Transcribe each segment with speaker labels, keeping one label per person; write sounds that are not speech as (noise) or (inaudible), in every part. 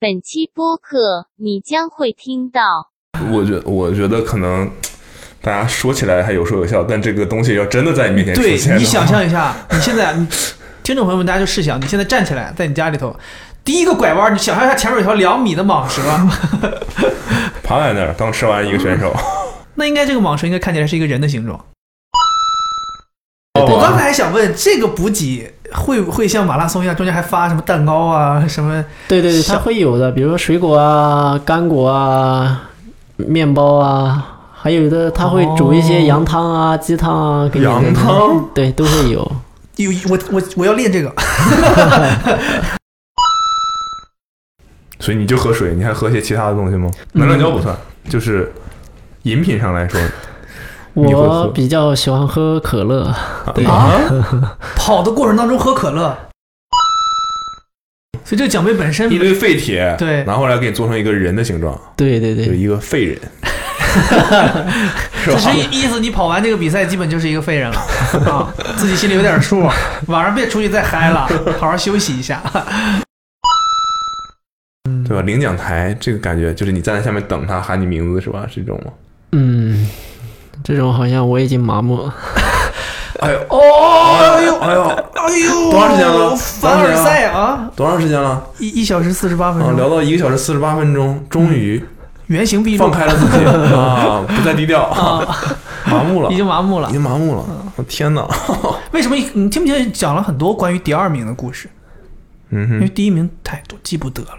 Speaker 1: 本期播客你将会听到。
Speaker 2: 我觉我觉得可能大家说起来还有说有笑，但这个东西要真的在你面前出
Speaker 3: 对
Speaker 2: 现的话，
Speaker 3: 你想象一下，你现在你听众朋友们，大家就试想，你现在站起来，在你家里头，第一个拐弯，你想象一下前面有条两米的蟒蛇， (laughs)
Speaker 2: 趴在那儿刚吃完一个选手，
Speaker 3: 嗯那应该这个蟒蛇应该看起来是一个人的形状。
Speaker 2: 哦
Speaker 3: 我刚才还想问，这个补给会不会像马拉松一样，中间还发什么蛋糕啊，什么
Speaker 4: 对对对，
Speaker 3: 小
Speaker 4: 它会有的，比如说水果啊、干果啊、面包啊，还有的它会煮一些羊汤啊、鸡汤啊给你喝。
Speaker 2: 羊汤
Speaker 4: 对都会有。
Speaker 3: 有我我我要练这
Speaker 2: 啊
Speaker 3: 个，
Speaker 2: 所以你就喝水，你还喝些其他的东西吗？能量胶不算，就是饮品上来说 (laughs)
Speaker 3: 嗯
Speaker 2: 你会喝
Speaker 4: 我比较喜欢喝可乐，对
Speaker 2: 啊
Speaker 3: 跑的过程当中喝可乐，所以这个奖杯本身
Speaker 2: 一堆废铁，
Speaker 3: 对嗯
Speaker 2: 拿回来给你做成一个人的形状，
Speaker 4: 对对
Speaker 2: 就
Speaker 4: 对，
Speaker 2: 一个废
Speaker 3: (laughs)
Speaker 2: 人，是
Speaker 3: 只
Speaker 2: 吧？
Speaker 3: 是意思，你跑完这个比赛，基本就是一个废人了啊，自己心里有点数，啊晚上别出去再嗨了，好好休息一下。
Speaker 2: 对吧？领奖台这个感觉就是你站在下面等他喊你名字是吧？是这种吗？
Speaker 4: 嗯，这种好像我已经麻木了。
Speaker 2: 哎呦，
Speaker 3: (laughs) 哦，哎呦，
Speaker 2: 哎呦，
Speaker 3: 哎呦，
Speaker 2: 多长时间了
Speaker 3: 凡尔赛啊，
Speaker 2: 多长时间了？
Speaker 3: 一一小时四十八分
Speaker 2: 啊，
Speaker 3: 钟，
Speaker 2: 聊到一个小时四十八分钟，终于
Speaker 3: 原形毕
Speaker 2: 放
Speaker 3: 露啊
Speaker 2: 开了自
Speaker 3: (laughs)
Speaker 2: 己啊，不再低调，麻木了，
Speaker 3: 已经麻木了嗯
Speaker 2: 已。经麻木了。我天哪！
Speaker 3: 为什么你听不听讲了很多关于第二名的故事？
Speaker 2: 嗯
Speaker 3: 因为
Speaker 2: 哼，
Speaker 3: 第一名太多记不得了。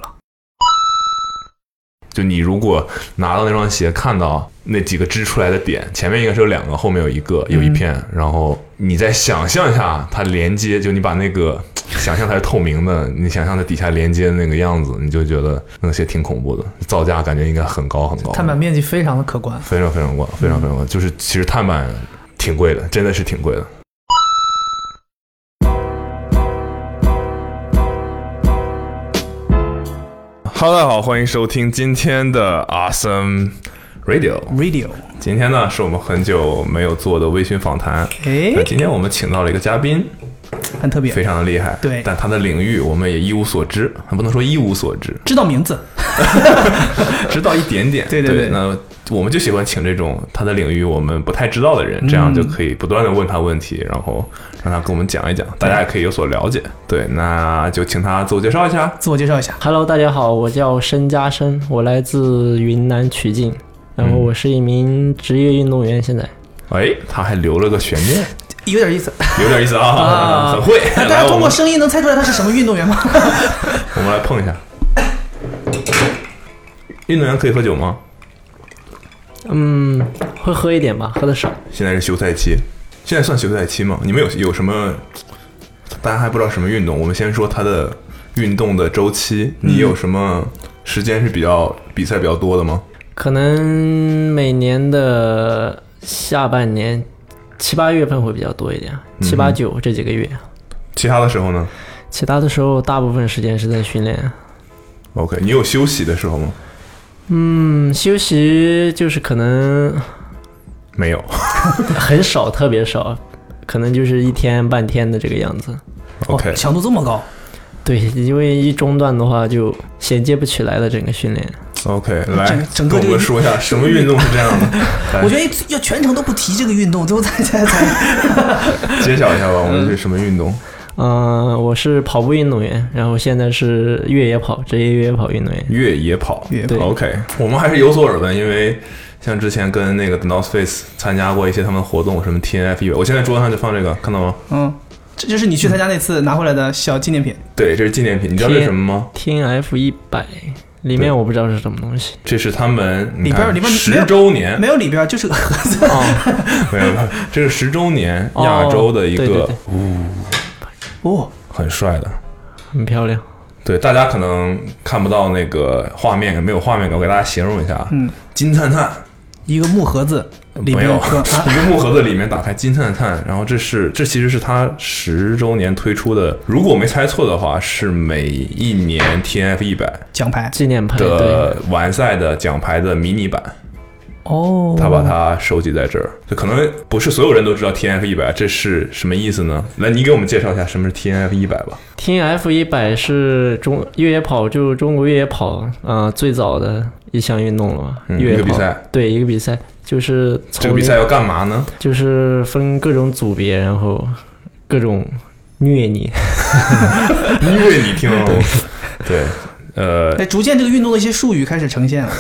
Speaker 2: 就你如果拿到那双鞋，看到那几个织出来的点，前面应该是有两个，后面有一个，
Speaker 3: 嗯
Speaker 2: 有一片，然后你再想象一下它连接，就你把那个 (laughs) 想象它是透明的，你想象它底下连接的那个样子，你就觉得那些挺恐怖的，造价感觉应该很高很高。
Speaker 3: 碳板面积非常的可观，
Speaker 2: 非常非常高，非常非常高，就是其实碳板挺贵的，真的是挺贵的。Hello，大家好，欢迎收听今天的 Awesome Radio。
Speaker 3: Radio，
Speaker 2: 今天呢，是我们很久没有做的微醺访谈。
Speaker 3: 哎
Speaker 2: 那，今天我们请到了一个嘉宾，
Speaker 3: 很特别
Speaker 2: 非，常的厉害。
Speaker 3: 对
Speaker 2: 但他的领域我们也一无所知，不能说一无所知，
Speaker 3: 知道名字，
Speaker 2: 知道一点点。
Speaker 3: 对
Speaker 2: 对
Speaker 3: 对对
Speaker 2: 那我们就喜欢请这种他的领域我们不太知道的人，这样就可以不断的问他问题，然后让他跟我们讲一讲，大家也可以有所了解。对，那就请他自我介绍一下。
Speaker 3: 自我介绍一下。
Speaker 4: Hello，大家好，我叫申嘉申，我来自云南曲靖，然后
Speaker 2: 嗯
Speaker 4: 我是一名职业运动员，现在。
Speaker 2: 哎，他还留了个悬
Speaker 3: (laughs)
Speaker 2: 念，
Speaker 3: 有点意思，
Speaker 2: 有点意思啊，
Speaker 3: 啊
Speaker 2: 很会。
Speaker 3: 哎大
Speaker 2: 来，
Speaker 3: 家
Speaker 2: 我
Speaker 3: 通过
Speaker 2: 们
Speaker 3: 声音能猜出来他是什么运动员吗？
Speaker 2: 我们来碰一下。运动员可以喝酒吗？
Speaker 4: 嗯，会喝一点吧，喝的少。
Speaker 2: 现在是休赛期，现在算休赛期吗？你们有有什么？大家还不知道什么运动，我们先说它的运动的周期。你有什么
Speaker 3: 嗯
Speaker 2: 时间是比较比赛比较多的吗？
Speaker 4: 可能每年的下半年七八月份会比较多一点，
Speaker 2: 嗯
Speaker 4: 七八九这几个月，
Speaker 2: 其他的时候呢
Speaker 4: 其他的时候大部分时间是在训练。
Speaker 2: ？OK，你有休息的时候吗？
Speaker 4: 嗯，休息就是可能
Speaker 2: 没有。
Speaker 4: 很少，特别少，可能就是一天半天的这个样子。
Speaker 2: OK，
Speaker 3: 哦强度这么高，
Speaker 4: 对，因为一中断的话就衔接不起来了整个训练。
Speaker 2: OK，来
Speaker 3: 整个
Speaker 2: 跟我
Speaker 3: 就
Speaker 2: 们说一
Speaker 3: (laughs)
Speaker 2: 下什么运动是这样的。来
Speaker 3: 我觉得要全程都不提这个运动，最后再再再，
Speaker 2: 揭晓一下吧，我们是什么运动？
Speaker 4: 嗯、我是跑步运动员，然后现在是越野跑，职业越野跑运动员。
Speaker 2: 越野跑。
Speaker 3: 越野
Speaker 4: 跑
Speaker 2: OK，我们还是有所耳闻，因为像之前跟那个 North Face 参加过一些他们的活动，什么 TNF，我现在桌子上就放这个，看到吗？
Speaker 3: (laughs) 嗯，这就是你去参加那次拿回来的小纪念品，
Speaker 2: 对，这是纪念品，你知道这是什么吗？
Speaker 4: T N F 一百
Speaker 2: 对
Speaker 4: 里面我不知道是什么东西。
Speaker 2: 这是他们
Speaker 3: 里边儿里边儿没
Speaker 2: 十
Speaker 3: 有
Speaker 2: 周年，
Speaker 3: 没有里边就是个盒子，
Speaker 2: 没有，没有这是十周年
Speaker 4: 哦
Speaker 2: 亚洲的一
Speaker 4: 对对
Speaker 2: 个
Speaker 4: 对
Speaker 3: (laughs) 哦，
Speaker 2: 很帅的。
Speaker 4: 很漂亮。
Speaker 2: 对，大家可能看不到那个画面，没有画面感，我给大家形容一下啊，
Speaker 3: 嗯，
Speaker 2: 金灿灿，
Speaker 3: 一个木盒子里
Speaker 2: 没
Speaker 3: 边
Speaker 2: 有
Speaker 3: 有个啊，
Speaker 2: 一个木盒子里面打开金灿灿，然后这是这其实是他十周年推出的，如果我没猜错的话，是每一年 TNF 一百
Speaker 3: 奖牌，哎
Speaker 4: 纪念牌，对
Speaker 2: 的完赛的奖牌的迷你版。
Speaker 3: 哦，
Speaker 2: 他把它收集在这儿，就可能不是所有人都知道 TNF 一百，这是什么意思呢？来，你给我们介绍一下什么是 TNF 一百吧。
Speaker 4: 听 F 一百是中越野跑，就是中国越野跑啊、呃最早的一项运动了嘛。
Speaker 2: 嗯
Speaker 4: 越野
Speaker 2: 一个比
Speaker 4: 跑
Speaker 2: 赛，
Speaker 4: 对一个比赛，就是从
Speaker 2: 这个比
Speaker 4: 那
Speaker 2: 赛要干嘛呢？
Speaker 4: 就是分各种组别，然后各种虐你。 (laughs)
Speaker 2: 因为你听得懂，对，呃，
Speaker 3: 哎，逐渐这个运动的一些术语开始呈现了。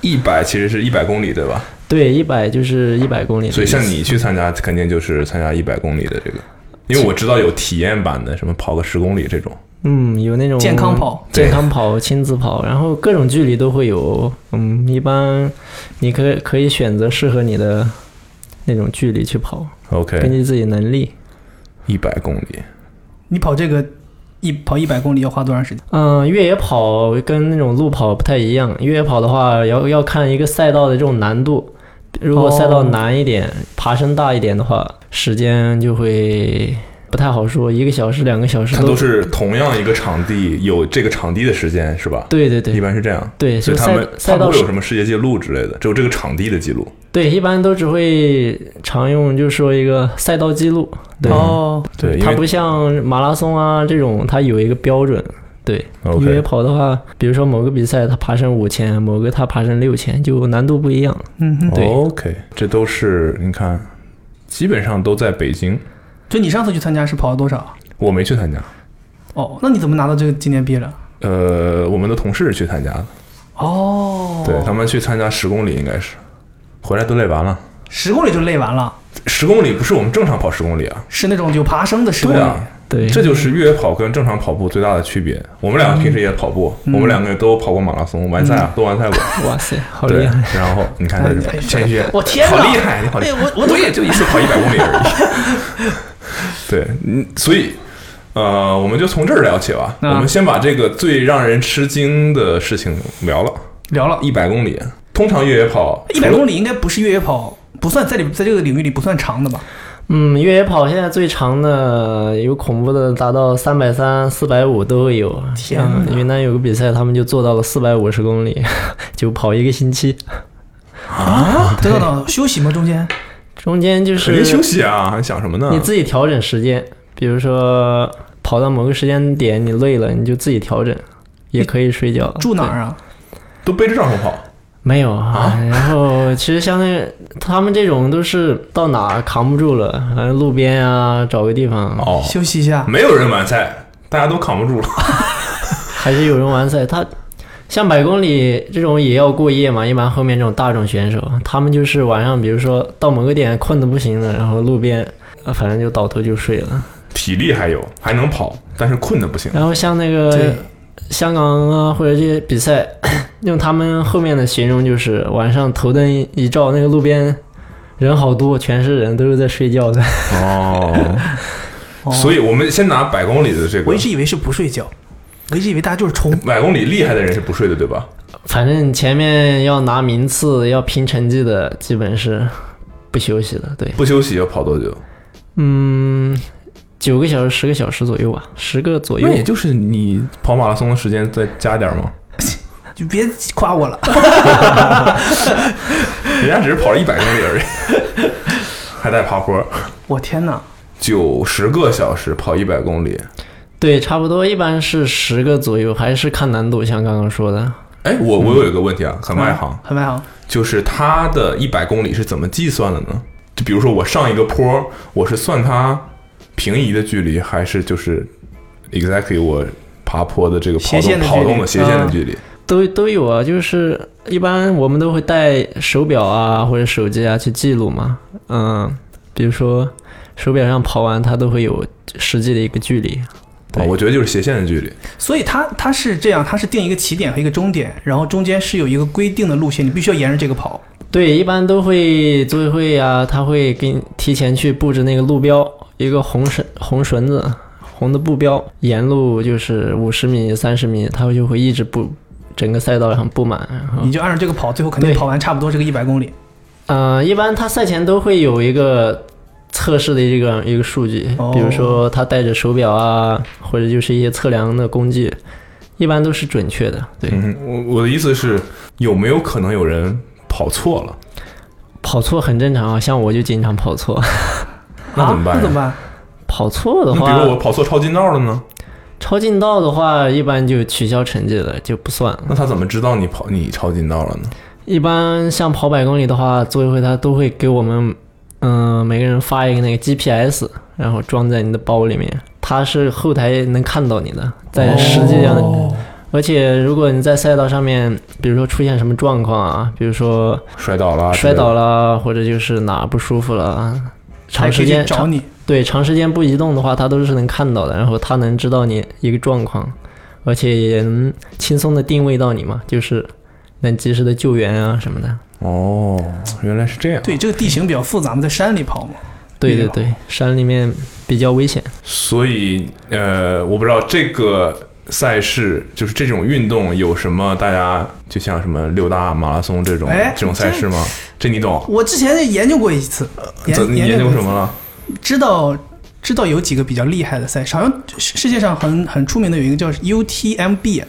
Speaker 2: 一百其实是一百公里，对吧？
Speaker 4: 对，一百就是一百公里的意思。
Speaker 2: 所以像你去参加，肯定就是参加一百公里的这个，因为我知道有体验版的，什么跑个十公里这种。
Speaker 4: 嗯，有那种
Speaker 3: 健康跑
Speaker 2: 对
Speaker 4: 健康跑、亲子跑，然后各种距离都会有。嗯，一般你可可以选择适合你的那种距离去跑，根
Speaker 2: OK，
Speaker 4: 据自己能力。
Speaker 2: 一百公里，
Speaker 3: 你跑这个一跑一百公里要花多长时间？
Speaker 4: 嗯，越野跑跟那种路跑不太一样。越野跑的话，要要看一个赛道的这种难度。如果赛道
Speaker 3: 哦
Speaker 4: 难一点，爬升大一点的话，时间就会不太好说，一个小时、两个小时
Speaker 2: 它都是同样一个场地，有这个场地的时间是吧？
Speaker 4: 对对
Speaker 2: 一
Speaker 4: 对
Speaker 2: 般是这样。
Speaker 4: 对，
Speaker 2: 所
Speaker 4: 就
Speaker 2: 以他
Speaker 4: 赛
Speaker 2: 们
Speaker 4: 赛
Speaker 2: 它不
Speaker 4: 道
Speaker 2: 会有
Speaker 4: 是
Speaker 2: 什么世界纪录之类的，只有这个场地的记录。
Speaker 4: 对，一般都只会常用，就是说一个赛道记录。对，
Speaker 3: 哦，
Speaker 2: 对，因
Speaker 4: 它不
Speaker 2: 为
Speaker 4: 像马拉松啊这种，它有一个标准。对，越野
Speaker 2: 哦 OK，
Speaker 4: 跑的话，比如说某个比赛它爬升五千，某个它爬升六千，就难度不一样。
Speaker 3: 嗯哼，
Speaker 4: 对
Speaker 2: OK，这都是你看，基本上都在北京。
Speaker 3: 就你上次去参加是跑了多少？
Speaker 2: 我没去参加，
Speaker 3: 哦，那你怎么拿到这个纪念币了？
Speaker 2: 呃，我们的同事去参加的，
Speaker 3: 哦，
Speaker 2: 对他们去参加十公里，应该是回来都累完了。
Speaker 3: 十公里就累完了，
Speaker 2: 十公里不是我们正常跑十公里啊，
Speaker 3: 是那种有爬升的十公
Speaker 2: 对
Speaker 3: 里。
Speaker 2: 啊，
Speaker 4: 对，
Speaker 2: 这就是越野跑跟正常跑步最大的区别。我们俩平时也跑步，我们两个都跑过马拉松，完赛啊，都完赛过。
Speaker 4: (laughs) 哇塞，好
Speaker 2: 对
Speaker 4: 厉害！，
Speaker 2: 然后你看他
Speaker 3: 哎哎
Speaker 2: 谦虚，
Speaker 3: 我天哪
Speaker 2: 好厉害，你好厉害！
Speaker 3: 哎我我
Speaker 2: 我也就一次跑一百公里而已。 (laughs) 对，嗯，所以呃，我们就从这儿聊起吧。
Speaker 3: 啊
Speaker 2: 我们先把这个最让人吃惊的事情聊了，
Speaker 3: 聊了
Speaker 2: 一百公里。通常越野跑，
Speaker 3: 一百公里，应该不是越野跑，不算在里在这个领域里不算长的吧？
Speaker 4: 嗯，越野跑现在最长的有恐怖的达到三百三、四百五都有。
Speaker 3: 天
Speaker 4: 像
Speaker 3: 哪
Speaker 4: 云南有个比赛，他们就做到了四百五十公里， (laughs) 就跑一个星期，
Speaker 3: 啊，等等等，休息吗？中间？
Speaker 2: 哦
Speaker 4: 中间就
Speaker 2: 肯定
Speaker 4: 是
Speaker 2: 休息啊，还想什么呢？
Speaker 4: 你自己调整时间，比如说跑到某个时间点，你累了，你就自己调整，也可以睡觉。
Speaker 3: 住哪儿啊？
Speaker 2: 都背着帐篷跑，
Speaker 4: 没有啊。然后其实相当于他们这种都是到哪儿扛不住了，反正路边啊找个地方，
Speaker 2: 哦，
Speaker 3: 休息一下。
Speaker 2: 没有人完赛，大家都扛不住了。
Speaker 4: 还是有人完赛。他像百公里这种也要过夜嘛，一般后面这种大众选手，他们就是晚上，比如说到某个点困得不行了，然后路边。啊反正就倒头就睡了。
Speaker 2: 体力还有，还能跑，但是困的不行。
Speaker 4: 然后像那
Speaker 2: 嗯
Speaker 4: 个
Speaker 3: 对，
Speaker 4: 香港啊，或者这些比赛，用他们后面的形容就是晚上头灯一照，那个路边人好多，全是人，都是在睡觉的。
Speaker 2: 哦，所
Speaker 3: 以
Speaker 2: 以我们先拿百公里的这
Speaker 3: 我
Speaker 2: 个
Speaker 3: 一，直以为是不睡觉，我一直以为大家就是冲。
Speaker 2: 百公里厉害的人是不睡的，对吧？
Speaker 4: 反正前面要拿名次、要拼成绩的，基本是不休息的。对，
Speaker 2: 不休息要跑多久？
Speaker 4: 嗯，九个小时、十个小时左右吧，十个左右
Speaker 2: 那。也就是你跑马拉松的时间再加点儿嘛。
Speaker 3: 就别夸我了。
Speaker 2: 人家只是跑了一百公里而已， (laughs) 还带爬坡，
Speaker 3: 我天哪！
Speaker 2: 九十个小时跑一百公里。
Speaker 4: 对，差不多，一般是十个左右，还是看难度，像刚刚说的。
Speaker 2: 哎，我我有一个问题啊，很外行，
Speaker 3: 很外行。
Speaker 2: 就是它的一百公里是怎么计算的呢？就比如说我上一个坡，我是算它平移的距离，还是就是 exactly 我爬坡的这个跑
Speaker 3: 斜线
Speaker 2: 动
Speaker 3: 的距
Speaker 2: 跑
Speaker 3: 离
Speaker 2: 动的斜线的距离？啊
Speaker 4: 都都有啊，就是一般我们都会带手表啊或者手机啊去记录嘛，嗯，比如说手表上跑完它都会有实际的一个距离，
Speaker 2: 哦，我觉得就是斜线的距离。
Speaker 3: 所以它它是这样，它是定一个起点和一个终点，然后中间是有一个规定的路线，你必须要沿着这个跑。
Speaker 4: 对，一般都会组委会啊，他会给你提前去布置那个路标，一个红绳红绳子红的布标，沿路就是五十米、三十米，他就会一直布整个赛道上布满，然
Speaker 2: 嗯
Speaker 4: 后
Speaker 3: 你就按照这个跑，最后肯定
Speaker 4: 对
Speaker 3: 跑完差不多这个一百公里。
Speaker 4: 呃，一般他赛前都会有一个测试的这个一个数据
Speaker 3: 哦，
Speaker 4: 比如说他带着手表啊，或者就是一些测量的工具，一般都是准确的。对，
Speaker 2: 嗯嗯，我我的意思是，有没有可能有人跑错了，
Speaker 4: 跑错很正常啊，像我就经常跑错。
Speaker 2: 那怎么办
Speaker 3: 啊
Speaker 2: 呀
Speaker 3: 那怎么办？
Speaker 4: 跑错的
Speaker 2: 那比
Speaker 4: 话，
Speaker 2: 如我跑错抄近道了呢？
Speaker 4: 超近道的话，一般就取消成绩了，就不算了。
Speaker 2: 那他怎么知道你跑你抄近道了呢？
Speaker 4: 一般像跑百公里的话，组委会他都会给我们，嗯、每个人发一个那个 GPS，然后装在你的包里面，它是后台能看到你的，在实际上，
Speaker 2: 哦
Speaker 4: 而且如果你在赛道上面，比如说出现什么状况啊，比如说
Speaker 2: 摔倒了，啊
Speaker 4: 摔倒，了，或者就是哪不舒服了啊，
Speaker 3: 还
Speaker 4: 长
Speaker 3: 可
Speaker 4: 时
Speaker 3: 以去
Speaker 4: 间
Speaker 3: 找
Speaker 4: 长
Speaker 3: 你，
Speaker 4: 对长时间不移动的话，它都是能看到的，然后它能知道你一个状况，而且也能轻松的定位到你嘛，就是能及时的救援啊什么的。
Speaker 2: 哦，原来是这样。
Speaker 3: 对，这个地形比较复杂嘛，在山里跑嘛，
Speaker 4: 对对
Speaker 3: 吧
Speaker 4: 对，山里面比较危险。
Speaker 2: 所以呃，我不知道这个赛事就是这种运动有什么大家就像什么六大马拉松这种
Speaker 3: 哎
Speaker 2: 这种赛事吗？这你懂？
Speaker 3: 我之前研究过一次，研
Speaker 2: 呃怎你
Speaker 3: 研
Speaker 2: 研
Speaker 3: 究
Speaker 2: 究
Speaker 3: 过
Speaker 2: 什么了？
Speaker 3: 知道知道有几个比较厉害的赛事，好像世世界上很很出名的有一个叫 UTMB，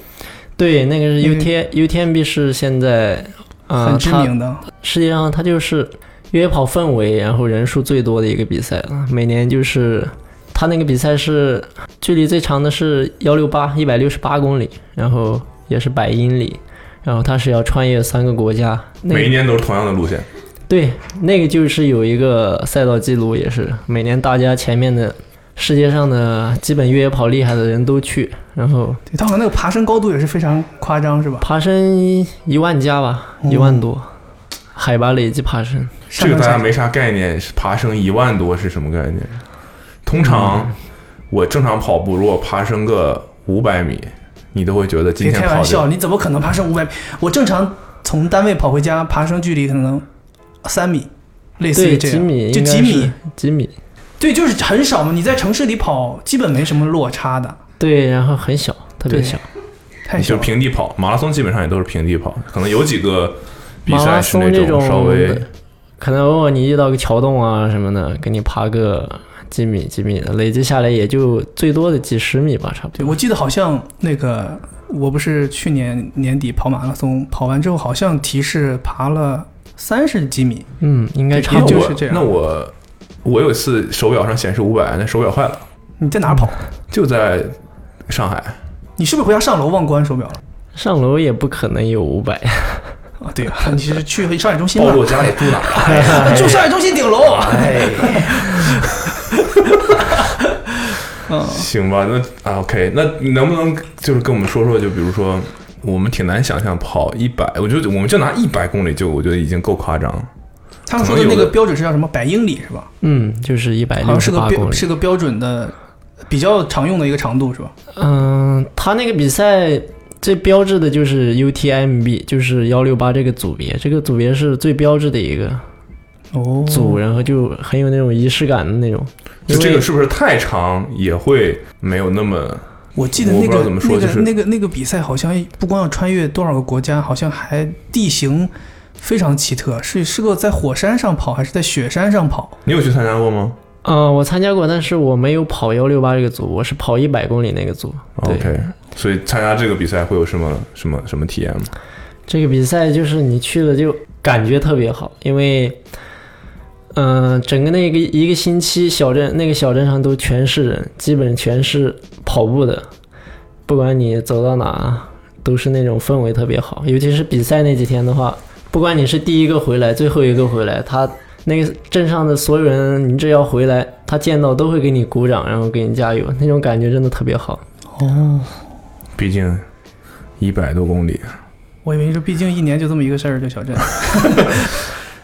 Speaker 4: 对，那个是
Speaker 3: 那个
Speaker 4: UT UTMB 是现在啊，
Speaker 3: 很知
Speaker 4: 它
Speaker 3: 名的。
Speaker 4: 世界上它就是越野跑氛围，然后人数最多的一个比赛了。每年就是它那个比赛是距离最长的是幺六八一百六十八公里，然后也是百英里，然后它是要穿越三个国家。那
Speaker 2: 每一
Speaker 4: 个、
Speaker 2: 年都是同样的路线。
Speaker 4: 对，那个就是有一个赛道记录，也是每年大家前面的世界上的基本越野跑厉害的人都去，然后
Speaker 3: 对，它好像那个爬升高度也是非常夸张，是吧？
Speaker 4: 爬升一万加吧，一万多，海拔累计爬升。
Speaker 2: 这个
Speaker 3: 上
Speaker 2: 大
Speaker 3: 山
Speaker 2: 家
Speaker 3: 下
Speaker 2: 没啥概念，是爬升一万多是什么概念？通
Speaker 3: 嗯
Speaker 2: 常我正常跑步，如果爬升个五百米，你都会觉得今
Speaker 3: 别
Speaker 2: 天
Speaker 3: 开
Speaker 2: 跑
Speaker 3: 玩笑，
Speaker 2: 的
Speaker 3: 你怎么可能爬升五百米？我正常从单位跑回家，爬升距离可能三米，类似于
Speaker 4: 对，
Speaker 3: 这
Speaker 4: 几
Speaker 3: 样，
Speaker 4: 米，
Speaker 3: 就
Speaker 4: 应该
Speaker 3: 几米
Speaker 4: 是，几米，
Speaker 3: 对，就是很少嘛。你在城市里跑，基本没什么落差的，
Speaker 4: 对，然后很小，特别
Speaker 3: 对
Speaker 4: 哎小。
Speaker 3: 太小
Speaker 2: 就是
Speaker 3: 了。
Speaker 2: 平地跑。马拉松基本上也都是平地跑，可能有几个比
Speaker 4: 马
Speaker 2: 赛
Speaker 4: 拉
Speaker 2: 是
Speaker 4: 松
Speaker 2: 那
Speaker 4: 种
Speaker 2: 稍微
Speaker 4: 的可能偶尔你遇到个桥洞啊什么的，给你爬个几米几米的，累计下来也就最多的几十米吧，差不
Speaker 3: 对，
Speaker 4: 多。
Speaker 3: 我记得好像那个，我不是去年年底跑马拉松，跑完之后好像提示爬了三十几米，
Speaker 4: 嗯，应该差
Speaker 2: 那
Speaker 4: 不
Speaker 2: 我
Speaker 4: 多。
Speaker 3: 就是这样
Speaker 2: 那我我有一次手表上显示五百，那手表坏了，
Speaker 3: 你在哪儿跑？
Speaker 4: 嗯
Speaker 2: 就在上海。
Speaker 3: 你是不是回家上楼忘关手表了？
Speaker 4: 上楼也不可能有五百，
Speaker 3: 啊，
Speaker 4: (laughs)
Speaker 3: 对啊，你是去上海中心
Speaker 2: 暴
Speaker 3: 吧？
Speaker 2: 露家里住哪儿了？
Speaker 4: 哎
Speaker 3: 住上海中心顶楼。啊嗯，
Speaker 2: 行吧，那啊 OK，那你能不能就是跟我们说说，就比如说，我们挺难想象跑一百，我觉得我们就拿一百公里就，我觉得已经够夸张了。
Speaker 3: 他们说的那个标准是叫什么？百英里是吧？
Speaker 4: 嗯，就是一百
Speaker 3: 好像
Speaker 4: 六
Speaker 3: 是
Speaker 4: 十
Speaker 3: 个
Speaker 4: 八公
Speaker 3: 标
Speaker 4: 里。
Speaker 3: 是个标准的，比较常用的一个长度是吧？
Speaker 4: 嗯，他那个比赛最标志的就是 UTMB，就是幺六八这个组别，这个组别是最标志的一个
Speaker 3: 哦
Speaker 4: 组，然后就很有那种仪式感的那种。
Speaker 2: 就
Speaker 4: 因
Speaker 2: 这
Speaker 4: 为
Speaker 2: 个是不是太长也会没有那么？
Speaker 3: 我记得
Speaker 2: 我
Speaker 3: 那
Speaker 2: 不知道
Speaker 3: 个
Speaker 2: 怎么说
Speaker 3: 那
Speaker 2: 就是
Speaker 3: 个那个那个比赛好像不光要穿越多少个国家，好像还地形非常奇特，是是个在火山上跑还是在雪山上跑？
Speaker 2: 你有去参加过吗
Speaker 4: 嗯，我参加过，但是我没有跑幺六八这个组，我是跑一百公里那个组。对
Speaker 2: 哦？OK，所以参加这个比赛会有什么什么什么体验吗？
Speaker 4: 这个比赛就是你去了就感觉特别好，因为，嗯、整个那个一个星期，小镇那个小镇上都全是人，基本全是跑步的，不管你走到哪，都是那种氛围特别好。尤其是比赛那几天的话，不管你是第一个回来，最后一个回来，他那个镇上的所有人，你只要回来，他见到都会给你鼓掌，然后给你加油，那种感觉真的特别好。
Speaker 3: 哦，
Speaker 2: 毕竟一百多公里，
Speaker 3: 我以为说，毕竟一年就这么一个事儿，
Speaker 2: (laughs)
Speaker 3: 这小镇。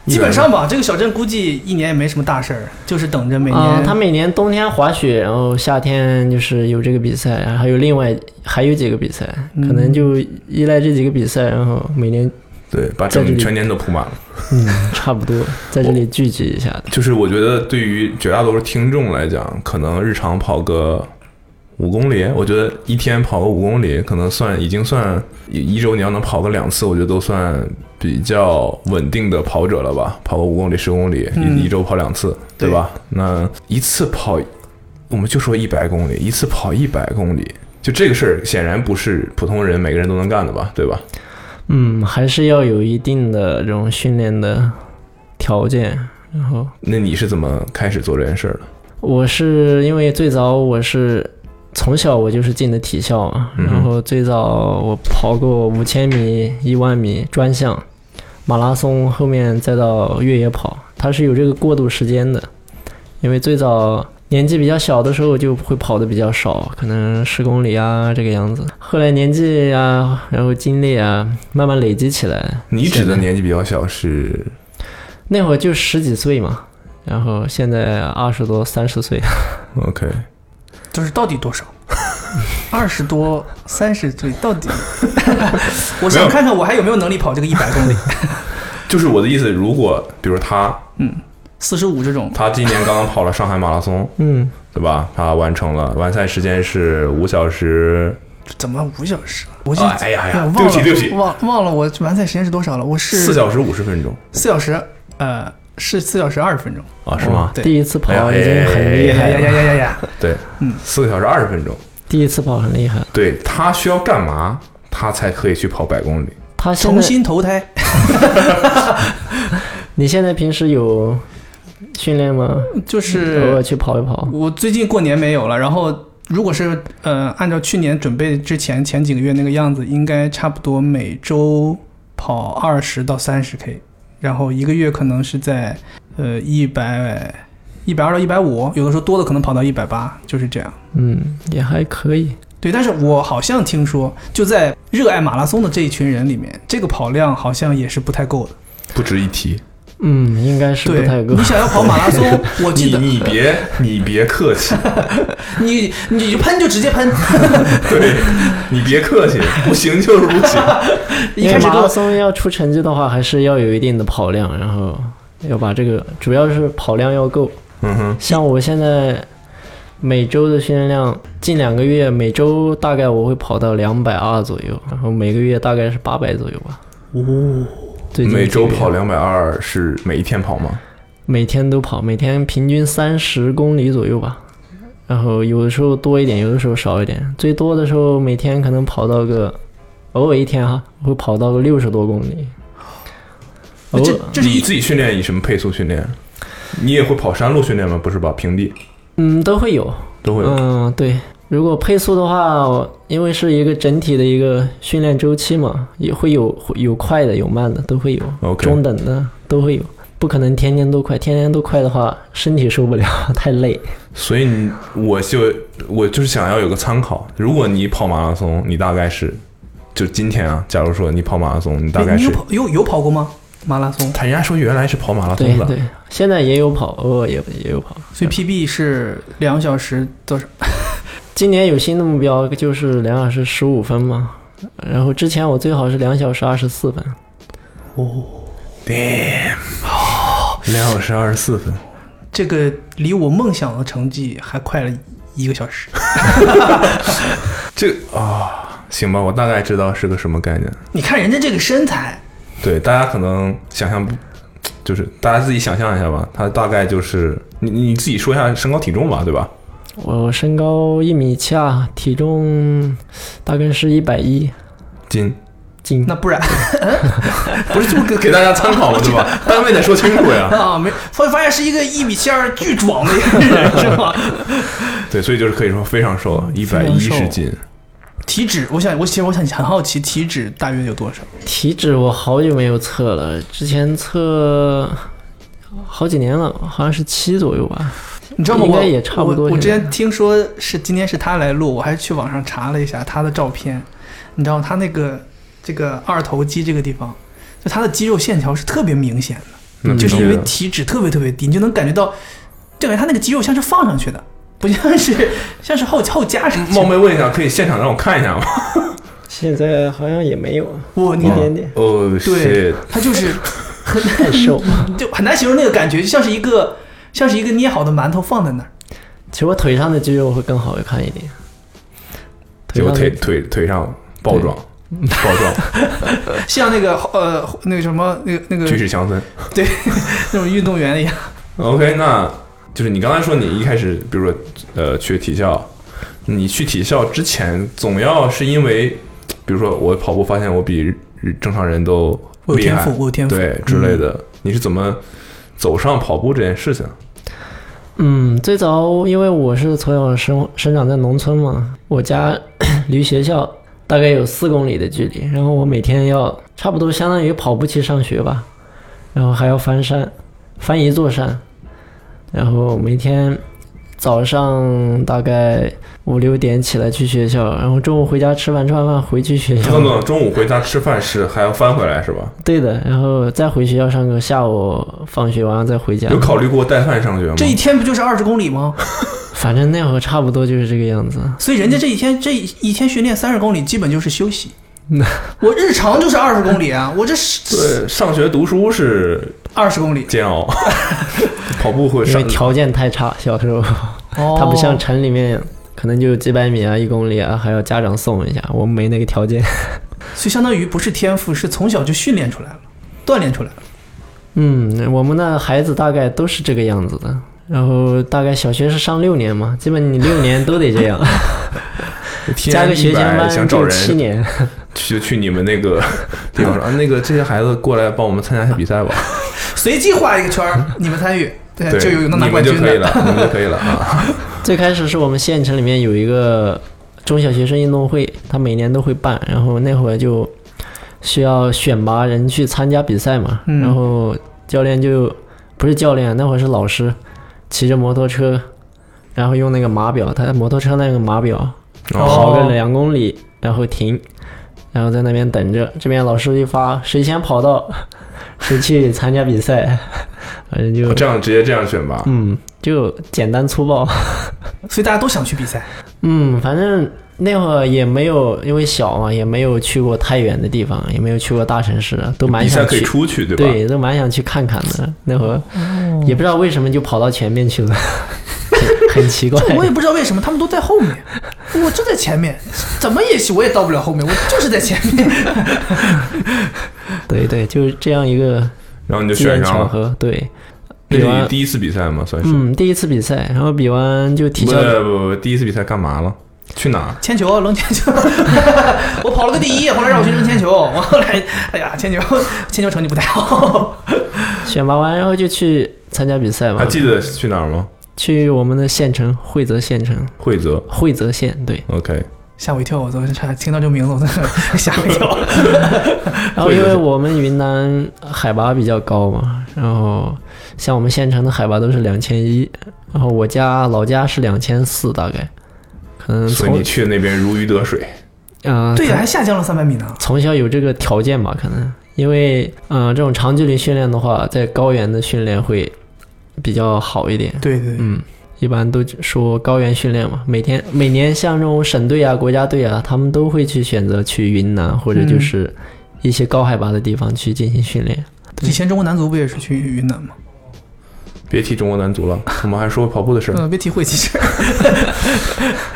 Speaker 3: 基本上吧，这个小镇估计一年也没什么大事儿，就是等着每年。
Speaker 4: 啊、他每年冬天滑雪，然后夏天就是有这个比赛，然后还有另外还有几个比赛，可能就依赖这几个比赛，然后每年
Speaker 2: 对，把
Speaker 4: 在这
Speaker 2: 整
Speaker 4: 里
Speaker 2: 全年都铺满了。
Speaker 4: 嗯差不多在这里聚集一下的。
Speaker 2: 就是我觉得对于绝大多数听众来讲，可能日常跑个五公里，我觉得一天跑个五公里，可能算已经算一一周你要能跑个两次，我觉得都算比较稳定的跑者了吧，跑个五公里、十公里，
Speaker 3: 嗯
Speaker 2: 一一周跑两次，对吧？那一次跑，我们就说一百公里，一次跑一百公里。就这个事儿，显然不是普通人每个人都能干的吧，对吧？
Speaker 4: 嗯，还是要有一定的这种训练的条件。然后
Speaker 2: 那你是怎么开始做这件事儿的？
Speaker 4: 我是因为最早我是从小我就是进的体校嘛，
Speaker 2: 嗯哼
Speaker 4: 然后最早我跑过五千米、一万米专项、马拉松，后面再到越野跑，它是有这个过渡时间的。因为最早年纪比较小的时候就会跑的比较少，可能十公里啊这个样子。后来年纪啊，然后精力啊，慢慢累积起来。
Speaker 2: 你指
Speaker 4: 现在
Speaker 2: 的年纪比较小是
Speaker 4: 那会儿就十几岁嘛，然后现在二十多、三十岁。
Speaker 2: OK？
Speaker 3: 就是到底多少？二十多、三十岁，
Speaker 2: (laughs)
Speaker 3: 到底？我
Speaker 2: 没
Speaker 3: 想
Speaker 2: 有
Speaker 3: 看看我还有没有能力跑这个一百公里，
Speaker 2: 就是我的意思，如果比如他，
Speaker 3: 四十五这种。
Speaker 2: 他今年刚刚跑了上海马拉松，
Speaker 4: 嗯，
Speaker 2: 对吧？他完成了，完赛时间是五小时。
Speaker 3: 怎么五小时？我现在、
Speaker 2: 哎呀哎呀
Speaker 3: 忘了
Speaker 2: 对不起对不起
Speaker 3: 忘忘了我完赛时间是多少了？我是
Speaker 2: 四小时五十分钟
Speaker 3: 四小时，呃，是四小时二十分钟。
Speaker 2: 啊，是吗？
Speaker 3: 对
Speaker 4: 第一次跑
Speaker 2: 哎呀
Speaker 4: 已经很厉
Speaker 3: 呀哎
Speaker 4: 害
Speaker 3: 呀呀
Speaker 4: 了，
Speaker 3: 呀
Speaker 2: (laughs)
Speaker 3: 呀呀！
Speaker 2: 对，
Speaker 3: 嗯
Speaker 2: 四个小时二十分钟。
Speaker 4: 第一次跑很厉害。
Speaker 2: 对他需要干嘛，他才可以去跑百公里？
Speaker 4: 他现
Speaker 3: 重
Speaker 4: 在，
Speaker 3: 新投胎，
Speaker 4: 你现在平时有训练吗？
Speaker 3: 就
Speaker 4: 偶尔
Speaker 2: 呃
Speaker 3: 是
Speaker 4: 去跑一跑。
Speaker 3: 我最近过年没有了，然后。如果是呃，按照去年准备之前前几个月那个样子，应该差不多每周跑二十到三十 K，然后一个月可能是在呃一百一百二到一百五，有的时候多的可能跑到一百八，就是这样。
Speaker 4: 嗯，也还可以。
Speaker 3: 对，但是我好像听说，就在热爱马拉松的这一群人里面，这个跑量好像也是不太够的。
Speaker 2: 不值一提。
Speaker 4: 嗯，应该是不
Speaker 3: 对
Speaker 4: 太，够
Speaker 3: 你。想要跑马拉松，
Speaker 4: (laughs)
Speaker 3: 我记
Speaker 2: 你
Speaker 3: 得
Speaker 2: 你别你别客气，
Speaker 3: 你你就喷就直接喷，
Speaker 2: 对你别客气，不行就是不行。
Speaker 3: 一
Speaker 4: 因
Speaker 3: 开
Speaker 4: 为
Speaker 3: 始
Speaker 4: 马
Speaker 3: 跟
Speaker 4: 拉
Speaker 3: 我
Speaker 4: 松要出成绩的话，还是要有一定的跑量，然后要把这个，主要是跑量要够。
Speaker 2: (laughs) 嗯哼，
Speaker 4: 像我现在每周的训练量，近两个月每周大概我会跑到两百二左右，然后每个月大概是八百左右吧。哦，最近
Speaker 2: 每周
Speaker 4: 几个月
Speaker 2: 跑两百二是每一天跑吗？
Speaker 4: 每天都跑，每天平均三十公里左右吧。然后有的时候多一点，有的时候少一点，最多的时候每天可能跑到个，偶尔一天哈，会跑到个六十多公里。偶
Speaker 3: 这
Speaker 4: 尔，
Speaker 3: 这是
Speaker 2: 你
Speaker 3: 一
Speaker 2: 自己训练以什么配速训练？你也会跑山路训练吗？不是吧？平地
Speaker 4: 嗯，都会有，
Speaker 2: 都会有。
Speaker 4: 嗯，对。如果配速的话，我因为是一个整体的一个训练周期嘛，也会有会有快的，有慢的，都会有
Speaker 2: OK
Speaker 4: 中等的都会有。不可能天天都快，天天都快的话，身体受不了， (laughs) 太累。
Speaker 2: 所以你我就我就是想要有个参考。如果你跑马拉松，你大概是就今天啊，假如说你跑马拉松，你大概
Speaker 3: 你有
Speaker 2: 是
Speaker 3: 跑有有跑过吗？马拉松，
Speaker 2: 他人家说原来是跑马拉
Speaker 4: 对
Speaker 2: 松的，
Speaker 4: 对，现在也有跑，偶尔也也有跑。
Speaker 3: 所以 PB 是两小时多少？
Speaker 4: 今年有新的目标，就是两小时十五分嘛。然后之前我最好是两小时二十四分，
Speaker 2: 两小时二十四分。
Speaker 3: 这个离我梦想的成绩还快了一个小时。
Speaker 2: 这个啊，行吧，我大概知道是个什么概念。
Speaker 3: 你看人家这个身材，
Speaker 2: 对，大家可能想象不，就是大家自己想象一下吧。他大概就是你你自己说一下身高体重吧，对吧？
Speaker 4: 我身高一米七二，体重大概是一百一
Speaker 2: 斤
Speaker 4: 斤。
Speaker 3: 那不然
Speaker 2: 不是就给给大家参考嘛，对吧？ (laughs) 单位得说清楚呀。
Speaker 3: (laughs) 啊，没发发现是一个一米七二巨壮的一个
Speaker 2: (laughs)
Speaker 3: 人，是吧？
Speaker 2: (laughs) 对，所以就是可以说非常瘦，一百一
Speaker 3: 非常
Speaker 2: 十
Speaker 3: 瘦
Speaker 2: 斤。
Speaker 3: 体脂，我想，我其实我想很好奇，体脂大约有多少？
Speaker 4: 体脂我好久没有测了，之前测好几年了，好像是七左右吧。
Speaker 3: 你知道吗？
Speaker 4: 应该
Speaker 3: 我
Speaker 4: 也差不多
Speaker 3: 我。我之
Speaker 4: 现在
Speaker 3: 前听说是今天是他来录，我还去网上查了一下他的照片。你知道他那个这个二头肌这个地方，就他的肌肉线条是特别明显的，
Speaker 2: 那
Speaker 3: 就是因为
Speaker 2: 能
Speaker 3: 体脂特别特别低，你就能感觉到，就感觉他那个肌肉像是放上去的，不像是像是后后加上去
Speaker 2: 冒
Speaker 3: 的。
Speaker 2: 昧问一下，可以现场让我看一下吗？
Speaker 4: 现在好像也没有，
Speaker 3: 我
Speaker 4: 一
Speaker 3: 你
Speaker 4: 点点，
Speaker 2: 哦，
Speaker 3: 对
Speaker 2: shit，
Speaker 3: 他就是
Speaker 4: (laughs) 太瘦。
Speaker 3: 就很难形容那个感觉，就像是一个像是一个捏好的馒头放在那儿。
Speaker 4: 其实我腿上的肌肉会更好看一点。
Speaker 2: 结
Speaker 4: 腿
Speaker 2: 果
Speaker 4: 上
Speaker 2: 腿
Speaker 4: 的
Speaker 2: 腿腿上暴撞，暴 (laughs) 撞，
Speaker 3: 像那个呃那个什么那个那个
Speaker 2: 举止强森。
Speaker 3: 那种运动员一样。
Speaker 2: 嗯 OK，那就是你刚才说你一开始，比如说呃去体校，你去体校之前，总要是因为，比如说我跑步发现我比正常人都
Speaker 3: 我有
Speaker 2: 厉
Speaker 3: 天
Speaker 2: 害
Speaker 3: 赋，，我有天赋，
Speaker 2: 对之类的，你是怎么走上跑步这件事情？啊
Speaker 4: 嗯，最早因为我是从小生生长在农村嘛，我家 (coughs) 离学校大概有四公里的距离，然后我每天要差不多相当于跑步去上学吧，然后还要翻山，翻一座山，然后每天早上大概五六点起来去学校，然后中午回家吃饭，吃完饭回去学校。
Speaker 2: 等等，中午回家吃饭是还要翻回来是吧？
Speaker 4: (laughs) 对 (laughs) 的，然后再回学校上课，下午放学完了再回家。
Speaker 2: 有考虑过带饭上学吗？
Speaker 3: 这一天不就是二十公里吗？
Speaker 4: 反正那会儿差不多就是这个样子。
Speaker 3: 所以人
Speaker 2: 嗯
Speaker 3: 家这一天这一天训练三十公里，基本就是休息。我日常就是二十公
Speaker 2: (laughs)
Speaker 3: 里啊，我这是
Speaker 2: 对，呃上学读书是
Speaker 3: 二十公里。
Speaker 2: 煎熬，跑步会
Speaker 4: 因为
Speaker 2: 上
Speaker 4: 条件太差，小时候、
Speaker 3: 哦
Speaker 4: 它不像城里面可能就几百米啊、一公里啊，还要家长送一下，我们没那个条件。
Speaker 3: 所以相当于不是天赋，是从小就训练出来了，锻炼出来了。
Speaker 4: 嗯，我们的孩子大概都是这个样子的。然后大概小学是上六年嘛，基本你六年都得这
Speaker 2: (laughs)
Speaker 4: 样，加个学前
Speaker 2: 100想
Speaker 4: 班
Speaker 2: 找
Speaker 4: 就
Speaker 2: 人
Speaker 4: 七年。
Speaker 2: 去去你们那
Speaker 4: (laughs)
Speaker 2: 个地方说啊，那个这些孩子过来帮我们参加一下比赛吧，
Speaker 3: 随机画一个圈儿，你们参与， (laughs) 对，
Speaker 2: 嗯对，
Speaker 3: 就有能拿
Speaker 2: 你们
Speaker 3: 冠
Speaker 2: 就
Speaker 3: 军
Speaker 2: 可以
Speaker 3: 的。
Speaker 2: 了，你们就可以了
Speaker 4: (laughs)
Speaker 2: 啊。
Speaker 4: 最开始是我们县城里面有一个中小学生运动会，他每年都会办，然后那会儿就需要选拔人去参加比赛嘛，
Speaker 3: 嗯
Speaker 4: 然后教练就不是教练，那会儿是老师，骑着摩托车，然后用那个码表，他摩托车那个码表
Speaker 2: 哦，
Speaker 4: 跑个两公里，然后停，然后在那边等着，这边老师一发谁先跑 (laughs) 到，谁去参加比赛，反正就
Speaker 2: 哦这样直接这样选吧。
Speaker 4: 嗯就简单粗暴。
Speaker 3: 所以大家都想去比赛。
Speaker 4: 嗯，反正那会儿也没有，因为小嘛，也没有去过太远的地方，也没有去过大城市，都蛮
Speaker 2: 比赛
Speaker 4: 想
Speaker 2: 可以
Speaker 4: 去，
Speaker 2: 出去，对吧？
Speaker 4: 对，都蛮想去看看的。那会儿也不知道为什么就跑到前面去了，很
Speaker 3: (laughs)
Speaker 4: 很奇怪。
Speaker 3: 我也不知道为什么他们都在后
Speaker 2: (laughs)
Speaker 3: 面，我就在前面，怎么也行，我也到不了后面，我就是在前面。
Speaker 4: 对对，就是这样一个
Speaker 2: 然后你就
Speaker 4: 机
Speaker 2: 选
Speaker 4: 缘
Speaker 2: 上
Speaker 4: 巧
Speaker 2: 了。
Speaker 4: 合，对。
Speaker 2: 那
Speaker 4: 比
Speaker 2: 是你
Speaker 4: 完，
Speaker 2: 第一次比赛吗？算是？
Speaker 4: 嗯，第一次比赛，然后比嗯完就体
Speaker 2: 不
Speaker 4: 校，
Speaker 2: 不不不，第一次比赛干嘛了？去哪儿？
Speaker 3: 铅球，扔铅球， (laughs) 我跑了个第一，后来让我去扔铅球，我后来，哎呀，铅球， (laughs) 铅球成绩不太好。 (laughs)
Speaker 4: 选拔完，然后就去参加比赛嘛
Speaker 2: 还，啊记得去哪儿吗？
Speaker 4: 去我们的县城惠泽县城，
Speaker 2: 惠泽。
Speaker 4: 惠泽县，对。
Speaker 2: OK，
Speaker 3: 吓我一跳，我都差听到这名字，我都吓我一 (laughs) 跳。
Speaker 4: 然后因为我们云南海拔比较高嘛，然后像我们县城的海拔都是两千一，然后我家老家是两千四大概，可
Speaker 3: 嗯
Speaker 4: 能
Speaker 2: 所以
Speaker 4: 从
Speaker 2: 你去那边如鱼得水。
Speaker 4: 嗯、
Speaker 3: 对呀，还下降了三百米呢。
Speaker 4: 从小有这个条件吧，可能因为嗯、呃这种长距离训练的话，在高原的训练会比较好一点，
Speaker 3: 对对，
Speaker 4: 嗯。一般都说高原训练嘛，每天每年像这种省队啊、国家队啊，他们都会去选择去云南或者就
Speaker 3: 嗯
Speaker 4: 是一些高海拔的地方去进行训练。
Speaker 3: 以前中国男足不也是去云南吗？
Speaker 2: 别提中国男足了，我们还说跑步的事儿。
Speaker 3: 嗯，别提晦气事儿。
Speaker 2: (laughs)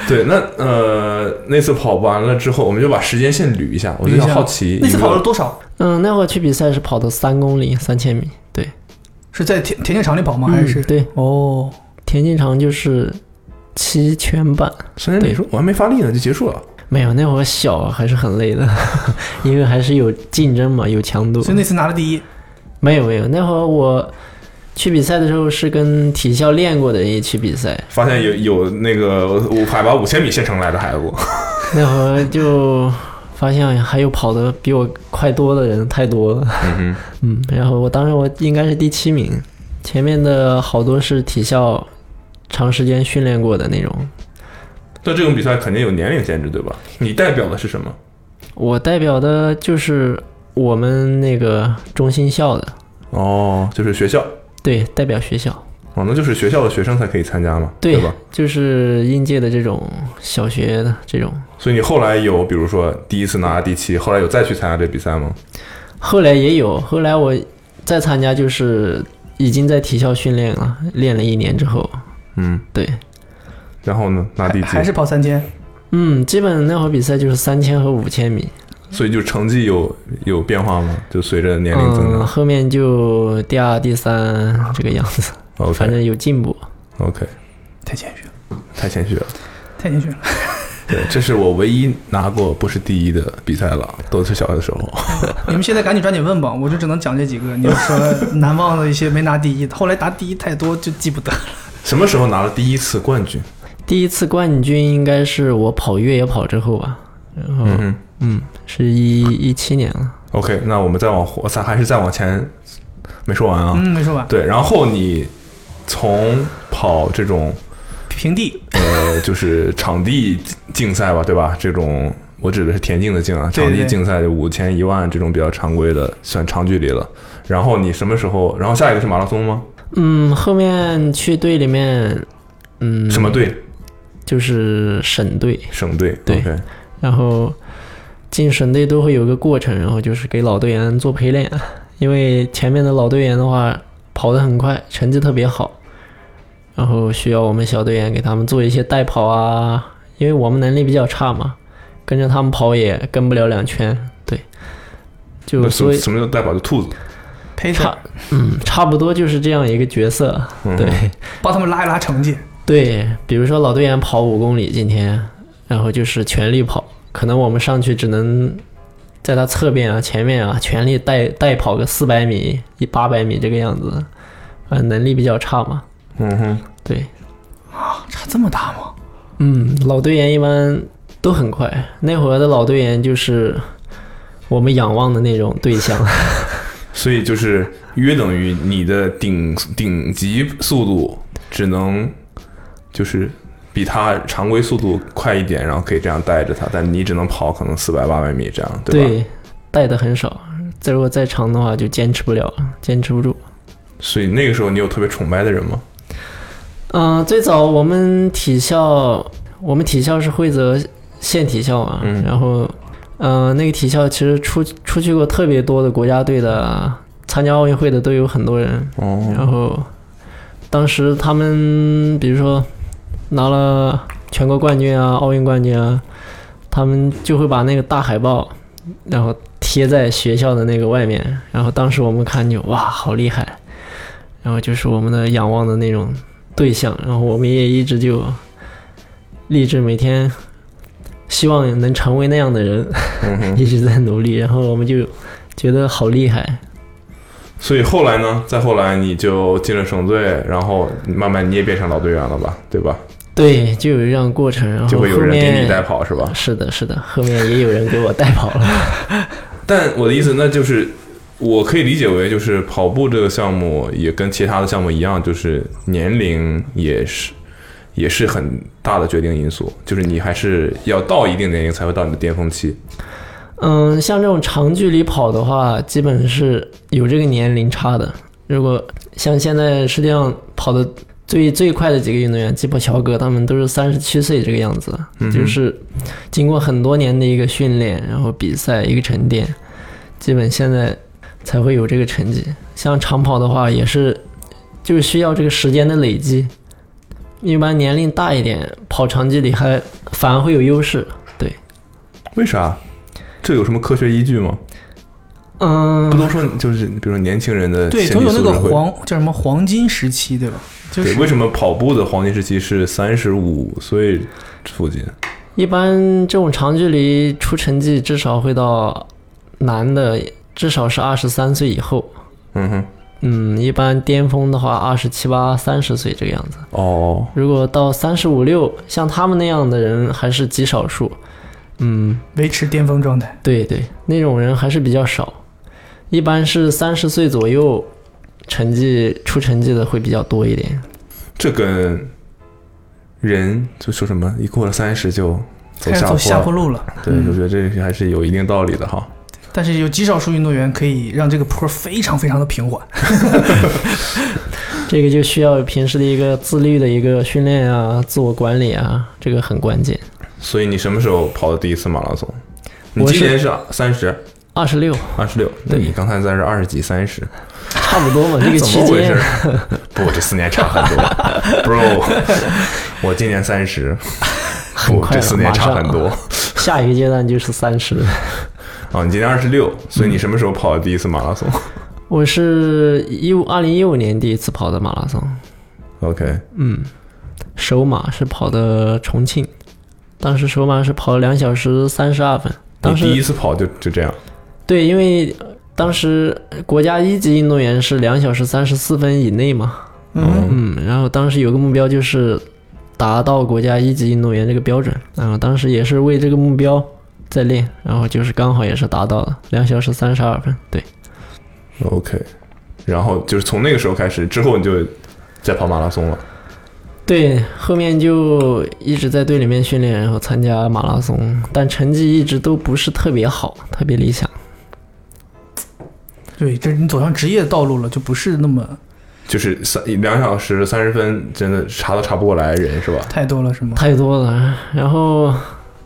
Speaker 2: 对，那呃，那次跑完了之后，我们就把时间线捋一下。我就
Speaker 3: (laughs) 捋一
Speaker 2: 想
Speaker 3: 下
Speaker 2: 好奇，
Speaker 3: 那次跑了多少？
Speaker 4: 嗯，那会儿去比赛是跑的三公里，三千米。对，
Speaker 3: 是在田田径场里跑吗？还是
Speaker 4: 嗯、？对
Speaker 3: 哦，
Speaker 4: 田径场就是七圈半，
Speaker 2: 三千米说我还没发力呢，就结束了。
Speaker 4: 没有那会儿小啊还是很累的， (laughs) 因为还是有竞争嘛，有强度
Speaker 3: 所。以那次拿了第一。
Speaker 4: 没有没有，那会儿我去比赛的时候是跟体校练过的人一起比赛，
Speaker 2: 发现有有那个五海拔五千米县城来的孩子，
Speaker 4: 那会儿就发现哎还有跑得比我快多的人太多了。
Speaker 2: 嗯
Speaker 4: 嗯，然后我当时我应该是第七名，前面的好多是体校长时间训练过的那种。
Speaker 2: 哼，那这种比赛肯定有年龄限制，对吧？你代表的是什么？
Speaker 4: 我代表的就是我们那个中心校的，
Speaker 2: 哦，就是学校，
Speaker 4: 对，代表学校，
Speaker 2: 哦，那就是学校的学生才可以参加嘛，
Speaker 4: 对
Speaker 2: 吧？
Speaker 4: 就是应届的这种小学的这种。
Speaker 2: 所以你后来有，比如说第一次拿第七，后来有再去参加这比赛吗？
Speaker 4: 后来也有，后来我再参加就是已经在体校训练了，练了一年之后，
Speaker 2: 嗯，
Speaker 4: 对，
Speaker 2: 然后呢，拿第
Speaker 3: 还
Speaker 2: 几？
Speaker 3: 还是跑三千，
Speaker 4: 嗯，基本那会儿比赛就是三千和五千米，
Speaker 2: 所以就成绩有有变化吗？就随着年龄增
Speaker 4: 嗯，
Speaker 2: 长、
Speaker 4: 后面就第二、第三这个样子，
Speaker 2: o
Speaker 4: 反
Speaker 2: k
Speaker 4: 正有进步。
Speaker 2: OK，
Speaker 3: 太谦虚了，
Speaker 2: 太谦虚了。
Speaker 3: 太谦虚了。
Speaker 2: 对，这是我唯一拿过不是第一的比赛了，都是小学的时候。
Speaker 3: 你们现在赶紧抓紧问吧，我就只能讲这几个。你们说难忘的一些没拿第一的，后来拿第一太多就记不得了。
Speaker 2: 什么时候拿了第一次冠军？
Speaker 4: 第一次冠军应该是我跑越野跑之后吧，然后
Speaker 2: 哼
Speaker 4: 嗯，是一一七年了。
Speaker 2: OK，那我们再往后，咱还是再往前，没说完啊。
Speaker 3: 嗯，没说完。
Speaker 2: 对，然后你从跑这种
Speaker 3: 平地，
Speaker 2: 呃，就是场地竞赛吧，对吧？这种我指的是田径的竞啊，
Speaker 3: 对
Speaker 2: 场
Speaker 3: 对
Speaker 2: 地竞赛五千、一万这种比较常规的，算长距离了。然后你什么时候？然后下一个是马拉松吗？
Speaker 4: 嗯，后面去队里面，嗯，
Speaker 2: 什么？队？
Speaker 4: 就是省队，
Speaker 2: 省队。
Speaker 4: 对
Speaker 2: OK
Speaker 4: 然后进省队都会有个过程，然后就是给老队员做陪练，因为前面的老队员的话跑得很快，成绩特别好，然后需要我们小队员给他们做一些带跑啊，因为我们能力比较差嘛，跟着他们跑也跟不了两圈，对，就
Speaker 2: 那
Speaker 4: 所
Speaker 2: 什
Speaker 4: 以
Speaker 2: 什么叫代表的兔子？
Speaker 3: 陪
Speaker 4: 差
Speaker 3: 他，
Speaker 4: 嗯差不多就是这样一个角色，
Speaker 2: 嗯
Speaker 4: 对。
Speaker 3: 帮他们拉一拉成绩。
Speaker 4: 对，比如说老队员跑五公里今天，然后就是全力跑，可能我们上去只能在他侧边啊、前面啊全力带带跑个四百米、一八百米这个样子，呃，能力比较差嘛。
Speaker 2: 嗯哼，
Speaker 4: 对，
Speaker 3: 差这么大吗？
Speaker 4: 嗯，老队员一般都很快，那会儿的老队员就是我们仰望的那种 (laughs) 对象。
Speaker 2: 所以就是约等于你的顶顶级速度只能就是比他常规速度快一点，然后可以这样带着他，但你只能跑可能四百八百米这样，吧？
Speaker 4: 带的很少，再如果再长的话就坚持不了，坚持不住。
Speaker 2: 所以那个时候你有特别崇拜的人吗？
Speaker 4: 嗯、最早我们体校，我们体校是惠泽县体校嘛，
Speaker 2: 嗯
Speaker 4: 然后，呃，那个体校其实出出去过特别多的国家队的，参加奥运会的都有很多人。
Speaker 2: 哦，
Speaker 4: 然后，当时他们比如说拿了全国冠军啊、奥运冠军啊，他们就会把那个大海报，然后贴在学校的那个外面。然后当时我们看就哇，好厉害！然后就是我们的仰望的那种对象。然后我们也一直就立志每天。希望能成为那样的人，
Speaker 2: 嗯哼。
Speaker 4: (laughs) 一直在努力，然后我们就觉得好厉害，
Speaker 2: 所以后来呢？再后来你就进了省队，然后慢慢你也变成老队员了吧？对吧？
Speaker 4: 对，就有这样的过程，然后
Speaker 2: 就会有
Speaker 4: 后
Speaker 2: 人给
Speaker 4: 面
Speaker 2: 你带跑是吧？
Speaker 4: 是的，是的，后面也有人给我带跑了。
Speaker 2: 但我的意思，那就是我可以理解为，就是跑步这个项目也跟其他的项目一样，就是年龄也是也是很大的决定因素，就是你还是要到一定年龄才会到你的巅峰期。
Speaker 4: 嗯，像这种长距离跑的话，基本是有这个年龄差的。如果像现在世界上跑的最最快的几个运动员，基普乔格他们都是三十七岁这个样子，就是经过很多年的一个训练，然后比赛一个沉淀，基本现在才会有这个成绩。像长跑的话，也是就是需要这个时间的累积。一般年龄大一点，跑长距离还反而会有优势。
Speaker 2: 为啥？这有什么科学依据吗？
Speaker 4: 嗯，
Speaker 2: 不都说就是比如说年轻人的
Speaker 3: 对，
Speaker 2: 身
Speaker 3: 总
Speaker 2: 体
Speaker 3: 有那
Speaker 2: 呃素
Speaker 3: 个
Speaker 2: 质会。
Speaker 3: 黄叫什么黄金时期，对吧？就
Speaker 2: 对，
Speaker 3: 是
Speaker 2: 为什么跑步的黄金时期是三十五岁附近？
Speaker 4: 一般这种长距离出成绩，至少会到男的至少是二十三岁以后。
Speaker 2: 嗯哼，
Speaker 4: 嗯，一般巅峰的话，二十七八、三十岁这个样子。
Speaker 2: 哦，
Speaker 4: 如果到三十五六，像他们那样的人还是极少数。嗯，
Speaker 3: 维持巅峰状态。
Speaker 4: 对对，那种人还是比较少。一般是三十岁左右，成绩出成绩的会比较多一点。
Speaker 2: 这跟人就说什么一过了三十就走
Speaker 3: 开始
Speaker 2: 下
Speaker 3: 走
Speaker 2: 坡，
Speaker 3: 下坡路了，
Speaker 2: 对，
Speaker 4: 嗯
Speaker 2: 我觉得这个还是有一定道理的哈。
Speaker 3: 但是有极少数运动员可以让这个坡非常非常的平缓。
Speaker 4: 这个就需要平时的一个自律的一个训练啊，自我管理啊，这个很关键。
Speaker 2: 所以你什么时候跑的第一次马拉松？你
Speaker 4: 我
Speaker 2: 今
Speaker 4: 是
Speaker 2: 年是三十
Speaker 4: 二十六，
Speaker 2: 二十六，那你刚才在这二十几三十，
Speaker 4: 差不多嘛，
Speaker 2: (laughs)
Speaker 4: 这个
Speaker 2: 怎
Speaker 4: 区
Speaker 2: 么回
Speaker 4: 间
Speaker 2: 事。？ (laughs) 不，这四年差很多，bro，我今年三十，
Speaker 4: 很
Speaker 2: 不，
Speaker 4: 快
Speaker 2: 这
Speaker 4: 了
Speaker 2: 四年差很。
Speaker 4: 马
Speaker 2: 多
Speaker 4: 上。下一个阶段就是三十，
Speaker 2: 哦，你今年二十六，所以你什么时候跑的第一次马拉松
Speaker 4: 我是一五二零一五年第一次跑的马拉松，
Speaker 2: ？OK，
Speaker 4: 嗯，首马是跑的重庆，当时首马是跑了两小时三十二分。
Speaker 2: 你
Speaker 4: 当
Speaker 2: 第一
Speaker 4: 时
Speaker 2: 次跑就就这样，
Speaker 4: 对，因为当时国家一级运动员是两小时三十四分以内嘛，
Speaker 3: 嗯，
Speaker 4: 嗯，然后当时有个目标就是达到国家一级运动员这个标准，然后当时也是为这个目标在练，然后就是刚好也是达到了两小时三十二分，对。
Speaker 2: OK，然后就是从那个时候开始，之后你就在跑马拉松了。
Speaker 4: 对，后面就一直在队里面训练，然后参加马拉松，但成绩一直都不是特别好，特别理想。
Speaker 3: 对，这你走上职业道路了，就不是那么
Speaker 2: 就是三两小时三十分，真的查都查不过来人是吧？
Speaker 3: 太多了，是吗？
Speaker 4: 太多了。然后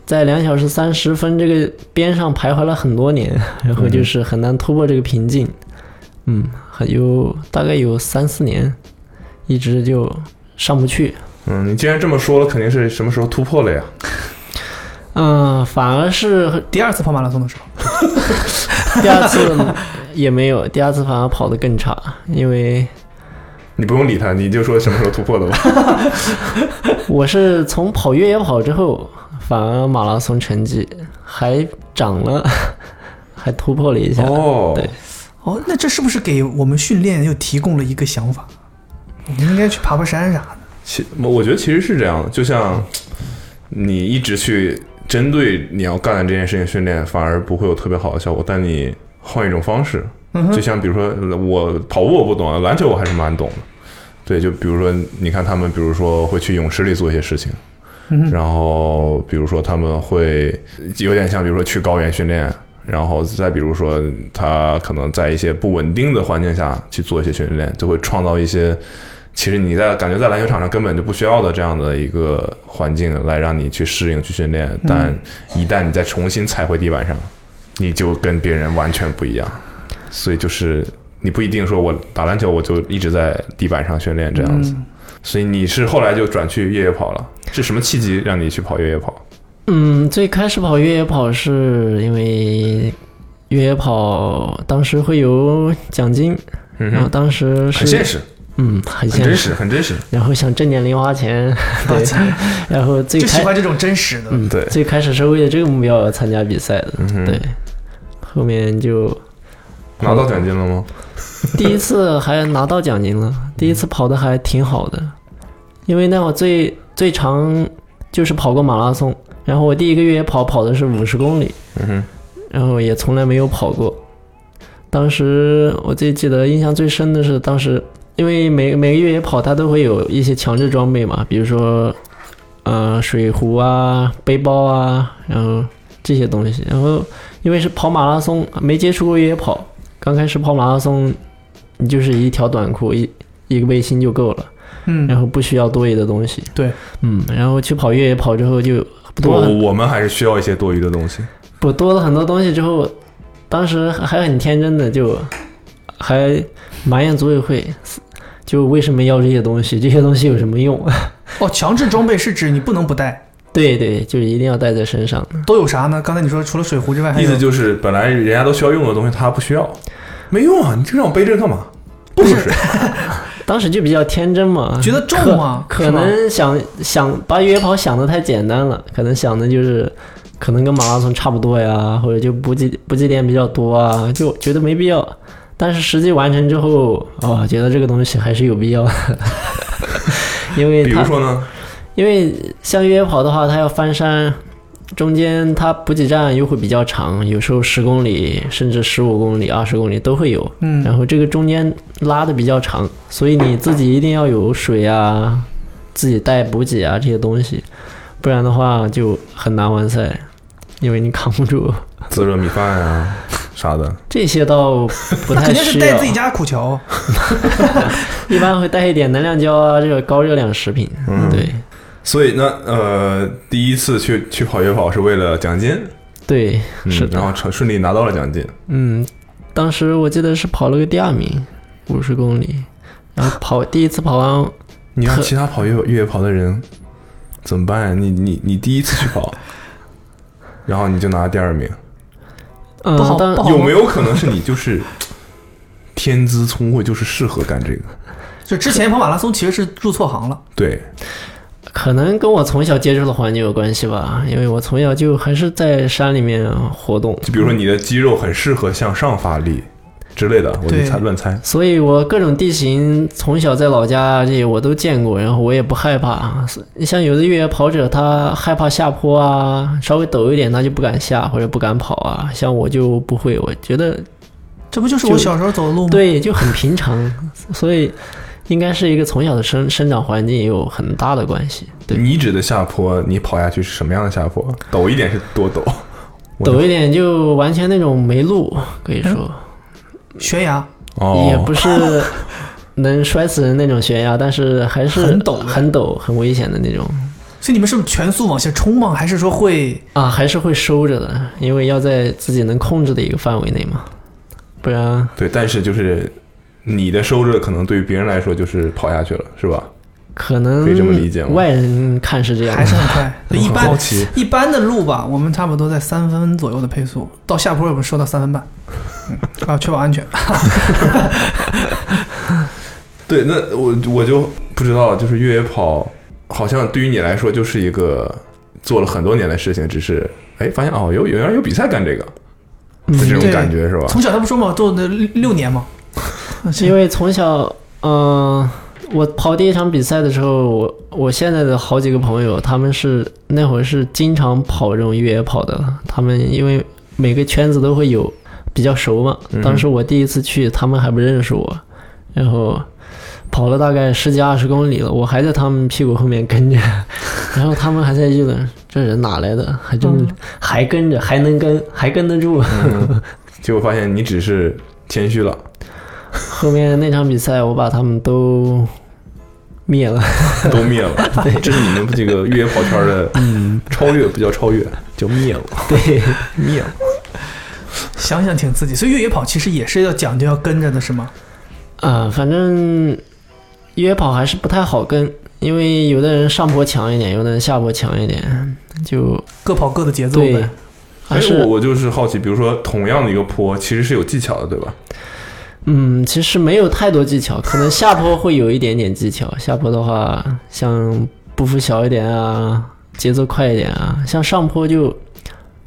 Speaker 4: 在两小时三十分这个边上徘徊了很多年，然后就是很难突破这个瓶颈。嗯，还有大概有三四年，一直就上不去。
Speaker 2: 嗯，你既然这么说了，肯定是什么时候突破了呀？
Speaker 4: 嗯，反而是
Speaker 3: 第二次跑马拉松的时候，
Speaker 4: 第二次也没有，第二次反而跑得更差，因为
Speaker 2: 你不用理他，你就说什么时候突破的吧。
Speaker 4: 我是从跑越野跑之后，反而马拉松成绩还涨了， (laughs) 还突破 (laughs) 了一下。
Speaker 2: 哦，
Speaker 4: 对
Speaker 3: 哦，那这是不是给我们训练又提供了一个想法？我们应该去爬爬山啥的。
Speaker 2: 其我觉得其实是这样的，就像你一直去针对你要干的这件事情训练，反而不会有特别好的效果。但你换一种方式，
Speaker 3: 嗯
Speaker 2: 就
Speaker 3: 哼，
Speaker 2: 像比如说我跑步我不懂，啊，篮球我还是蛮懂的。对，就比如说你看他们，比如说会去泳池里做一些事情，
Speaker 3: 嗯哼，
Speaker 2: 然后比如说他们会有点像，比如说去高原训练，然后再比如说他可能在一些不稳定的环境下去做一些训练，就会创造一些其实你在感觉在篮球场上根本就不需要的这样的一个环境来让你去适应去训练，但一旦你再重新踩回地板上，你就跟别人完全不一样，所以就是。你不一定说我打篮球我就一直在地板上训练这样子，
Speaker 3: 嗯
Speaker 2: 所以你是后来就转去越野跑了？是什么契机让你去跑越野跑？
Speaker 4: 嗯，最开始跑越野跑是因为越野跑当时会有奖金，
Speaker 2: 嗯
Speaker 4: 然后，当时是
Speaker 2: 很现，实，
Speaker 4: 嗯，很
Speaker 2: 很
Speaker 4: 现
Speaker 2: 真
Speaker 4: 实。
Speaker 2: 实，很真实。
Speaker 4: 然后想挣点零花钱， (laughs)
Speaker 3: 我
Speaker 4: 对
Speaker 3: 操，
Speaker 4: 然后最
Speaker 3: 就喜
Speaker 4: 开
Speaker 3: 欢这种真实的。
Speaker 4: 嗯
Speaker 2: 对
Speaker 4: 最开始是为了这个目标而参加比赛的，
Speaker 2: 嗯哼
Speaker 4: 对，后面就
Speaker 2: 拿到奖金了吗？
Speaker 4: (laughs) 第一次还拿到奖金了，第一次跑的还挺好的，因为那会儿最最长就是跑过马拉松，然后我第一个越野跑跑的是五十公里，
Speaker 2: 嗯哼，
Speaker 4: 然后也从来没有跑过。当时我最记得印象最深的是，当时因为每每个越野跑它都会有一些强制装备嘛，比如说，呃，水壶啊、背包啊，然后这些东西。然后因为是跑马拉松，没接触过越野跑，刚开始跑马拉松，你就是一条短裤、一一个背心就够了，然
Speaker 3: 嗯，
Speaker 4: 后不需要多余的东西。
Speaker 3: 对，
Speaker 4: 嗯，然后去跑越野跑之后就不多了。
Speaker 2: 我我们还是需要一些多余的东西。
Speaker 4: 我多了很多东西之后，当时还很天真的就还埋怨组委会，就为什么要这些东西？这些东西有什么用？ (laughs)
Speaker 3: 哦，强制装备是指你不能不带，
Speaker 4: 对对，就一定要带在身上。
Speaker 3: 都有啥呢？刚才你说除了水壶之外，还
Speaker 2: 意
Speaker 3: 有
Speaker 2: 思就是，本来人家都需要用的东西，他不需要，没用啊！你就让我背这干嘛？不是，
Speaker 4: 当时就比较天真嘛，
Speaker 3: 觉得重吗
Speaker 4: 可
Speaker 3: 是
Speaker 4: 可
Speaker 3: 吗
Speaker 4: 能想想把越野跑想的太简单了，可能想的就是可能跟马拉松差不多呀，或者就补给补给点比较多啊，就觉得没必要。但是实际完成之后，哦，觉得这个东西还是有必要的， (laughs) 因为
Speaker 2: 比
Speaker 4: 它
Speaker 2: 如说呢？
Speaker 4: 因为像越野跑的话，它要翻山，中间它补给站又会比较长，有时候十公里甚至十五公里、二十公里都会有。
Speaker 3: 嗯
Speaker 4: 然后这个中间拉的比较长，所以你自己一定要有水啊，自己带补给啊这些东西，不然的话就很难完赛，因为你扛不住。
Speaker 2: 自热米饭啊，啥的。
Speaker 4: 这些倒不
Speaker 3: 那
Speaker 4: 太
Speaker 3: 肯定是
Speaker 4: 需
Speaker 3: 带
Speaker 4: 要
Speaker 3: 自，己家的苦荞。
Speaker 4: 一般会带一点能量胶啊，这个高热量食品。
Speaker 2: 嗯
Speaker 4: 对
Speaker 2: 所以那呃，第一次去去跑越野跑是为了奖金，
Speaker 4: 对，
Speaker 2: 嗯
Speaker 4: 是的
Speaker 2: 然后成顺利拿到了奖金。
Speaker 4: 嗯，当时我记得是跑了个第二名，五十公里，然后跑第一次跑完，
Speaker 2: 你让
Speaker 4: 呵
Speaker 2: 其他跑越越野跑的人怎么办呀？你你你第一次去跑，然后你就拿了第二名，
Speaker 4: 嗯
Speaker 3: 不好，
Speaker 4: 当
Speaker 3: 不好
Speaker 2: 有没有可能是你就是天资聪慧，就是适合干这个？
Speaker 3: 就之前跑马拉松其实是入错行了，
Speaker 2: 对，
Speaker 4: 可能跟我从小接触的环境有关系吧，因为我从小就还是在山里面活动，
Speaker 2: 就比如说你的肌肉很适合向上发力之类的，我就
Speaker 3: 对
Speaker 2: 猜乱猜。
Speaker 4: 所以我各种地形从小在老家这些我都见过，然后我也不害怕。所以像有的越野跑者，他害怕下坡啊，稍微陡一点他就不敢下或者不敢跑啊。像我就不会，我觉得
Speaker 3: 这不就是
Speaker 4: 就
Speaker 3: 我小时候走的路吗？，
Speaker 2: 嗯
Speaker 4: 对就很平常，所以应该是一个从小的生生长环境有很大的关系。对，
Speaker 2: 你指的下坡，你跑下去是什么样的下坡？陡一点是多陡？我
Speaker 4: 陡一点就完全那种没路，可以说、
Speaker 3: 悬崖，
Speaker 2: 哦，
Speaker 4: 也不
Speaker 2: (laughs)
Speaker 4: 是能摔死人那种悬崖，但是还是
Speaker 3: 很陡的
Speaker 4: 很陡、很危险的那种。
Speaker 3: 所以你们是不是全速往下冲吗？还是说会
Speaker 4: 啊，还是会收着的，因为要在自己能控制的一个范围内嘛，不然
Speaker 2: 对，但是就是你的收着可能对于别人来说就是跑下去了，是吧？
Speaker 4: 可
Speaker 2: 可
Speaker 4: 能
Speaker 2: 以这么理解吗
Speaker 4: 外人看是
Speaker 2: (laughs)
Speaker 4: 这样
Speaker 3: 还是
Speaker 4: 的，
Speaker 3: 很快？对一
Speaker 2: 我
Speaker 3: 般
Speaker 2: 好奇
Speaker 3: 一般的路吧，我们差不多在三分左右的配速，到下坡我们收到三分半，嗯啊，确保安全。
Speaker 2: 对，那我我就不知道，就是越野跑，好像对于你来说就是一个做了很多年的事情，只是哎发现哦，有有原来有比赛干这个，就这
Speaker 4: 嗯
Speaker 2: 种
Speaker 3: 对
Speaker 2: 感觉是吧？
Speaker 3: (laughs) 从小他不说嘛，做的六六年嘛，
Speaker 4: 因为从小，嗯、我跑第一场比赛的时候，我我现在的好几个朋友，他们是那会儿是经常跑这种越野跑的，他们因为每个圈子都会有比较熟嘛
Speaker 2: 嗯，
Speaker 4: 当时我第一次去，他们还不认识我，然后。跑了大概十几二十公里了，我还在他们屁股后面跟着， (laughs) 然后他们还在议论这人哪来的，还真、
Speaker 3: 嗯
Speaker 4: 还跟着，还能跟，还跟得住。
Speaker 2: 嗯结果发现你只是谦虚了，
Speaker 4: 后面那场比赛，我把他们都灭了。 (laughs)
Speaker 2: 都灭了。这是你们这个越野跑圈的
Speaker 4: 嗯
Speaker 2: 超越，不叫超越，叫灭了，
Speaker 4: 对，
Speaker 2: 灭了。
Speaker 3: 想想挺刺激。所以越野跑其实也是要讲究要跟着的，是吗？
Speaker 4: 啊、反正约跑还是不太好跟，因为有的人上坡强一点，有的人下坡强一点，就
Speaker 3: 各跑各的节奏
Speaker 4: 对
Speaker 3: 呗。，
Speaker 2: 哎
Speaker 4: 还，
Speaker 2: 我
Speaker 4: 是
Speaker 2: 我就是好奇，比如说同样的一个坡，其实是有技巧的，对吧？
Speaker 4: 嗯，其实没有太多技巧，可能下坡会有一点点技巧。下坡的话，像步幅小一点啊，节奏快一点啊，像上坡就，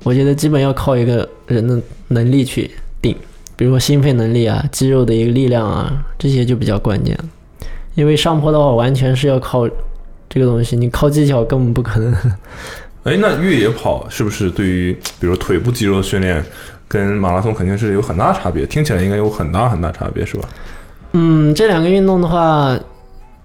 Speaker 4: 我觉得基本要靠一个人的能力去定，比如说心肺能力啊、肌肉的一个力量啊，这些就比较关键。因为上坡的话，完全是要靠这个东西，你靠技巧根本不可能。
Speaker 2: 哎，那越野跑是不是对于比如腿部肌肉的训练，跟马拉松肯定是有很大差别？听起来应该有很大很大差别，是吧？
Speaker 4: 嗯，这两个运动的话，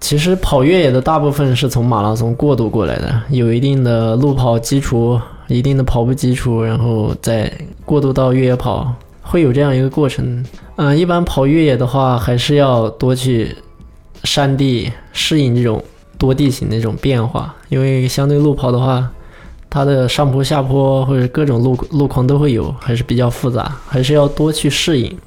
Speaker 4: 其实跑越野的大部分是从马拉松过渡过来的，有一定的路跑基础，一定的跑步基础，然后再过渡到越野跑，会有这样一个过程。嗯、一般跑越野的话，还是要多去山地适应这种多地形的这种变化，因为相对路跑的话。它的上坡、下坡或者各种路路况都会有，还是比较复杂，还是要多去适应。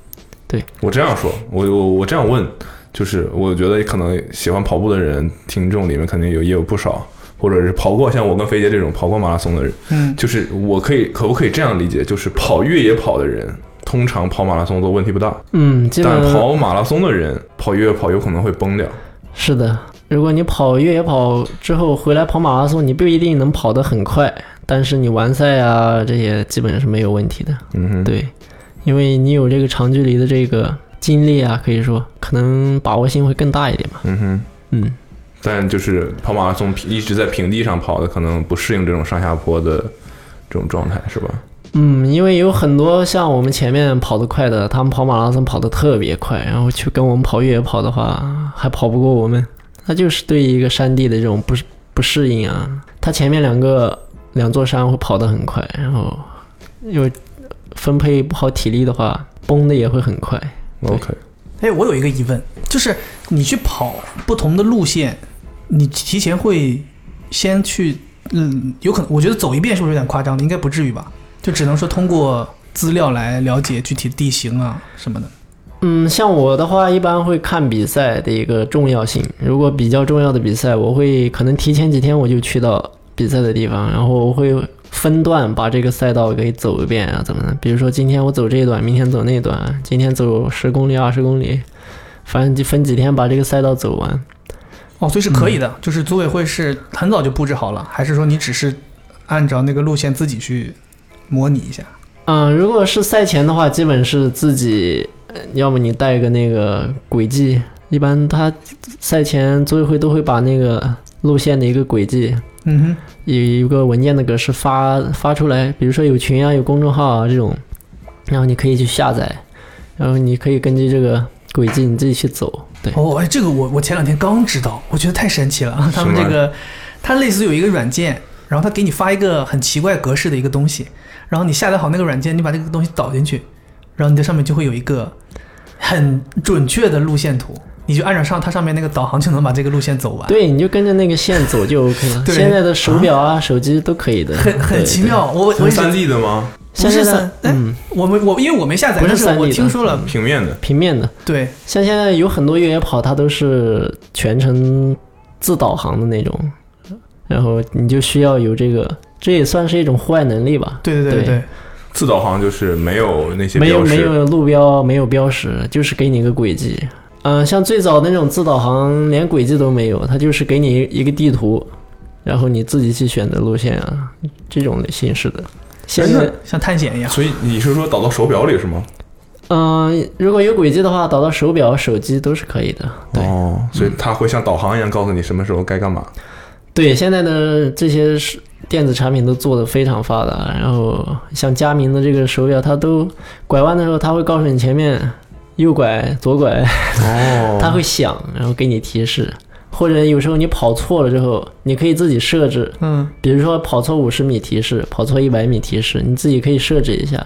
Speaker 2: 我这样说，我我我这样问，就是我觉得可能喜欢跑步的人，听众里面肯定有也有不少，或者是跑过像我跟肥姐这种跑过马拉松的人，
Speaker 3: 嗯，
Speaker 2: 就是我可以可不可以这样理解，就是跑越野跑的人。通常跑马拉松都问题不大，
Speaker 4: 嗯，基本
Speaker 2: 但跑马拉松的人跑越野跑有可能会崩掉。
Speaker 4: 是的，如果你跑越野跑之后回来跑马拉松，你不一定能跑得很快，但是你完赛啊这些基本是没有问题的。
Speaker 2: 嗯哼，
Speaker 4: 对，因为你有这个长距离的这个经历啊，可以说可能把握性会更大一点嘛。
Speaker 2: 嗯哼。
Speaker 4: 嗯，
Speaker 2: 但就是跑马拉松一直在平地上跑的，可能不适应这种上下坡的这种状态，是吧？
Speaker 4: 嗯，因为有很多像我们前面跑得快的，他们跑马拉松跑得特别快，然后去跟我们跑越野跑的话，还跑不过我们。他就是对一个山地的这种不不适应啊，他前面两个两座山会跑得很快，然后又分配不好体力的话，崩的也会很快。对
Speaker 2: OK，
Speaker 3: 哎，我有一个疑问，就是你去跑不同的路线，你提前会先去，嗯，有可能，我觉得走一遍是不是有点夸张了？应该不至于吧？就只能说通过资料来了解具体地形啊什么的。
Speaker 4: 嗯，像我的话，一般会看比赛的一个重要性。如果比较重要的比赛，我会可能提前几天我就去到比赛的地方，然后我会分段把这个赛道给走一遍啊，怎么的？比如说今天我走这一段，明天走那一段，今天走十公里、二十公里，反正就分几天把这个赛道走完。
Speaker 3: 哦，所以是可以的，就是组委会是很早就布置好了，还是说你只是按照那个路线自己去模拟一下？
Speaker 4: 嗯，如果是赛前的话，基本是自己，呃要么你带个那个轨迹，一般他赛前组委会都会把那个路线的一个轨迹
Speaker 3: 嗯
Speaker 4: 以一个文件的格式发发出来，比如说有群啊、有公众号啊这种，然后你可以去下载，然后你可以根据这个轨迹你自己去走。对，
Speaker 3: 哼，哦，哎，这个我我前两天刚知道，我觉得太神奇了。啊他们这个，它类似有一个软件，然后它给你发一个很奇怪格式的一个东西，然后你下载好那个软件，你把这个东西导进去，然后你在上面就会有一个很准确的路线图，你就按照上它上面那个导航就能把这个路线走完。
Speaker 4: 对，你就跟着那个线走就 OK 了。
Speaker 3: 对
Speaker 4: 现在的手表啊、手机都可以的，
Speaker 3: 很很
Speaker 4: 对
Speaker 3: 奇。妙，我我
Speaker 2: 是
Speaker 3: 一直
Speaker 2: 三 D 的吗？
Speaker 4: 对
Speaker 3: 不是
Speaker 4: 像现在
Speaker 3: 三哎
Speaker 4: 嗯，
Speaker 3: 我没我因为我没下载，
Speaker 4: 不是
Speaker 3: 但是
Speaker 4: 3D
Speaker 3: 我
Speaker 4: 的
Speaker 3: 听说了，
Speaker 2: 平面的，
Speaker 4: 平面的，
Speaker 3: 对，
Speaker 4: 像现在有很多越野跑，它都是全程自导航的那种，然后你就需要有这个，这也算是一种户外能力吧。
Speaker 3: 对对对
Speaker 4: 对
Speaker 3: 对
Speaker 2: 自导航就是没有那些
Speaker 4: 没有
Speaker 2: 标
Speaker 4: 没
Speaker 2: 识，
Speaker 4: 有路标，没有标识，就是给你一个轨迹。嗯、像最早那种自导航连轨迹都没有，它就是给你一个地图，然后你自己去选择路线啊，这种形式的。现在
Speaker 2: 哎，
Speaker 3: 对，像探险一样。
Speaker 2: 所以你是说导到手表里是吗？
Speaker 4: 嗯、如果有轨迹的话，导到手表、手机都是可以的。对、
Speaker 2: 哦，所以它会像导航一样告诉你什么时候该干嘛。
Speaker 4: 对，现在的这些是电子产品都做得非常发达，然后像佳明的这个手表，它都拐弯的时候，它会告诉你前面右拐、左拐，
Speaker 2: 哦
Speaker 4: (laughs) 它会响，然后给你提示。或者有时候你跑错了之后，你可以自己设置，
Speaker 3: 嗯，
Speaker 4: 比如说跑错五十米提示，跑错一百米提示，你自己可以设置一下。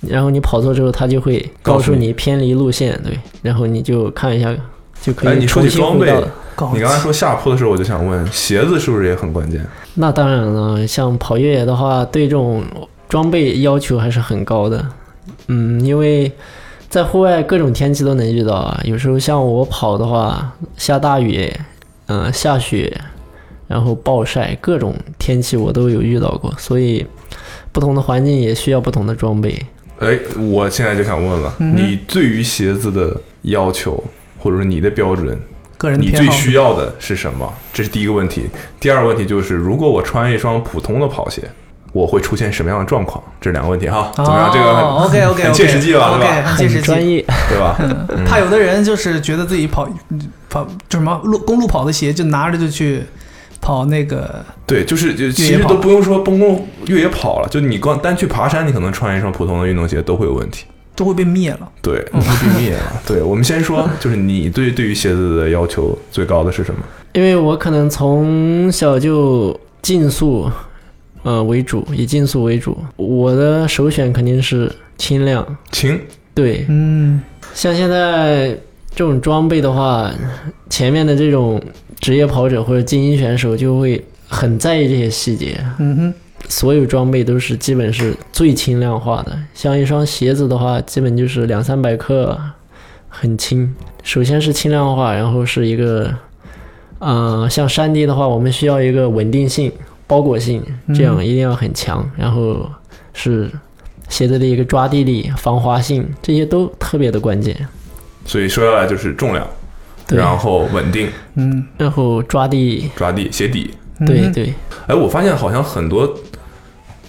Speaker 4: 然后你跑错之后，它就会告
Speaker 2: 告诉
Speaker 4: 诉
Speaker 2: 你
Speaker 4: 你偏离路线，对，然后你就看一下就可
Speaker 2: 哎，
Speaker 4: 以
Speaker 2: 你说
Speaker 4: 重
Speaker 2: 起
Speaker 4: 新
Speaker 2: 装备
Speaker 4: 回到了。，
Speaker 3: 高
Speaker 2: 你刚才说下坡的时候，我就想问，鞋子是不是也很关键？
Speaker 4: 那当然了，像跑越野的话，对这种装备要求还是很高的。嗯，因为在户外各种天气都能遇到啊。有时候像我跑的话，下大雨，嗯、下雪，然后暴晒，各种天气我都有遇到过。所以，不同的环境也需要不同的装备。
Speaker 2: 哎，我现在就想问了，
Speaker 3: 嗯哼
Speaker 2: 你对于鞋子的要求，或者说你的标准，
Speaker 3: 个人的
Speaker 2: 你
Speaker 3: 偏
Speaker 2: 最
Speaker 3: 好，
Speaker 2: 需要的是什么？这是第一个问题。第二个问题就是，如果我穿一双普通的跑鞋，我会出现什么样的状况？这两个问题哈，怎么啊样？这 (laughs) 个
Speaker 3: 哦 OK OK，
Speaker 2: 很切实际吧对吧嗯
Speaker 3: ？OK，很
Speaker 4: 很
Speaker 3: 切实
Speaker 4: 专
Speaker 3: 际。
Speaker 4: 业，
Speaker 2: 对吧？
Speaker 3: (laughs) 怕有的人就是觉得自己跑跑就什么路公路跑的鞋，就拿着就去跑那个，
Speaker 2: 对，就是就其
Speaker 3: 越野
Speaker 2: 实
Speaker 3: 跑
Speaker 2: 都不用说蹦蹦越野跑了，就你光单去爬山，你可能穿一双普通的运动鞋都会有问题。
Speaker 3: 都会被灭了。
Speaker 2: 对，(laughs)
Speaker 4: 嗯
Speaker 2: 你会被灭了。对，我们先说，就是你对对于鞋子的要求最高的是什么？
Speaker 4: 因为我可能从小就竞速，呃为主，以竞速为主。我的首选肯定是轻量，
Speaker 2: 轻，
Speaker 4: 对，
Speaker 3: 嗯，
Speaker 4: 像现在这种装备的话，前面的这种职业跑者或者精英选手就会很在意这些细节，
Speaker 3: 嗯哼，
Speaker 4: 所有装备都是基本是最轻量化的。像一双鞋子的话，基本就是两三百克，很轻。首先是轻量化，然后是一个，呃，像山地的话，我们需要一个稳定性、包裹性，这样
Speaker 3: 嗯
Speaker 4: 一定要很强。然后是鞋子的一个抓地力、防滑性，这些都特别的关键。
Speaker 2: 所以说下来就是重量，
Speaker 4: 对，
Speaker 2: 然后稳定、
Speaker 3: 嗯，
Speaker 4: 然后抓地，
Speaker 2: 抓地、鞋底。
Speaker 3: 嗯
Speaker 4: 对，对，
Speaker 2: 哎，我发现好像很多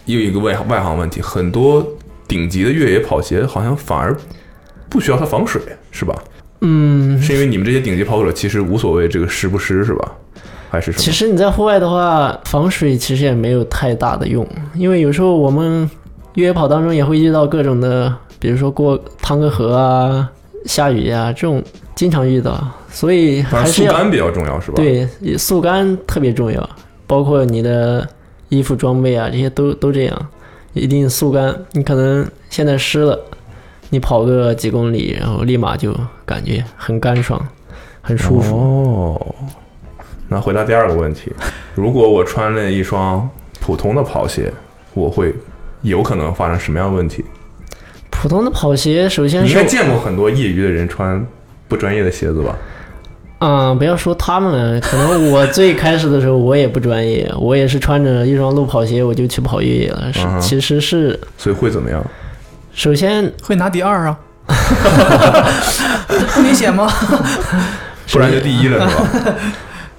Speaker 2: 有一个外行外行问题，很多顶级的越野跑鞋好像反而不需要它防水，是吧？
Speaker 4: 嗯，
Speaker 2: 是因为你们这些顶级跑者其实无所谓这个湿不湿，是吧？还是什
Speaker 4: 其
Speaker 2: 么？
Speaker 4: 实你在户外的话，防水其实也没有太大的用，因为有时候我们越野跑当中也会遇到各种的，比如说过趟个河啊、下雨啊这种，经常遇到，所以
Speaker 2: 反
Speaker 4: 还
Speaker 2: 正
Speaker 4: 是
Speaker 2: 速
Speaker 4: 要
Speaker 2: 干比较重要，是吧？，
Speaker 4: 对速干特别重要，包括你的衣服装备啊，这些都都这样，一定速干。你可能现在湿了，你跑个几公里，然后立马就感觉很干爽，很舒服。
Speaker 2: 哦，那回答第二个问题，如果我穿了一双普通的跑鞋，我会有可能发生什么样的问题？
Speaker 4: 普通的跑鞋，首先
Speaker 2: 你应该
Speaker 4: 是
Speaker 2: 见过很多业余的人穿不专业的鞋子吧？
Speaker 4: 嗯，不要说他们了，可能我最开始的时候我也不专业，我也是穿着一双路跑鞋我就去跑越野了。是
Speaker 2: 嗯，哼
Speaker 4: 其实是
Speaker 2: 所以会怎么样？
Speaker 4: 首先
Speaker 3: 会拿第二啊，
Speaker 2: (laughs)
Speaker 3: (laughs) 这不明显吗？ (laughs)
Speaker 4: (laughs)
Speaker 2: 不然就第一了，是吧？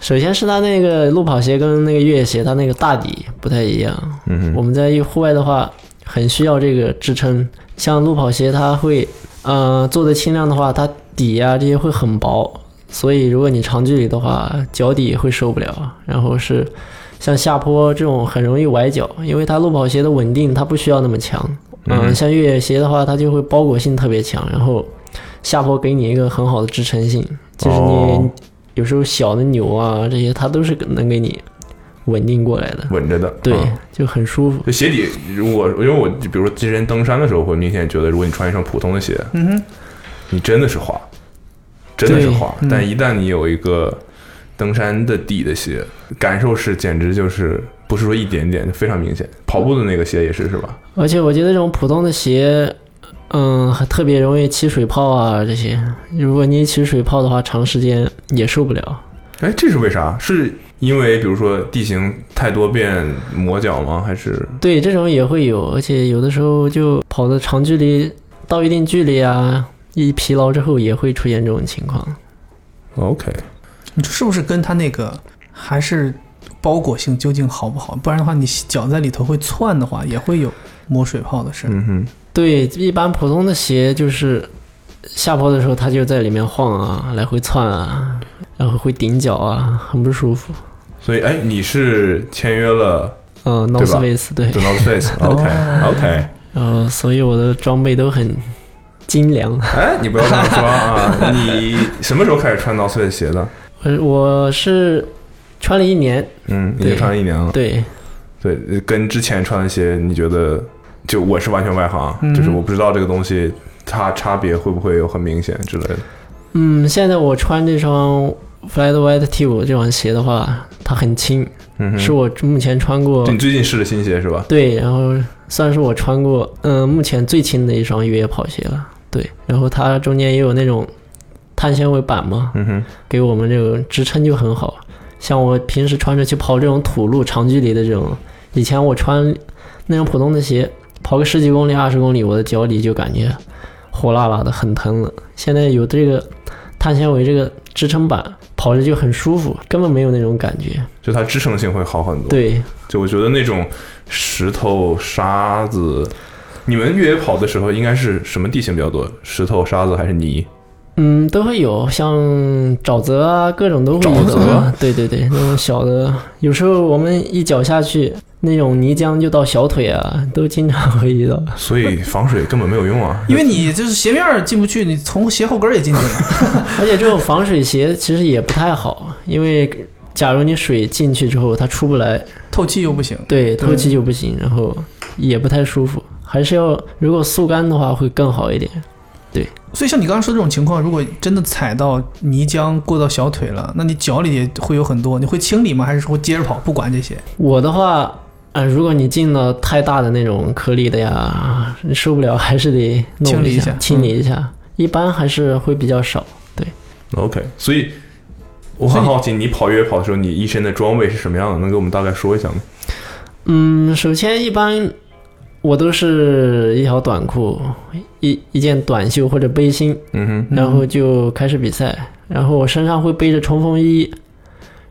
Speaker 4: 首先是它那个路跑鞋跟那个越野鞋，它那个大底不太一样。
Speaker 2: 嗯
Speaker 4: 我
Speaker 2: 哼，
Speaker 4: 们在户外的话，很需要这个支撑。像路跑鞋，它会，呃，做的轻量的话，它底啊这些会很薄，所以如果你长距离的话，脚底也会受不了。然后是像下坡这种很容易崴脚，因为它路跑鞋的稳定它不需要那么强。嗯，
Speaker 2: 嗯
Speaker 4: 像越野鞋的话，它就会包裹性特别强，然后下坡给你一个很好的支撑性，就是
Speaker 2: 哦
Speaker 4: 你有时候小的扭啊这些，它都是能给你稳定过来的。
Speaker 2: 稳着的。
Speaker 4: 对
Speaker 2: 嗯，
Speaker 4: 就很舒服。
Speaker 2: 就鞋底，如果因为我比如说之前登山的时候，会明显觉得，如果你穿一双普通的鞋，
Speaker 3: 嗯哼，
Speaker 2: 你真的是滑，真的是
Speaker 4: 对
Speaker 3: 嗯
Speaker 2: 滑。但一旦你有一个登山的底的鞋，感受是简直就是不是说一点点，非常明显。跑步的那个鞋也是是吧？
Speaker 4: 而且我觉得这种普通的鞋，嗯，还特别容易起水泡啊这些。如果你一起水泡的话，长时间也受不了。
Speaker 2: 哎，这是为啥？是因为比如说地形太多变磨脚吗？还是
Speaker 4: 对，这种也会有，而且有的时候就跑的长距离到一定距离啊，一疲劳之后也会出现这种情况。
Speaker 2: OK？
Speaker 3: 你说是不是跟它那个还是包裹性究竟好不好？不然的话，你脚在里头会窜的话，也会有磨水泡的事。
Speaker 2: 嗯哼，
Speaker 4: 对，一般普通的鞋就是下坡的时候它就在里面晃啊，来回窜啊，然后会顶脚啊，很不舒服。
Speaker 2: 所以哎，你是签约了
Speaker 4: 嗯
Speaker 2: 对
Speaker 4: ，North
Speaker 2: 吧
Speaker 4: Face 对
Speaker 2: The North
Speaker 3: (laughs)
Speaker 2: Face？OK OK。
Speaker 4: 然后所以我的装备都很精良。
Speaker 2: 哎，你不要这么说啊！
Speaker 4: (laughs)
Speaker 2: 你什么时候开始穿 North Face 鞋的？
Speaker 4: 我呃我是穿了一年，
Speaker 2: 嗯，已经
Speaker 4: 对
Speaker 2: 穿了一年了。
Speaker 4: 对，
Speaker 2: 对，呃跟之前穿的鞋，你觉得就我是完全外行，啊
Speaker 3: 嗯
Speaker 2: 就是我不知道这个东西它差别会不会有很明显之类的。
Speaker 4: 嗯，现在我穿这双 Flat White T 五这双鞋的话，它很轻，
Speaker 2: 嗯哼，
Speaker 4: 是我目前穿过
Speaker 2: 就你最近试的新鞋是吧？
Speaker 4: 对，然后算是我穿过嗯、呃目前最轻的一双越野跑鞋了。对，然后它中间也有那种碳纤维板嘛，
Speaker 2: 嗯哼，
Speaker 4: 给我们这个支撑就很好。像我平时穿着去跑这种土路、长距离的这种，以前我穿那种普通的鞋，跑个十几公里、二十公里，我的脚底就感觉火辣辣的，很疼了。现在有这个碳纤维这个支撑板，跑着就很舒服，根本没有那种感觉。
Speaker 2: 就它支撑性会好很多。，
Speaker 4: 对，
Speaker 2: 就我觉得那种石头、沙子，你们越野跑的时候应该是什么地形比较多？石头、沙子还是泥？
Speaker 4: 嗯，都会有，像沼泽啊，各种都会有。
Speaker 2: 沼泽
Speaker 4: (laughs) 对对对，那种小的，有时候我们一脚下去，那种泥浆就到小腿啊，都经常会遇到。
Speaker 2: 所以防水根本没有用啊。
Speaker 3: 因为你就是鞋面儿进不去，你从鞋后跟儿也进去了。
Speaker 2: (laughs)
Speaker 4: (laughs) 而且这种防水鞋其实也不太好，因为假如你水进去之后它出不来，
Speaker 3: 透气又不行。
Speaker 4: 对，透气就不行，然后也不太舒服。还是要如果速干的话会更好一点。
Speaker 3: 所以像你刚刚说这种情况，如果真的踩到泥浆过到小腿了，那你脚里也会有很多，你会清理吗？还是说接着跑不管这些？
Speaker 4: 我的话，呃，如果你进了太大的那种颗粒的呀，你受不了，还是得弄
Speaker 3: 清理一
Speaker 4: 一
Speaker 3: 下嗯
Speaker 4: 清理一下。一般还是会比较少。
Speaker 2: OK，所以我很好奇，你跑越野跑的时候，你一身的装备是什么样的？能给我们大概说一下吗？
Speaker 4: 嗯，首先一般我都是一条短裤，一一件短袖或者背心，
Speaker 2: 嗯哼，
Speaker 4: 然后就开始比赛。然后我身上会背着冲锋衣，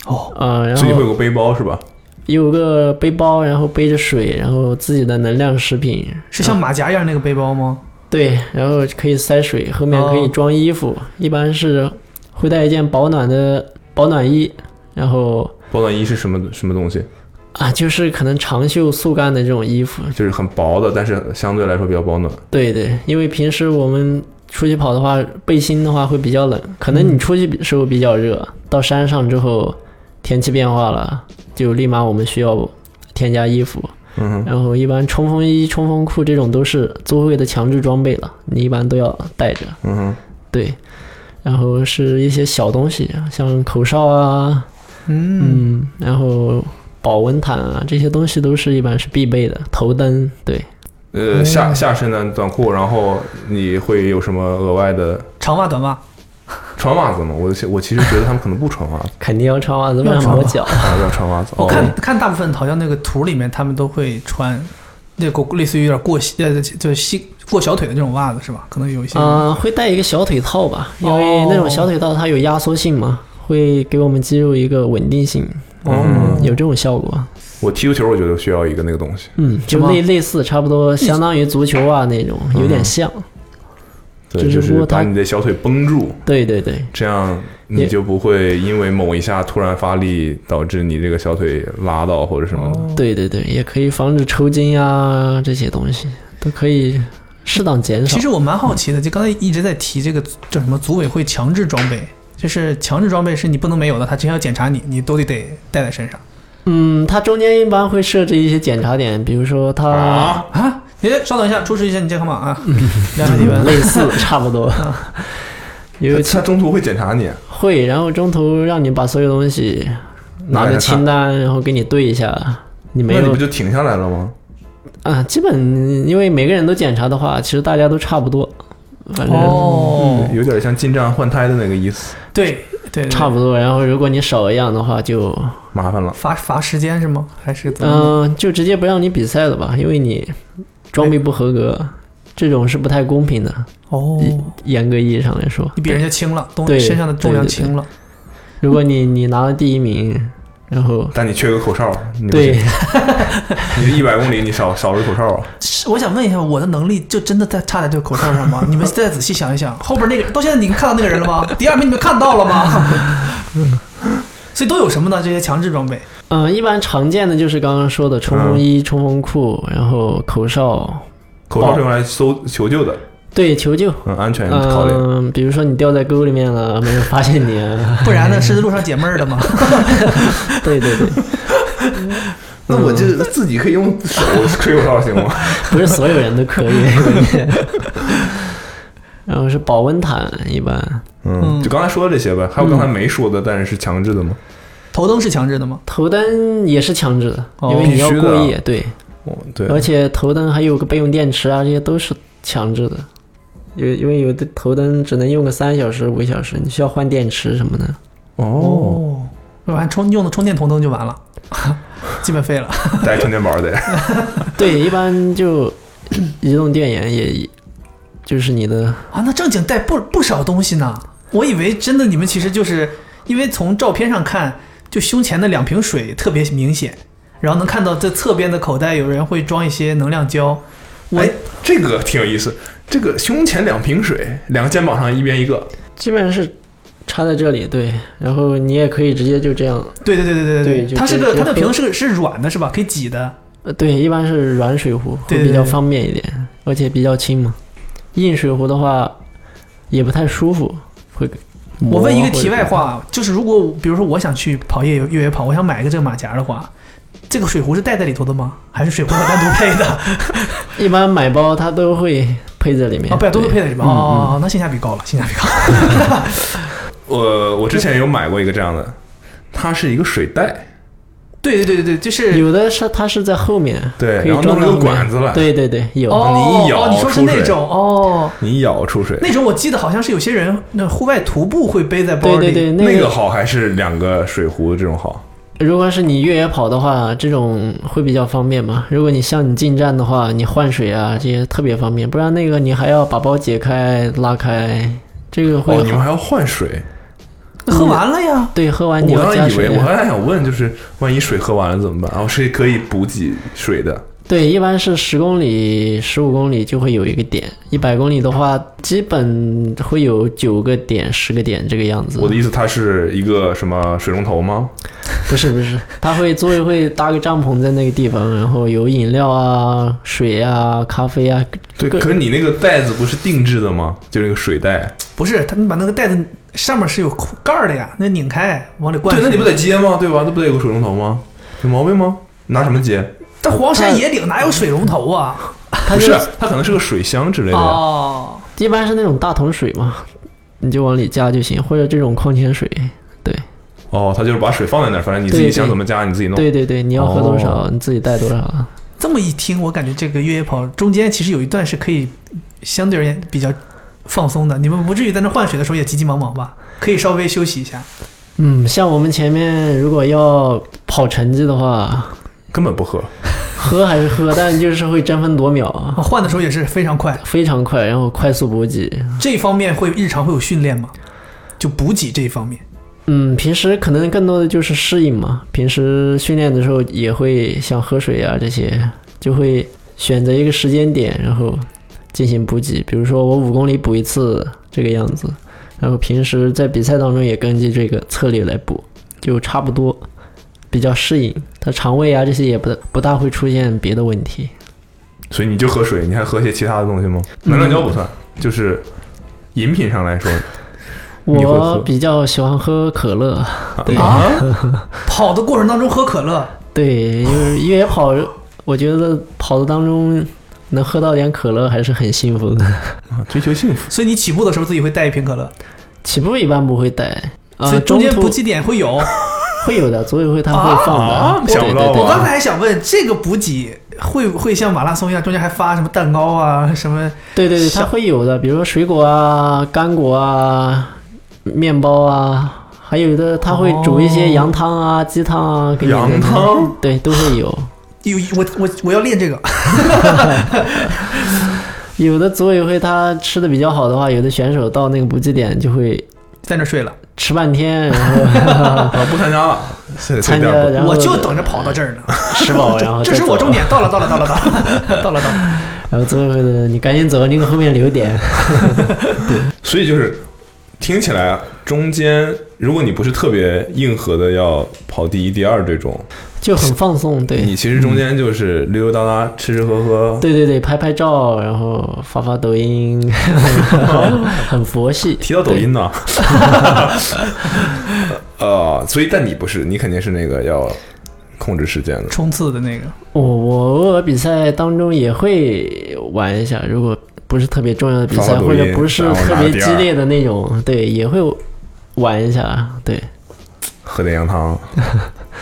Speaker 3: 哦，
Speaker 4: 呃，然
Speaker 2: 所以你会
Speaker 4: 后
Speaker 2: 有个背包是吧？
Speaker 4: 有个背包，然后背着水，然后自己的能量食品，
Speaker 3: 是像马甲一样那个背包吗？
Speaker 4: 对，然后可以塞水，后面
Speaker 2: 哦
Speaker 4: 可以装衣服，一般是会带一件保暖的保暖衣，然后
Speaker 2: 保暖衣是什么什么东西？
Speaker 4: 啊，就是可能长袖速干的这种衣服，
Speaker 2: 就是很薄的，但是相对来说比较保暖。
Speaker 4: 对对，因为平时我们出去跑的话，背心的话会比较冷，可
Speaker 3: 嗯
Speaker 4: 能你出去的时候比较热，到山上之后天气变化了，就立马我们需要添加衣服，
Speaker 2: 嗯哼，
Speaker 4: 然后一般冲锋衣、冲锋裤这种都是租会的强制装备了，你一般都要带着。
Speaker 2: 嗯哼，
Speaker 4: 对，然后是一些小东西，像口哨啊，
Speaker 3: 嗯，
Speaker 4: 嗯，然后保温毯啊，这些东西都是一般是必备的。头灯，对，
Speaker 2: 呃，下下身的短裤，然后你会有什么额外的
Speaker 3: 长袜短袜，
Speaker 2: 穿袜子吗？我我其实觉得他们可能不穿袜 (laughs) 子
Speaker 4: 肯定要穿袜子，不
Speaker 3: 要
Speaker 4: 然
Speaker 3: 穿
Speaker 4: 磨
Speaker 3: 袜
Speaker 4: 脚。
Speaker 2: 啊，要穿袜子。
Speaker 3: 我
Speaker 2: 哦
Speaker 3: 看看大部分好像那个图里面他们都会穿嗯那个类似于有点过膝呃就是膝过小腿的这种袜子
Speaker 4: 呃
Speaker 3: 是吧？可能有一些
Speaker 4: 啊、会带一个小腿套吧，因为那种小腿套它有压缩性嘛，会给我们肌肉一个稳定性，
Speaker 2: 嗯
Speaker 4: 有这种效果。
Speaker 2: 我踢足球，我觉得需要一个那个东西。
Speaker 4: 嗯，
Speaker 3: 什
Speaker 4: 就
Speaker 3: 么
Speaker 4: 类类似，差不多相当于足球啊那种，有点像。
Speaker 2: 对，
Speaker 4: 只是
Speaker 2: 就
Speaker 4: 说
Speaker 2: 是把
Speaker 4: 它
Speaker 2: 你的小腿绷住，
Speaker 4: 对对对，
Speaker 2: 这样你
Speaker 4: 也
Speaker 2: 就不会因为某一下突然发力导致你这个小腿拉到或者什么的。
Speaker 4: 对对对，也可以防止抽筋啊，这些东西都可以适当减少
Speaker 3: 其。实我蛮好奇的，就刚才一直在提这个叫什么组委会强制装备，就是强制装备是你不能没有的，他只要检查你，你都得得带在身上
Speaker 4: 嗯，它中间一般会设置一些检查点，比如说它、
Speaker 2: 啊，
Speaker 3: 啊。你稍等一下，出示一下你健康码啊，两百几万。
Speaker 4: 类似差不多，有
Speaker 2: 他中途会检查你，
Speaker 4: 会，然后中途让你把所有东西拿
Speaker 2: 拿
Speaker 4: 着
Speaker 2: 着
Speaker 4: 清
Speaker 2: 看
Speaker 4: 单，然后给你对一下。你没
Speaker 2: 那你
Speaker 4: 有
Speaker 2: 不就停下来了吗？
Speaker 4: 啊？基本因为每个人都检查的话，其实大家都差不多，
Speaker 2: 嗯
Speaker 4: 反正、嗯
Speaker 3: 哦，
Speaker 2: 有点像进站换胎的那个意思，
Speaker 3: 对对，对
Speaker 4: 差不多。然后如果你少一样的话就，
Speaker 2: 麻烦了。
Speaker 3: 罚罚时间是吗？还是怎么？
Speaker 4: 嗯、就直接不让你比赛了吧，因为你装备不合格，这种是不太公平的。
Speaker 3: 哦，
Speaker 4: 严格意义上来说，
Speaker 3: 你比人家轻了，东
Speaker 4: 对
Speaker 3: 身上的重量
Speaker 4: 对对对
Speaker 3: 轻了。
Speaker 4: 如果你你拿了第一名，然后
Speaker 2: 但你缺个口哨，你不
Speaker 4: 对
Speaker 2: 行，你一百公里你少少了口哨啊，
Speaker 3: 是我想问一下，我的能力就真的在差在这个口哨上
Speaker 4: (laughs)
Speaker 3: 吗？你们再仔细想一想，后边那个到现在你们看到那个人了吗？第二名你们看到了
Speaker 4: (laughs)
Speaker 3: 吗？所以都有什么呢？这些强制装备，
Speaker 4: 嗯、一般常见的就是刚刚说的冲锋衣、冲锋裤，然后口哨，
Speaker 2: 口哨是用来搜求救的，
Speaker 4: 对，求救。
Speaker 2: 哦嗯，安全
Speaker 4: 嗯、
Speaker 2: 考虑。
Speaker 4: 比如说你掉在沟里面了，没人发现你啊。
Speaker 3: 不然呢是路上解闷儿
Speaker 4: (laughs)
Speaker 3: 的吗？
Speaker 4: 对对对，
Speaker 2: 那我就自己可以用手嗯 (laughs) 吹口哨行吗？
Speaker 4: 不是所有人都可以。然后是保温毯，一般
Speaker 2: (laughs) 嗯，就嗯刚才说的这些呗，还有刚才没说的，但是是强制的吗？
Speaker 3: 头灯是强制的吗？
Speaker 4: 头灯也是强制的，
Speaker 3: 哦
Speaker 4: 因为你要
Speaker 2: 必须的
Speaker 4: 过
Speaker 2: 啊
Speaker 4: 夜。对，
Speaker 2: 哦，对，
Speaker 4: 而且头灯还有个备用电池啊，这些都是强制的。因为因为有的头灯只能用个三小时、五小时，你需要换电池什么的。
Speaker 2: 哦，，
Speaker 3: 要不然充用的充电头灯就完了， (laughs) 基本废了。
Speaker 2: (laughs) 带充电宝得，
Speaker 4: 对，一般就 (coughs) 移动电源也，就是你的
Speaker 3: 啊，那正经带不不少东西呢。我以为真的你们其实就是因为从照片上看，就胸前的两瓶水特别明显，然后能看到这侧边的口袋有人会装一些能量胶。我、
Speaker 2: 哎，这个挺有意思。这个胸前两瓶水，两个肩膀上一边一个，
Speaker 4: 基本上是插在这里，对。然后你也可以直接就这样，
Speaker 3: 对对对对对
Speaker 4: 对就
Speaker 3: 它是
Speaker 4: 就
Speaker 3: 个
Speaker 4: 就
Speaker 3: 它的
Speaker 4: 喝
Speaker 3: 瓶是个是软的是吧？可以挤的。
Speaker 4: 呃，对，一般是软水壶
Speaker 3: 对
Speaker 4: 会
Speaker 3: 对
Speaker 4: 比较
Speaker 3: 对
Speaker 4: 方便一点，而且比较轻嘛。硬水壶的话也不太舒服，会。
Speaker 3: 我问一个
Speaker 4: 磨
Speaker 3: 题外，话，就是如果比如说我想去跑越野越野跑，我想买一个这个马甲的话，这个水壶是带在里头的吗？还是水壶要单独配的？
Speaker 4: (laughs) 或者一般买包它都会配在里面。
Speaker 3: 啊，不要都是
Speaker 4: 对
Speaker 3: 配在里面。
Speaker 4: 嗯
Speaker 3: 哦，那性价比高了，性价比高。
Speaker 2: 我我之前有买过一个这样的，它是一个水袋，
Speaker 3: 对对对对对，就是
Speaker 4: 有的是它是在后面，
Speaker 2: 对
Speaker 4: 可以
Speaker 2: 然后
Speaker 4: 装
Speaker 2: 弄了个
Speaker 4: 到后面
Speaker 2: 管子来
Speaker 4: 对对对，有。
Speaker 3: 哦，
Speaker 2: 你一咬
Speaker 3: 哦，你说是
Speaker 2: 出水
Speaker 3: 那种哦，
Speaker 2: 你一咬出水。
Speaker 3: 那种我记得好像是有些人那户外徒步会背在包
Speaker 4: 对
Speaker 3: 里。
Speaker 4: 对对，
Speaker 2: 那
Speaker 4: 个
Speaker 2: 个好还是两个水壶这种好？
Speaker 4: 如果是你越野跑的话，这种会比较方便嘛。如果你像你进站的话，你换水啊这些特别方便，不然那个你还要把包解开拉开，这个会
Speaker 2: 哦，
Speaker 4: 很、
Speaker 2: 你们还要换水？
Speaker 3: 喝完了呀。
Speaker 4: 对喝完你
Speaker 2: 我
Speaker 4: 要
Speaker 2: 刚才
Speaker 4: 加
Speaker 2: 以为，
Speaker 4: 水啊
Speaker 2: 我。刚才想问，就是万一水喝完了怎么办？哦，是可以补给水的。
Speaker 4: 对，一般是十公里、十五公里就会有一个点，一百公里的话基本会有九个点、十个点这个样子。
Speaker 2: 我的意思，它是一个什么水龙头吗？
Speaker 4: 不是
Speaker 2: (laughs)
Speaker 4: 不是，他会组委会搭个帐篷在那个地方，然后有饮料啊、水啊、咖啡啊，
Speaker 2: 对，
Speaker 4: 各
Speaker 2: 可是你那个袋子不是定制的吗？就那个水袋。
Speaker 3: 不是，他们把那个袋子上面是有扣盖儿的呀，那拧开往里灌。
Speaker 2: 对，那你不得？接吗？对吧？那不得有个水龙头吗？有毛病吗？拿什么接？
Speaker 3: 但黄
Speaker 4: 嗯
Speaker 3: 山野岭哪有水龙
Speaker 2: (laughs)
Speaker 3: 头啊？
Speaker 4: 它
Speaker 2: 不，
Speaker 4: 就是
Speaker 2: 它可能是个水箱之类的。
Speaker 3: 哦，
Speaker 4: 一般是那种大桶水嘛，你就往里加就行，或者这种矿泉水。
Speaker 2: 哦，它就是把水放在那儿，反正你自己
Speaker 4: 对
Speaker 2: 想怎么加你自己弄。
Speaker 4: 对对对，你要喝多少，
Speaker 2: 哦
Speaker 4: 你自己带多少。啊
Speaker 3: 这么一听，我感觉这个越野跑中间其实有一段是可以相对而言比较放松的，你们不至于在那换水的时候也急急忙忙吧？可以稍微休息一下。
Speaker 4: 嗯，像我们前面如果要跑成绩的话，
Speaker 2: 根本不喝。
Speaker 4: 喝还是喝，但就是会争分夺秒，
Speaker 3: 啊换的时候也是非常快。
Speaker 4: 非常快，然后快速补给。
Speaker 3: 这方面会日常会有训练吗？就补给这一方面，
Speaker 4: 嗯，平时可能更多的就是适应嘛。平时训练的时候也会像喝水啊这些，就会选择一个时间点，然后进行补给。比如说我五公里补一次这个样子，然后平时在比赛当中也根据这个策略来补，就差不多比较适应。他肠胃啊这些也不不大会出现别的问题。
Speaker 2: 所以你就喝水，你还喝些其他的东西吗？
Speaker 4: 嗯
Speaker 2: 能量胶不算，就是饮品上来说你会喝
Speaker 4: 我比较喜欢喝可乐，对
Speaker 3: 啊！跑的过程当中喝可乐，
Speaker 4: 对，就是越野跑，我觉得跑的当中能喝到点可乐还是很幸福的。
Speaker 2: 啊，追求幸福。
Speaker 3: 所以你起步的时候自己会带一瓶可乐，
Speaker 4: 起步一般不会带，啊、
Speaker 3: 所以中间
Speaker 4: 途
Speaker 3: 补给点会
Speaker 4: (laughs)
Speaker 3: 有。
Speaker 4: 会有的，组委会他会放的。
Speaker 2: 啊
Speaker 4: 对
Speaker 2: 想不到
Speaker 4: 对
Speaker 3: 我
Speaker 2: 吧
Speaker 4: 对
Speaker 3: 刚才还想问，这个补给会不会像马拉松一样，中间还发什么蛋糕啊，什么
Speaker 4: 对对对，
Speaker 3: 想
Speaker 4: 他会有的，比如说水果啊、干果啊、面包啊，还有的他会煮一
Speaker 3: 哦
Speaker 4: 些羊汤啊、鸡汤啊给你。
Speaker 2: 羊汤，
Speaker 4: 对，都会有。
Speaker 3: 有我我我要练这个， (laughs)
Speaker 4: 有的组委会他吃的比较好的话，有的选手到那个补给点就会
Speaker 3: 在那儿睡了，
Speaker 4: 吃半天，然后 (laughs)
Speaker 2: 啊，不参加了，现在
Speaker 4: 参
Speaker 2: 现
Speaker 4: 加，
Speaker 2: 在不
Speaker 4: 然后
Speaker 3: 我就等着跑到这儿呢。
Speaker 4: 吃饱，然
Speaker 3: (laughs)
Speaker 4: 后
Speaker 3: 这是
Speaker 4: 再
Speaker 3: 我
Speaker 4: 走
Speaker 3: 终点，到了，到了，到了，到了，到 (laughs) 了，到了。
Speaker 4: 然后组委会的你赶紧走，你给后面留点。
Speaker 2: 所以就是听起来中间，如果你不是特别硬核的要跑第一、第二这种，
Speaker 4: 就很放松，对
Speaker 2: 你其实中间就是溜溜达达、吃吃喝喝。
Speaker 4: 对对对，拍拍照，然后发发抖音，
Speaker 3: (laughs)
Speaker 4: 很佛系。
Speaker 2: 提到抖音呢， (laughs) 呃，所以但你不是，你肯定是那个要控制时间的。
Speaker 3: 冲刺的那个，
Speaker 4: 我我偶尔比赛当中也会玩一下，如果不是特别重要的比
Speaker 2: 发
Speaker 4: 赛，
Speaker 2: 发抖音
Speaker 4: 或者不是
Speaker 2: 然后
Speaker 4: 特
Speaker 2: 拿
Speaker 4: 别
Speaker 2: 第
Speaker 4: 激
Speaker 2: 二
Speaker 4: 烈的那种，对，也会玩一下。对，
Speaker 2: 喝点羊汤，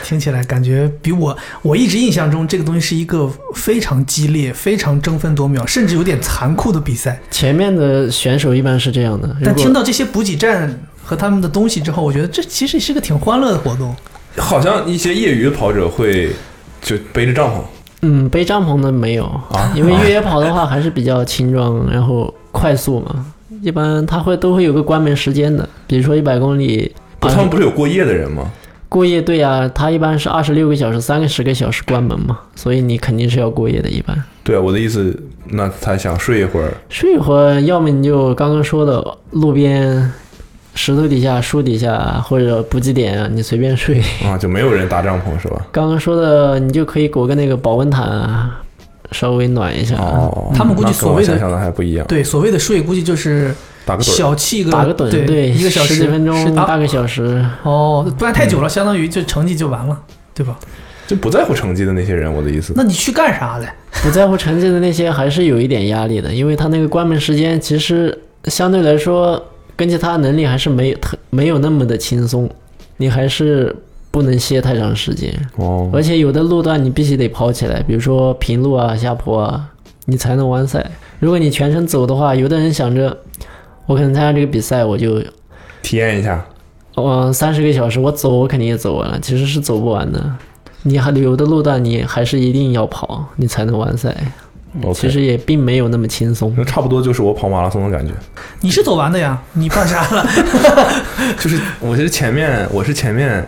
Speaker 3: 听起来感觉比我我一直印象中这个东西是一个非常激烈、非常争分夺秒，甚至有点残酷的比赛。
Speaker 4: 前面的选手一般是这样的，如
Speaker 3: 但听
Speaker 4: 果
Speaker 3: 到这些补给站和他们的东西之后，我觉得这其实是个挺欢乐的活动。
Speaker 2: 好像一些业余的跑者会就背着帐篷，
Speaker 4: 嗯背帐篷的没有，
Speaker 2: 啊
Speaker 4: 因为越野跑的话还是比较轻装，然后快速嘛，一般他会都会有个关门时间的，比如说一百公里。呃
Speaker 2: 不他们不是有过夜的人吗？
Speaker 4: 过夜队啊，他一般是二十六个小时、三个十个小时关门嘛，所以你肯定是要过夜的。一般
Speaker 2: 对啊，我的意思，那他想睡一会儿，
Speaker 4: 睡一会儿，要么你就刚刚说的路边、石头底下、树底下或者补给点啊，你随便睡。
Speaker 2: 啊，就没有人搭帐篷是吧？
Speaker 4: 刚刚说的，你就可以裹个那个保温毯啊，稍微暖一下，
Speaker 2: 哦，
Speaker 3: 他们估计
Speaker 2: 那跟
Speaker 3: 所谓
Speaker 2: 我
Speaker 3: 的
Speaker 2: 想象的还不一样，
Speaker 3: 对，所谓的睡估计就是
Speaker 2: 打个盹儿。
Speaker 3: 小憩个
Speaker 4: 打个盹，
Speaker 3: 对，一个小时
Speaker 4: 十几分
Speaker 3: 是
Speaker 4: 钟，嗯
Speaker 3: 啊
Speaker 4: 大个
Speaker 3: (laughs)
Speaker 4: 小时。
Speaker 3: 哦，不然太久了，相当于就成绩就完了，对吧？
Speaker 2: 就不在乎成绩的那些人，我的意思。
Speaker 3: 那你去干啥嘞？
Speaker 4: 不在乎成绩的那些还是有一点压力的，因为他那个关门时间其实相对来说，根据他能力还是没有特没有那么的轻松，你还是不能歇太长时间，
Speaker 2: 哦，
Speaker 4: 而且有的路段你必须得跑起来，比如说平路啊、下坡啊，你才能完赛。如果你全程走的话，有的人想着我可能参加这个比赛，我就
Speaker 2: 体验一下，
Speaker 4: 嗯三十个小时我走，我肯定也走完了，其实是走不完的。你还有的路段你还是一定要跑，你才能完赛。
Speaker 3: 嗯
Speaker 2: OK 嗯
Speaker 4: 其实也并没有那么轻松
Speaker 2: 那。差不多就是我跑马拉松的感觉。
Speaker 3: 你是走完的呀？你干啥了？ (laughs)
Speaker 2: 就是我是前面，我是前面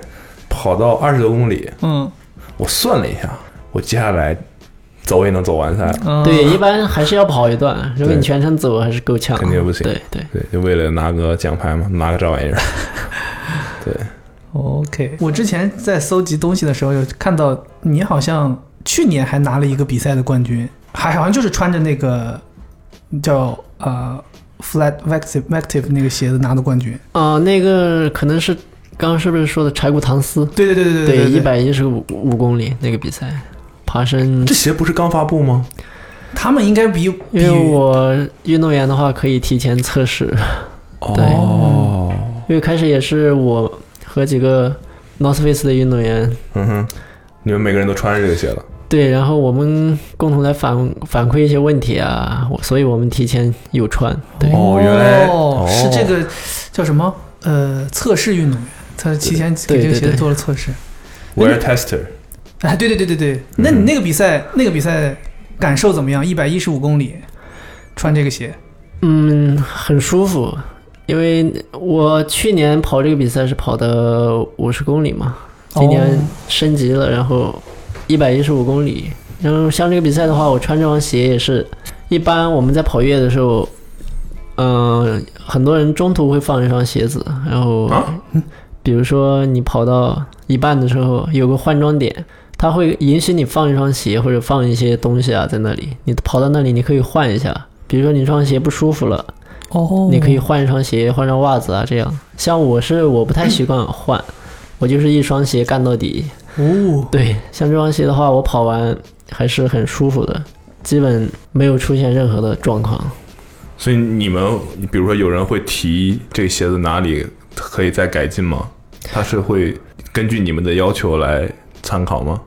Speaker 2: 跑到二十多公里，
Speaker 3: 嗯
Speaker 2: 我算了一下，我接下来走也能走完赛，
Speaker 3: 嗯，
Speaker 4: 对，一般还是要跑一段，如果你全程走还是够呛，
Speaker 2: 肯定不行
Speaker 4: 对对，
Speaker 2: 对，就为了拿个奖牌嘛，拿个这玩意儿。对，
Speaker 3: OK，我之前在搜集东西的时候，有看到你好像去年还拿了一个比赛的冠军，还好像就是穿着那个叫呃 Flat Active Active 那个鞋子拿的冠军。
Speaker 4: 啊、那个可能是刚刚是不是说的柴谷唐斯？
Speaker 3: 对对对对对
Speaker 4: 一，百一十五五公里那个比赛，爬升
Speaker 2: 这。鞋不是刚发布吗？
Speaker 3: 他们应该比
Speaker 4: 因
Speaker 3: 比
Speaker 4: 为我运动员的话可以提前测试，
Speaker 2: 哦，
Speaker 4: 因为开始也是我和几个 North Face 的运动员
Speaker 2: 嗯哼，你们每个人都穿着这个鞋了，
Speaker 4: 对，然后我们共同来反反馈一些问题啊，我所以我们提前有穿，对、
Speaker 2: 哦原来
Speaker 3: 哦
Speaker 2: 哦
Speaker 3: 是这个叫什么呃测试运动员，他提前给
Speaker 4: 对
Speaker 3: 这个鞋
Speaker 4: 对
Speaker 3: 子
Speaker 4: 对
Speaker 3: 做了测试。
Speaker 2: w e a r tester。
Speaker 3: 哎，对对对对
Speaker 4: 嗯
Speaker 3: 对，那你那个比赛那个比赛感受怎么样？一百一十五公里，穿这个鞋，
Speaker 4: 嗯，很舒服，因为我去年跑这个比赛是跑的五十公里嘛，今年
Speaker 3: 哦
Speaker 4: 升级了，然后一百一十五公里。然后像这个比赛的话，我穿这双鞋也是，一般我们在跑越野的时候，嗯、很多人中途会放一双鞋子，然后
Speaker 2: 啊
Speaker 4: 比如说你跑到一半的时候有个换装点，它会允许你放一双鞋或者放一些东西啊在那里，你跑到那里你可以换一下。比如说你这双鞋不舒服了，
Speaker 3: 哦
Speaker 4: 你可以换一双鞋，换双袜子啊，这样。像我是我不太习惯换，我就是一双鞋干到底。
Speaker 3: 哦，
Speaker 4: 对，像这双鞋的话，我跑完还是很舒服的，基本没有出现任何的状况。
Speaker 2: 所以你们，比如说有人会提这个鞋子哪里可以再改进吗？他是会根据你们的要求来参考吗？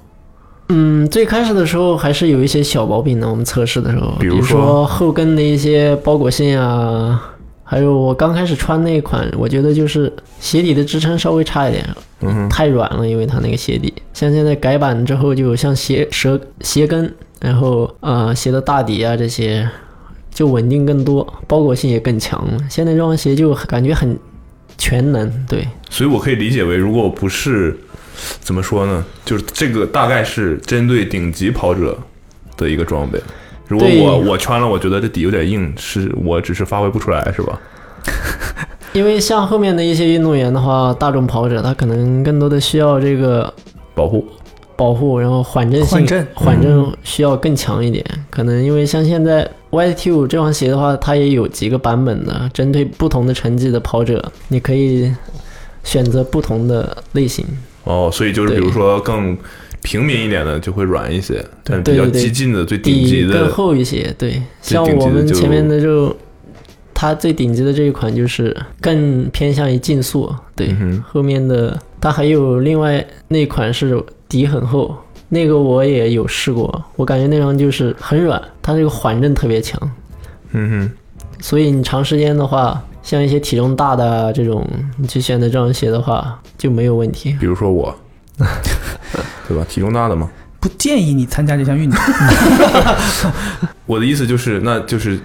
Speaker 4: 嗯，最开始的时候还是有一些小毛病的，我们测试的时候，
Speaker 2: 比
Speaker 4: 比
Speaker 2: 如说
Speaker 4: 说后跟的一些包裹性啊，还有我刚开始穿那款，我觉得就是鞋底的支撑稍微差一点，
Speaker 2: 嗯哼，
Speaker 4: 太软了，因为它那个鞋底。像现在改版之后，就像鞋舌鞋跟，然后呃鞋的大底啊这些，就稳定更多，包裹性也更强了。现在这双鞋就感觉很全能，对，
Speaker 2: 所以我可以理解为，如果不是怎么说呢，就是这个大概是针对顶级跑者的一个装备。如果
Speaker 4: 对
Speaker 2: 我我穿了，我觉得这底有点硬，是我只是发挥不出来，是吧？
Speaker 4: 因为像后面的一些运动员的话，大众跑者他可能更多的需要这个
Speaker 2: 保护
Speaker 4: 保护，然后缓震性嗯
Speaker 3: 换阵
Speaker 4: 缓震需要更强一点。可能因为像现在 YT 五这双鞋的话，它也有几个版本的，针对不同的成绩的跑者，你可以选择不同的类型。
Speaker 2: 哦，所以就是比
Speaker 4: 对
Speaker 2: 如说更平民一点的就会软一些，但比
Speaker 4: 对
Speaker 2: 较
Speaker 4: 对对
Speaker 2: 激进的、最顶级
Speaker 4: 底更
Speaker 2: 的，
Speaker 4: 厚一些，对，
Speaker 2: 最
Speaker 4: 像
Speaker 2: 顶级的
Speaker 4: 我们
Speaker 2: 就
Speaker 4: 前面的就，它最顶级的这一款就是更偏向于竞速，对，
Speaker 2: 嗯哼
Speaker 4: 后面的它还有另外那款是底很厚，那个我也有试过，我感觉那双就是很软，它这个缓震特别强，
Speaker 2: 嗯哼。
Speaker 4: 所以你长时间的话，像一些体重大的啊这种，你去选择这双鞋的话就没有问题。
Speaker 2: 比如说我， (laughs) 对吧？体重大的嘛。
Speaker 3: 不建议你参加这项运动。
Speaker 2: 我的意思就是，那就是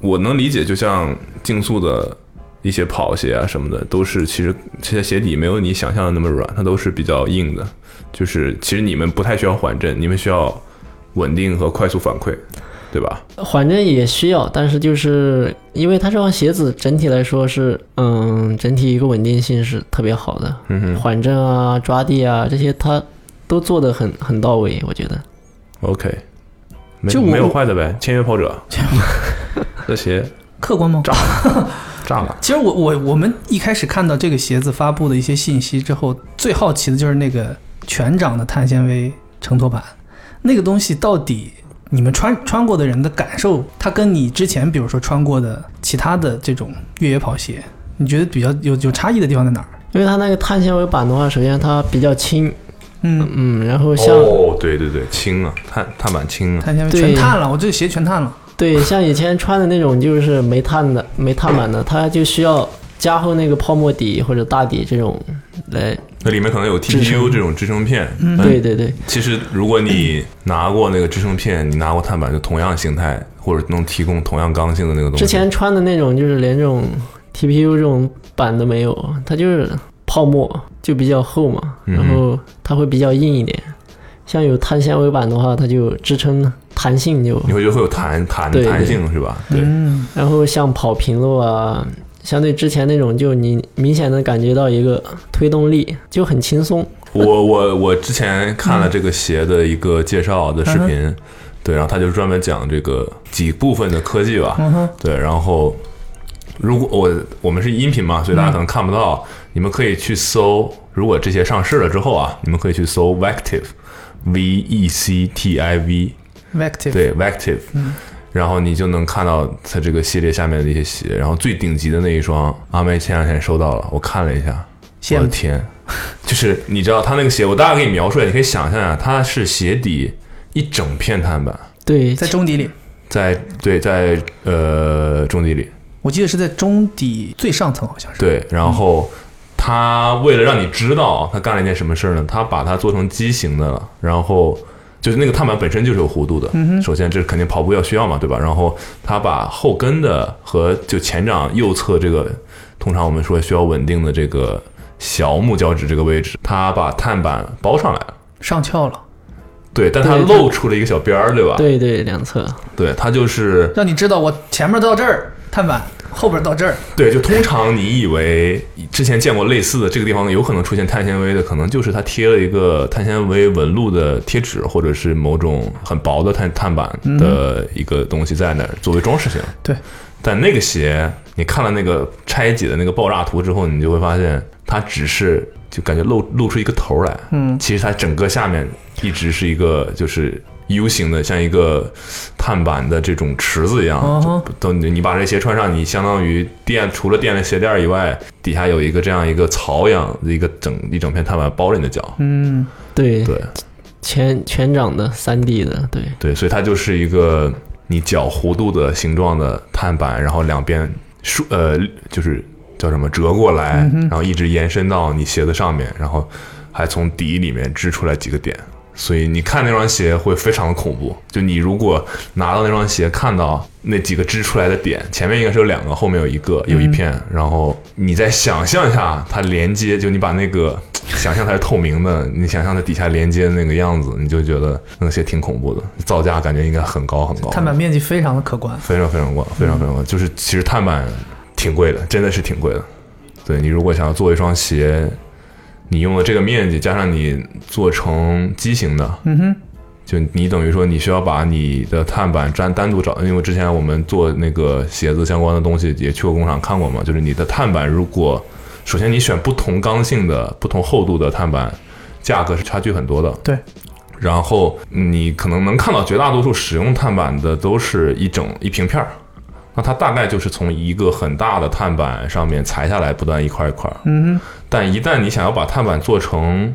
Speaker 2: 我能理解，就像竞速的一些跑鞋啊什么的，都是其实这些鞋底没有你想象的那么软，它都是比较硬的。就是其实你们不太需要缓震，你们需要稳定和快速反馈，对吧？
Speaker 4: 缓震也需要，但是就是因为它这双鞋子整体来说是，嗯，整体一个稳定性是特别好的，
Speaker 2: 嗯哼
Speaker 4: 缓震啊、抓地啊这些它都做的很很到位，我觉得。
Speaker 2: ，OK，没
Speaker 3: 就我
Speaker 2: 没有坏的呗，签约跑者，这鞋哦
Speaker 3: 客观
Speaker 4: (laughs)
Speaker 3: 吗？
Speaker 2: 炸了，
Speaker 3: 其实我我我们一开始看到这个鞋子发布的一些信息之后，最好奇的就是那个全掌的碳纤维承托板，那个东西到底你们穿穿过的人的感受，它跟你之前比如说穿过的其他的这种越野跑鞋，你觉得比较有有差异的地方在哪儿？
Speaker 4: 因为它那个碳纤维板的话，首先它比较轻，
Speaker 3: 嗯，
Speaker 4: 嗯，然后像、
Speaker 2: 哦，对对对，轻啊，碳碳板轻啊，
Speaker 3: 碳纤维
Speaker 4: 对
Speaker 3: 全碳了，我这鞋全碳了。
Speaker 4: 对像以前穿的那种就是煤炭的煤炭板的，它就需要加厚那个泡沫底或者大底这种来，
Speaker 2: 那里面可能有
Speaker 4: 支撑
Speaker 2: TPU 这种支撑片，嗯
Speaker 4: 对对对，
Speaker 2: 其实，如果你拿过那个支撑片，你拿过碳板，就同样形态，或者能提供同样刚性的那个东西。
Speaker 4: 之前穿的那种就是连这种 TPU 这种板都没有，它就是泡沫，就比较厚嘛，
Speaker 2: 嗯
Speaker 4: 然后它会比较硬一点。像有碳纤维板的话，它就支撑弹性就，
Speaker 2: 你会觉得会有弹弹
Speaker 4: 对对
Speaker 2: 弹性是吧？对，
Speaker 3: 嗯，
Speaker 4: 然后像跑平路啊，相对之前那种就你明显能感觉到一个推动力，就很轻松。
Speaker 2: 我我我之前看了这个鞋的一个介绍的视频，对，然后他就专门讲这个几部分的科技吧，
Speaker 3: 嗯哼，
Speaker 2: 对，然后如果我我们是音频嘛，所以大家可能看不到，你们可以去搜，如果这些上市了之后啊，你们可以去搜 Vective，V E C T I V，
Speaker 3: Vective，
Speaker 2: 对 Vective，、然
Speaker 3: 嗯
Speaker 2: 后你就能看到它这个系列下面的一些鞋，然后最顶级的那一双，阿妹前两天收到了，我看了一下，
Speaker 3: 羡
Speaker 2: 我
Speaker 3: 慕
Speaker 2: 的天， (laughs) 就是你知道它那个鞋，我大概给你描述一下，你可以想象啊，它是鞋底一整片碳板，
Speaker 4: 对，
Speaker 3: 在中底里，
Speaker 2: 在对在呃中底里，
Speaker 3: 我记得是在中底最上层好像是。
Speaker 2: 对，然后。啊它为了让你知道，它干了一件什么事儿呢？它把它做成畸形的了，然后就是那个踏板本身就是有弧度的。
Speaker 4: 嗯
Speaker 2: 首先这肯定跑步要需要嘛，对吧？然后它把后跟的和就前掌右侧这个，通常我们说需要稳定的这个小拇脚趾这个位置，它把碳板包上来了。
Speaker 3: 上翘了，
Speaker 2: 对，但它
Speaker 4: 对它
Speaker 2: 露出了一个小边儿，对吧？
Speaker 4: 对对，两侧
Speaker 2: 对，它就是
Speaker 3: 让你知道我前面到这儿碳板，后边到这儿，
Speaker 2: 对，就通常你以为之前见过类似的这个地方有可能出现碳纤维的，可能就是它贴了一个碳纤维纹路的贴纸，或者是某种很薄的碳碳板的一个东西在那儿作为装饰性。
Speaker 3: 对，
Speaker 2: 但那个鞋，你看了那个拆解的那个爆炸图之后，你就会发现它只是就感觉露露出一个头来，
Speaker 3: 嗯
Speaker 2: 其实它整个下面一直是一个就是 U 型的，像一个碳板的这种池子一样。
Speaker 3: 哦吼
Speaker 2: 就都你你把这鞋穿上，你相当于垫除了垫了鞋垫儿以外，底下有一个这样一个槽一样的一个整一整片碳板包着你的脚。
Speaker 3: 嗯，
Speaker 4: 对
Speaker 2: 对
Speaker 4: 全全掌的三 D 的，对
Speaker 2: 对，所以它就是一个你脚弧度的形状的碳板，然后两边竖呃就是叫什么折过来，然后一直延伸到你鞋子上面，然后还从底里面支出来几个点。所以你看那双鞋会非常的恐怖，就你如果拿到那双鞋，看到那几个支出来的点，前面应该是有两个，后面有一个，有一片，然后你再想象一下它连接，就你把那个想象它是透明的，你想象它底下连接的那个样子，你就觉得那个鞋挺恐怖的，造价感觉应该很高很高，
Speaker 3: 碳板面积非常的可观，
Speaker 2: 非常非常高，非常非
Speaker 3: 嗯
Speaker 2: 常高，就是其实碳板挺贵的，真的是挺贵的。对你如果想要做一双鞋，你用的这个面积加上你做成畸形的，
Speaker 3: 嗯哼，
Speaker 2: 就你等于说你需要把你的碳板单单独找，因为之前我们做那个鞋子相关的东西也去过工厂看过嘛，就是你的碳板如果首先你选不同刚性的、不同厚度的碳板，价格是差距很多的。
Speaker 3: 对。
Speaker 2: 然后你可能能看到绝大多数使用碳板的都是一整一平片儿，那它大概就是从一个很大的碳板上面裁下来，不断一块一块儿。
Speaker 3: 嗯哼，
Speaker 2: 但一旦你想要把碳板做成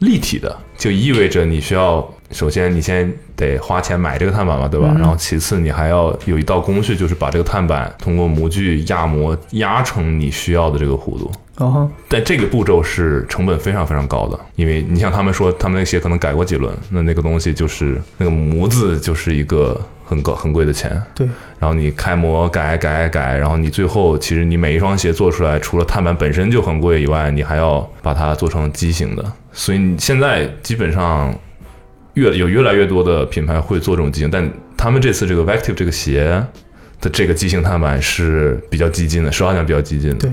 Speaker 2: 立体的，就意味着你需要首先你先得花钱买这个碳板嘛，对吧？然后其次你还要有一道工序，就是把这个碳板通过模具压模压成你需要的这个弧度。
Speaker 3: 哦吼，
Speaker 2: 但这个步骤是成本非常非常高的，因为你像他们说他们那个鞋可能改过几轮，那那个东西就是那个模子就是一个很高很贵的钱。
Speaker 3: 对，
Speaker 2: 然后你开模改改改，然后你最后其实你每一双鞋做出来，除了碳板本身就很贵以外，你还要把它做成畸形的。所以你现在基本上越有越来越多的品牌会做这种畸形，但他们这次这个 Vective 这个鞋的这个畸形碳板是比较激进的，实话讲比较激进的。
Speaker 3: 对，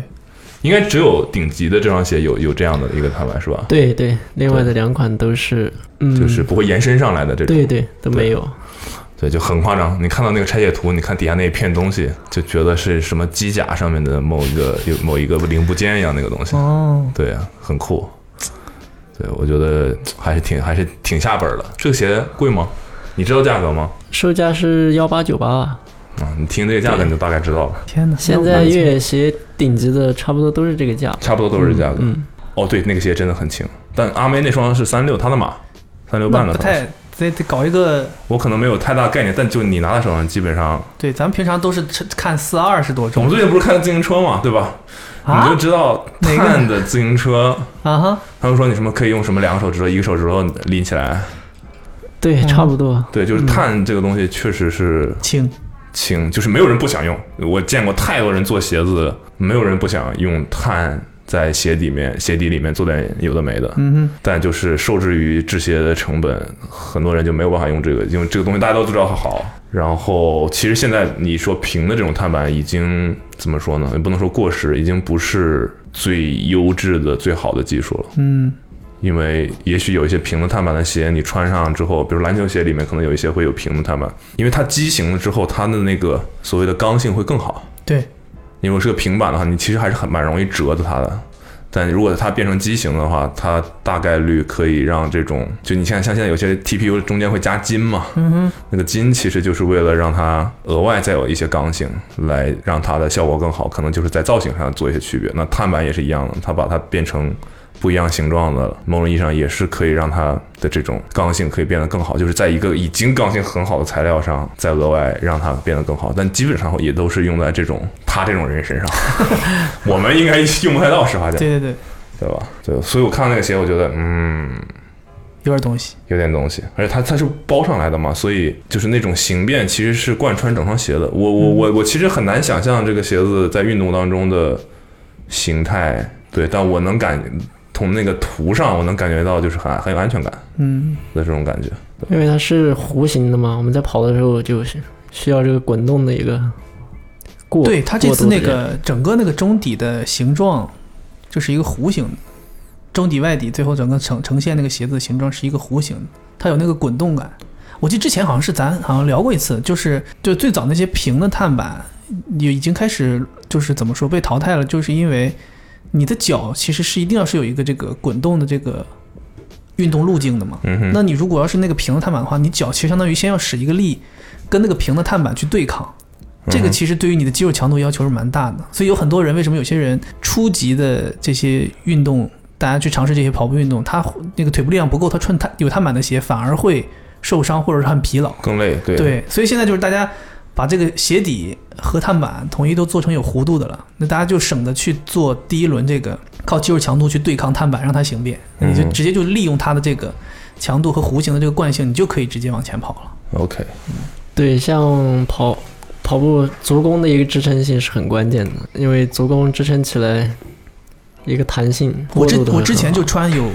Speaker 2: 应该只有顶级的这双鞋有有这样的一个碳板是吧？
Speaker 4: 对对，另外的两款都是，嗯，
Speaker 2: 就是不会延伸上来的这种。
Speaker 4: 对对都没有，
Speaker 2: 对，就很夸张。你看到那个拆解图，你看底下那一片东西，就觉得是什么机甲上面的某一个有某一个零部件一样那个东西。
Speaker 3: 哦，
Speaker 2: 对啊，很酷。对，我觉得还是挺还是挺下本儿的。这个鞋贵吗？你知道价格吗？
Speaker 4: 售价是幺八九八，
Speaker 2: 啊，你听这个价格你就大概知道了，
Speaker 3: 天哪，
Speaker 4: 现在越野鞋顶级的差不多都是这个价，
Speaker 2: 差不多都是这价格。
Speaker 4: 嗯，
Speaker 2: 哦，对，那个鞋真的很轻，但阿妹那双是三六，她的码三六
Speaker 3: 那
Speaker 2: 半的
Speaker 3: 不
Speaker 2: 可能是，
Speaker 3: 太得得搞一个，
Speaker 2: 我可能没有太大概念，但就你拿在手上，基本上
Speaker 3: 对，咱们平常都是吃看四二是多
Speaker 2: 我们
Speaker 3: 重
Speaker 2: 最近不是看自行车嘛，对吧？
Speaker 3: 啊
Speaker 2: 你就知道
Speaker 3: 哪个
Speaker 2: 碳的自行车，
Speaker 3: 啊哈，
Speaker 2: 他们说你什么可以用什么两个手指头、一个手指头拎起来。
Speaker 4: 对，差不多，
Speaker 2: 对，就是碳这个东西确实是
Speaker 3: 轻，
Speaker 2: 轻，就是没有人不想用。我见过太多人做鞋子，没有人不想用碳在鞋底面、鞋底里面做点有的没的。
Speaker 3: 嗯哼，
Speaker 2: 但就是受制于制鞋的成本，很多人就没有办法用这个，因为这个东西大家都知道它好。然后，其实现在你说平的这种碳板已经怎么说呢？也不能说过时，已经不是最优质的、最好的技术了。
Speaker 3: 嗯，
Speaker 2: 因为也许有一些平的碳板的鞋，你穿上之后，比如篮球鞋里面可能有一些会有平的碳板，因为它畸形了之后，它的那个所谓的刚性会更好。
Speaker 3: 对，
Speaker 2: 你如果是个平板的话，你其实还是很蛮容易折的它的。但如果它变成畸形的话，它大概率可以让这种，就你像像现在有些 TPU 中间会加筋嘛，嗯哼，那个筋其实就是为了让它额外再有一些刚性，来让它的效果更好，可能就是在造型上做一些区别。那碳板也是一样的，它把它变成不一样形状的，某种意义上也是可以让它的这种刚性可以变得更好，就是在一个已经刚性很好的材料上，再额外让它变得更好。但基本上也都是用在这种他这种人身上，我们应该用不太到，实话讲，啊
Speaker 3: 对对对，
Speaker 2: 对吧？对，所以我看到那个鞋，我觉得，嗯，
Speaker 3: 有点东西。
Speaker 2: 有点东西，而且它它是包上来的嘛，所以就是那种形变其实是贯穿整双鞋的。我我我我其实很难想象这个鞋子在运动当中的形态，对，但我能感从那个图上我能感觉到就是很很有安全感
Speaker 3: 嗯，
Speaker 2: 的这种感觉。
Speaker 4: 因为它是弧形的嘛，我们在跑的时候就是需要这个滚动的一个过。
Speaker 3: 对，它这次
Speaker 4: 过渡
Speaker 3: 那
Speaker 4: 的这样
Speaker 3: 个整个那个中底的形状就是一个弧形的，中底外底最后整个呈呈现那个鞋子的形状是一个弧形的，它有那个滚动感。我记得之前好像是咱好像聊过一次，就是就最早那些平的碳板也已经开始就是怎么说被淘汰了，就是因为你的脚其实是一定要是有一个这个滚动的这个运动路径的嘛。
Speaker 2: 嗯哼，
Speaker 3: 那你如果要是那个平的碳板的话，你脚其实相当于先要使一个力，跟那个平的碳板去对抗。这个
Speaker 2: 嗯哼
Speaker 3: 其实对于你的肌肉强度要求是蛮大的，所以有很多人为什么有些人初级的这些运动，大家去尝试这些跑步运动，他那个腿部力量不够，他穿碳有碳板的鞋反而会受伤或者是很疲劳。
Speaker 2: 更累，对
Speaker 3: 对，所以现在就是大家把这个鞋底和碳板统一都做成有弧度的了，那大家就省得去做第一轮这个靠肌肉强度去对抗碳板让它形变，你就
Speaker 2: 嗯
Speaker 3: 直接就利用它的这个强度和弧形的这个惯性，你就可以直接往前跑了。
Speaker 2: ，OK，
Speaker 4: 对，像跑跑步足弓的一个支撑性是很关键的，因为足弓支撑起来一个弹性。
Speaker 3: 我之
Speaker 4: 过渡得
Speaker 3: 我
Speaker 4: 很
Speaker 3: 之前
Speaker 4: 好
Speaker 3: 就穿有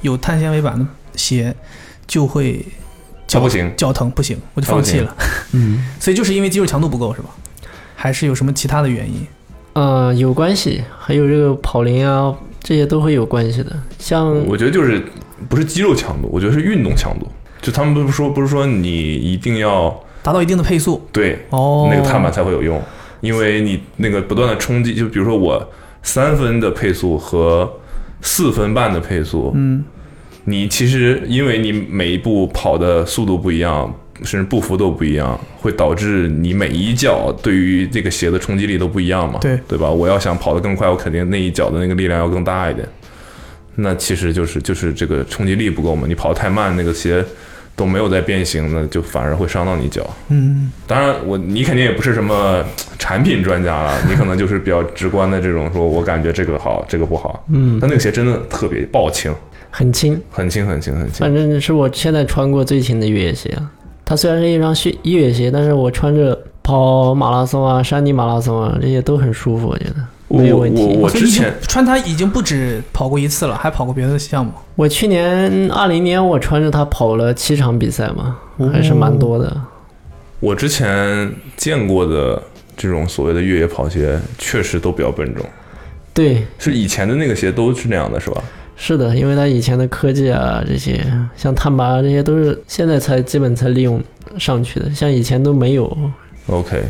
Speaker 3: 有碳纤维板的鞋，就会
Speaker 2: 它
Speaker 3: 脚
Speaker 2: 不行，
Speaker 3: 脚疼不行，我就
Speaker 2: 它不
Speaker 3: 放弃
Speaker 2: 行
Speaker 3: 了。 (laughs)
Speaker 4: 嗯。
Speaker 3: 所以就是因为肌肉强度不够是吧？还是有什么其他的原因？
Speaker 4: 呃，有关系，还有这个跑龄啊，这些都会有关系的。像
Speaker 2: 我觉得就是不是肌肉强度，我觉得是运动强度。就他们不是说不是说你一定要
Speaker 3: 达到一定的配速
Speaker 2: 对
Speaker 3: 哦，
Speaker 2: 那个碳板才会有用，因为你那个不断的冲击，就比如说我三分的配速和四分半的配速，
Speaker 3: 嗯，
Speaker 2: 你其实因为你每一步跑的速度不一样，甚至步幅都不一样，会导致你每一脚对于这个鞋的冲击力都不一样嘛，
Speaker 3: 对
Speaker 2: 对吧？我要想跑得更快，我肯定那一脚的那个力量要更大一点。那其实就是就是这个冲击力不够嘛，你跑得太慢，那个鞋都没有在变形，那就反而会伤到你脚。
Speaker 3: 嗯，
Speaker 2: 当然我，你肯定也不是什么产品专家了，你可能就是比较直观的这种，说我感觉这个好，这个不好。
Speaker 4: 嗯，
Speaker 2: 但那个鞋真的特别爆轻，
Speaker 4: 很轻，
Speaker 2: 很轻很轻很轻
Speaker 4: 反。正是我现在穿过最轻的越野鞋啊。它虽然是一双靴越野鞋，但是我穿着跑马拉松啊、山地马拉松啊，这些都很舒服，我觉得
Speaker 2: 我
Speaker 4: 没有问题。
Speaker 2: 我我
Speaker 3: 所以
Speaker 2: 之
Speaker 3: 你已经
Speaker 2: 前
Speaker 3: 穿它已经不止跑过一次了，还跑过别的项目。
Speaker 4: 我去年二零年我穿着它跑了七场比赛嘛，还是蛮多的。
Speaker 2: 我之前见过的这种所谓的越野跑鞋，确实都比较笨重，
Speaker 4: 对，
Speaker 2: 是以前的那个鞋都是那样的，是吧？
Speaker 4: 是的，因为它以前的科技啊，这些像碳拔啊，这些都是现在才基本才利用上去的，像以前都没有。
Speaker 2: OK，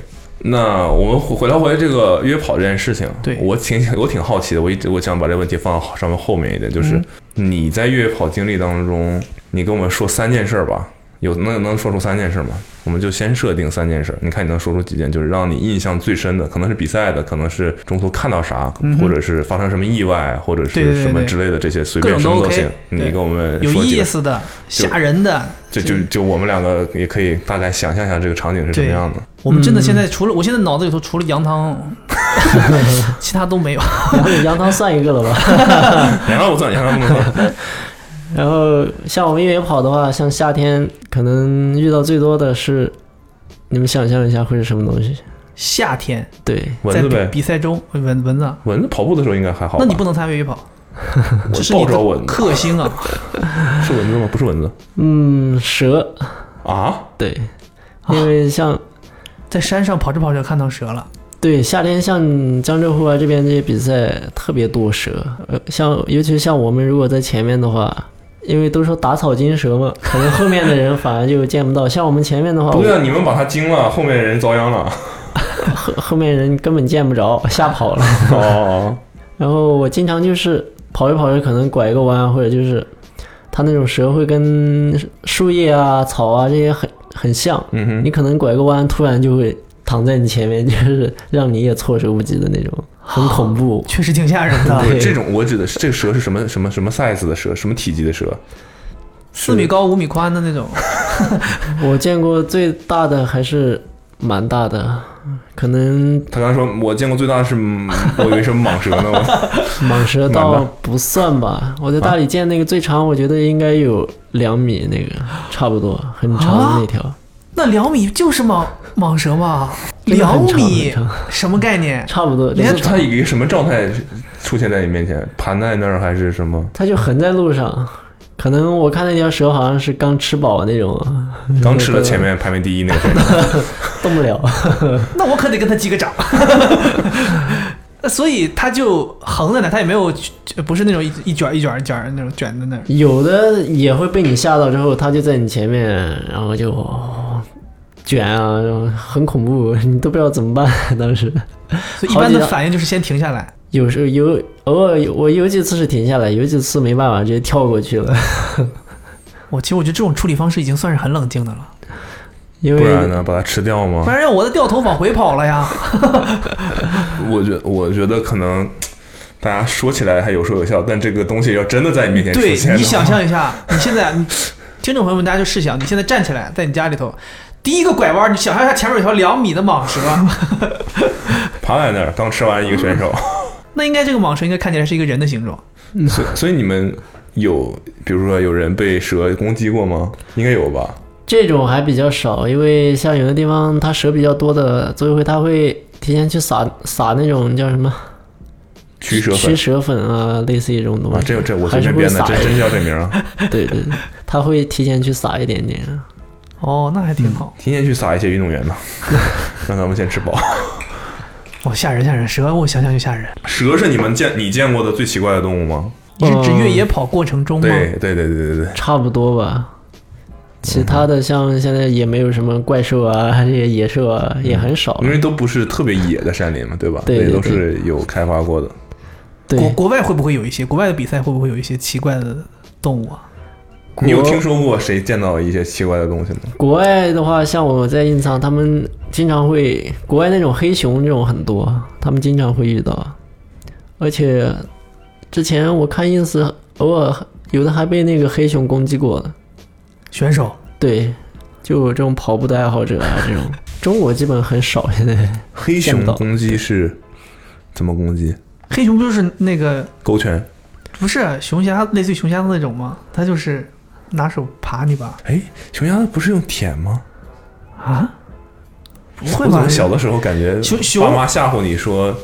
Speaker 2: 那我们回回到回这个约跑这件事情，
Speaker 3: 对
Speaker 2: 我挺我挺好奇的，我一直我想把这个问题放到上面后面一点，
Speaker 3: 嗯
Speaker 2: 就是、你在越野跑经历当中，你跟我们说三件事儿吧，有能能说出三件事吗？我们就先设定三件事，你看你能说出几件，就是让你印象最深的，可能是比赛的，可能是中途看到啥，
Speaker 3: 嗯哼
Speaker 2: 或者是发生什么意外，或者
Speaker 3: 对对
Speaker 2: 是
Speaker 3: 对
Speaker 2: 什么
Speaker 3: 对
Speaker 2: 之类的这些，随
Speaker 3: 各
Speaker 2: 便
Speaker 3: 种
Speaker 2: 什么
Speaker 3: 都
Speaker 2: 都
Speaker 3: OK，
Speaker 2: 行。你
Speaker 3: 对
Speaker 2: 跟我们
Speaker 3: 有
Speaker 2: 说几
Speaker 3: 意
Speaker 2: 个，
Speaker 3: 思的、
Speaker 2: 就
Speaker 3: 吓人的，
Speaker 2: 就就就我们两个也可以大概想象一下这个场景是什么
Speaker 3: 对
Speaker 2: 样的。 (laughs)
Speaker 3: 我们真
Speaker 4: 嗯
Speaker 3: 的现在除了、我现在脑子里头除了羊汤，其他都没有。 (laughs)
Speaker 4: 然后杨涛算一个了吧？
Speaker 2: 两个我算，两个不能算。
Speaker 4: 然后像我们越野跑的话，像夏天可能遇到最多的是，你们想象一下会是什么东西？
Speaker 3: 夏天
Speaker 4: 对，
Speaker 2: 蚊
Speaker 3: 在
Speaker 2: 子
Speaker 3: 比
Speaker 2: 呗，
Speaker 3: 比赛中蚊蚊子啊，
Speaker 2: 蚊子跑步的时候应该还好吧。
Speaker 3: 那你不能参与越野跑，
Speaker 2: 我
Speaker 3: 这是
Speaker 2: 抱
Speaker 3: 你
Speaker 2: 着蚊
Speaker 3: 的 (laughs)
Speaker 2: 子，
Speaker 3: 克星啊！
Speaker 2: 是蚊子吗？不是蚊子
Speaker 4: 嗯，蛇，
Speaker 2: 啊？
Speaker 4: 对，因为像、
Speaker 3: 在山上跑着跑着看到蛇了，
Speaker 4: 对，夏天像江浙沪啊这边这些比赛特别多蛇，呃，像尤其像我们如果在前面的话，因为都说打草惊蛇嘛，可能后面的人反而就见不到。像我们前面的话，
Speaker 2: 不
Speaker 3: 哦
Speaker 2: 对啊，你们把它惊了，后面人遭殃了。
Speaker 4: 我后后面人根本见不着，吓跑了。
Speaker 2: 哦，
Speaker 4: 然后我经常就是跑着跑着，可能拐一个弯，或者就是它那种蛇会跟树叶啊、草啊这些很很像，
Speaker 2: (laughs) 嗯
Speaker 4: 你
Speaker 2: 哼，
Speaker 4: 可能拐个弯，突然就会躺在你前面，就是让你也措手不及的那种，很恐怖。
Speaker 3: 确实挺吓人的。
Speaker 2: (laughs)
Speaker 3: (laughs)
Speaker 2: 对，这种我指的是这个蛇是什么什么什么 size 的蛇，什么体积的蛇？ (laughs)
Speaker 3: 四米高、五米宽的那种，
Speaker 4: 我见过最大的还是蛮大的，可能
Speaker 2: 他刚才说我见过最大的是，嗯我以为是蟒蛇呢，我
Speaker 4: 蟒蛇
Speaker 2: 蛮
Speaker 4: 倒
Speaker 2: 大
Speaker 4: 不算吧。我在大理见那个最长，我觉得应该有两米，那个差不多，很长的那条，
Speaker 3: 那两米就是蟒蟒蛇嘛？
Speaker 4: 真的
Speaker 3: 两
Speaker 4: 很长
Speaker 3: 米
Speaker 4: 很长，
Speaker 3: 什么概念？
Speaker 4: 差不多。
Speaker 3: (laughs) 连
Speaker 4: 就是
Speaker 2: 他以一个什么状态出现在你面前？盘在那儿还是什么？
Speaker 4: 它就横在路上，可能我看那条蛇好像是刚吃饱那种，啊
Speaker 2: 刚吃了前面排名第一那个状态，
Speaker 4: 动不了。
Speaker 3: 那我可得跟他击个掌。 (laughs) 所以他就横在那，他也没有，不是那种一一卷一卷一卷儿那种卷在那儿。
Speaker 4: 有的也会被你吓到之后，它就在你前面，然后就哦卷啊，然后很恐怖，你都不知道怎么办。啊 (laughs) 当时
Speaker 3: 所以一般
Speaker 4: 好
Speaker 3: 的
Speaker 4: 几
Speaker 3: 反应就是先停下来。
Speaker 4: 有时候有偶尔有我有几次是停下来，有几次没办法直接跳过去了， (laughs)
Speaker 3: 我其实我觉得这种处理方式已经算是很冷静的了，
Speaker 4: 因
Speaker 2: 不然
Speaker 4: 为
Speaker 2: 呢，把它吃掉吗
Speaker 3: 不？然让我的掉头往回跑了呀。
Speaker 2: 我觉我觉得可能大家说起来还有说有笑，但这个东西要真的在你面前出
Speaker 3: 对
Speaker 2: 现，
Speaker 3: 你想，象一下，你现在，你听众朋友们，大家就试想，你现在站起来，在你家里头，第一个拐弯，你想象一下前面有条两米的蟒 (laughs) 蛇，
Speaker 2: 趴在那儿刚吃完一个选手，
Speaker 3: 那应该这个蟒蛇应该看起来是一个人的形状。
Speaker 2: (laughs)
Speaker 4: 嗯
Speaker 2: 所以所以你们有比如说有人被蛇攻击过吗？应该有吧？
Speaker 4: 这种还比较少，因为像有的地方它蛇比较多的，所以会它会提前去撒撒那种叫什么
Speaker 2: 驱蛇
Speaker 4: 驱
Speaker 2: 粉
Speaker 4: 蛇粉啊，类似于这种东西。
Speaker 2: 啊，这这我
Speaker 4: 还
Speaker 2: 随
Speaker 4: 是
Speaker 2: 便编
Speaker 4: 会
Speaker 2: 的，
Speaker 4: 撒
Speaker 2: 真
Speaker 4: 一
Speaker 2: 真叫这名儿，啊
Speaker 4: 对对，对它会提前去撒一点点。
Speaker 3: 哦，那还挺好。
Speaker 2: 提前去撒一些运动
Speaker 4: (laughs)
Speaker 2: 员呢，让他们先吃饱。
Speaker 3: 哇、哦吓人吓人，蛇我想想就吓人。
Speaker 2: 蛇是你们见你见过的最奇怪的动物吗？
Speaker 3: 你是指
Speaker 4: 嗯
Speaker 3: 越野跑过程中吗？
Speaker 2: 对对对对对对，
Speaker 4: 差不多吧。其他
Speaker 2: 嗯
Speaker 4: 的像现在也没有什么怪兽啊，还是野兽啊，也很少
Speaker 2: 嗯因。为都不是特别野的山林嘛，对吧？
Speaker 4: 对
Speaker 2: 也
Speaker 4: 对
Speaker 2: 都是有开发过的。
Speaker 3: 国
Speaker 4: 对，
Speaker 3: 国外会不会有一些国外的比赛会不会有一些奇怪的动物啊？
Speaker 2: 你有听说过谁见到一些奇怪的东西吗？
Speaker 4: 国外的话，像我在印仓，他们经常会国外那种黑熊这种很多，他们经常会遇到。而且之前我看 ins，偶尔有的还被那个黑熊攻击过的。
Speaker 3: 选手
Speaker 4: 对，就有这种跑步的爱好者啊，
Speaker 2: (laughs)
Speaker 4: 这种中国基本很少现在。
Speaker 2: 黑
Speaker 4: 见
Speaker 2: 熊
Speaker 4: 不到
Speaker 2: 攻击是怎么攻击？
Speaker 3: 黑熊不就是那个
Speaker 2: 勾拳？
Speaker 3: 不是啊熊瞎，类似于熊瞎子那种吗？它就是拿手爬你吧？
Speaker 2: 哎，熊鸭子不是用舔吗？
Speaker 3: 啊？不会
Speaker 2: 我怎
Speaker 3: 吧
Speaker 2: 么？小的时候感觉
Speaker 3: 熊熊
Speaker 2: 爸妈吓唬你说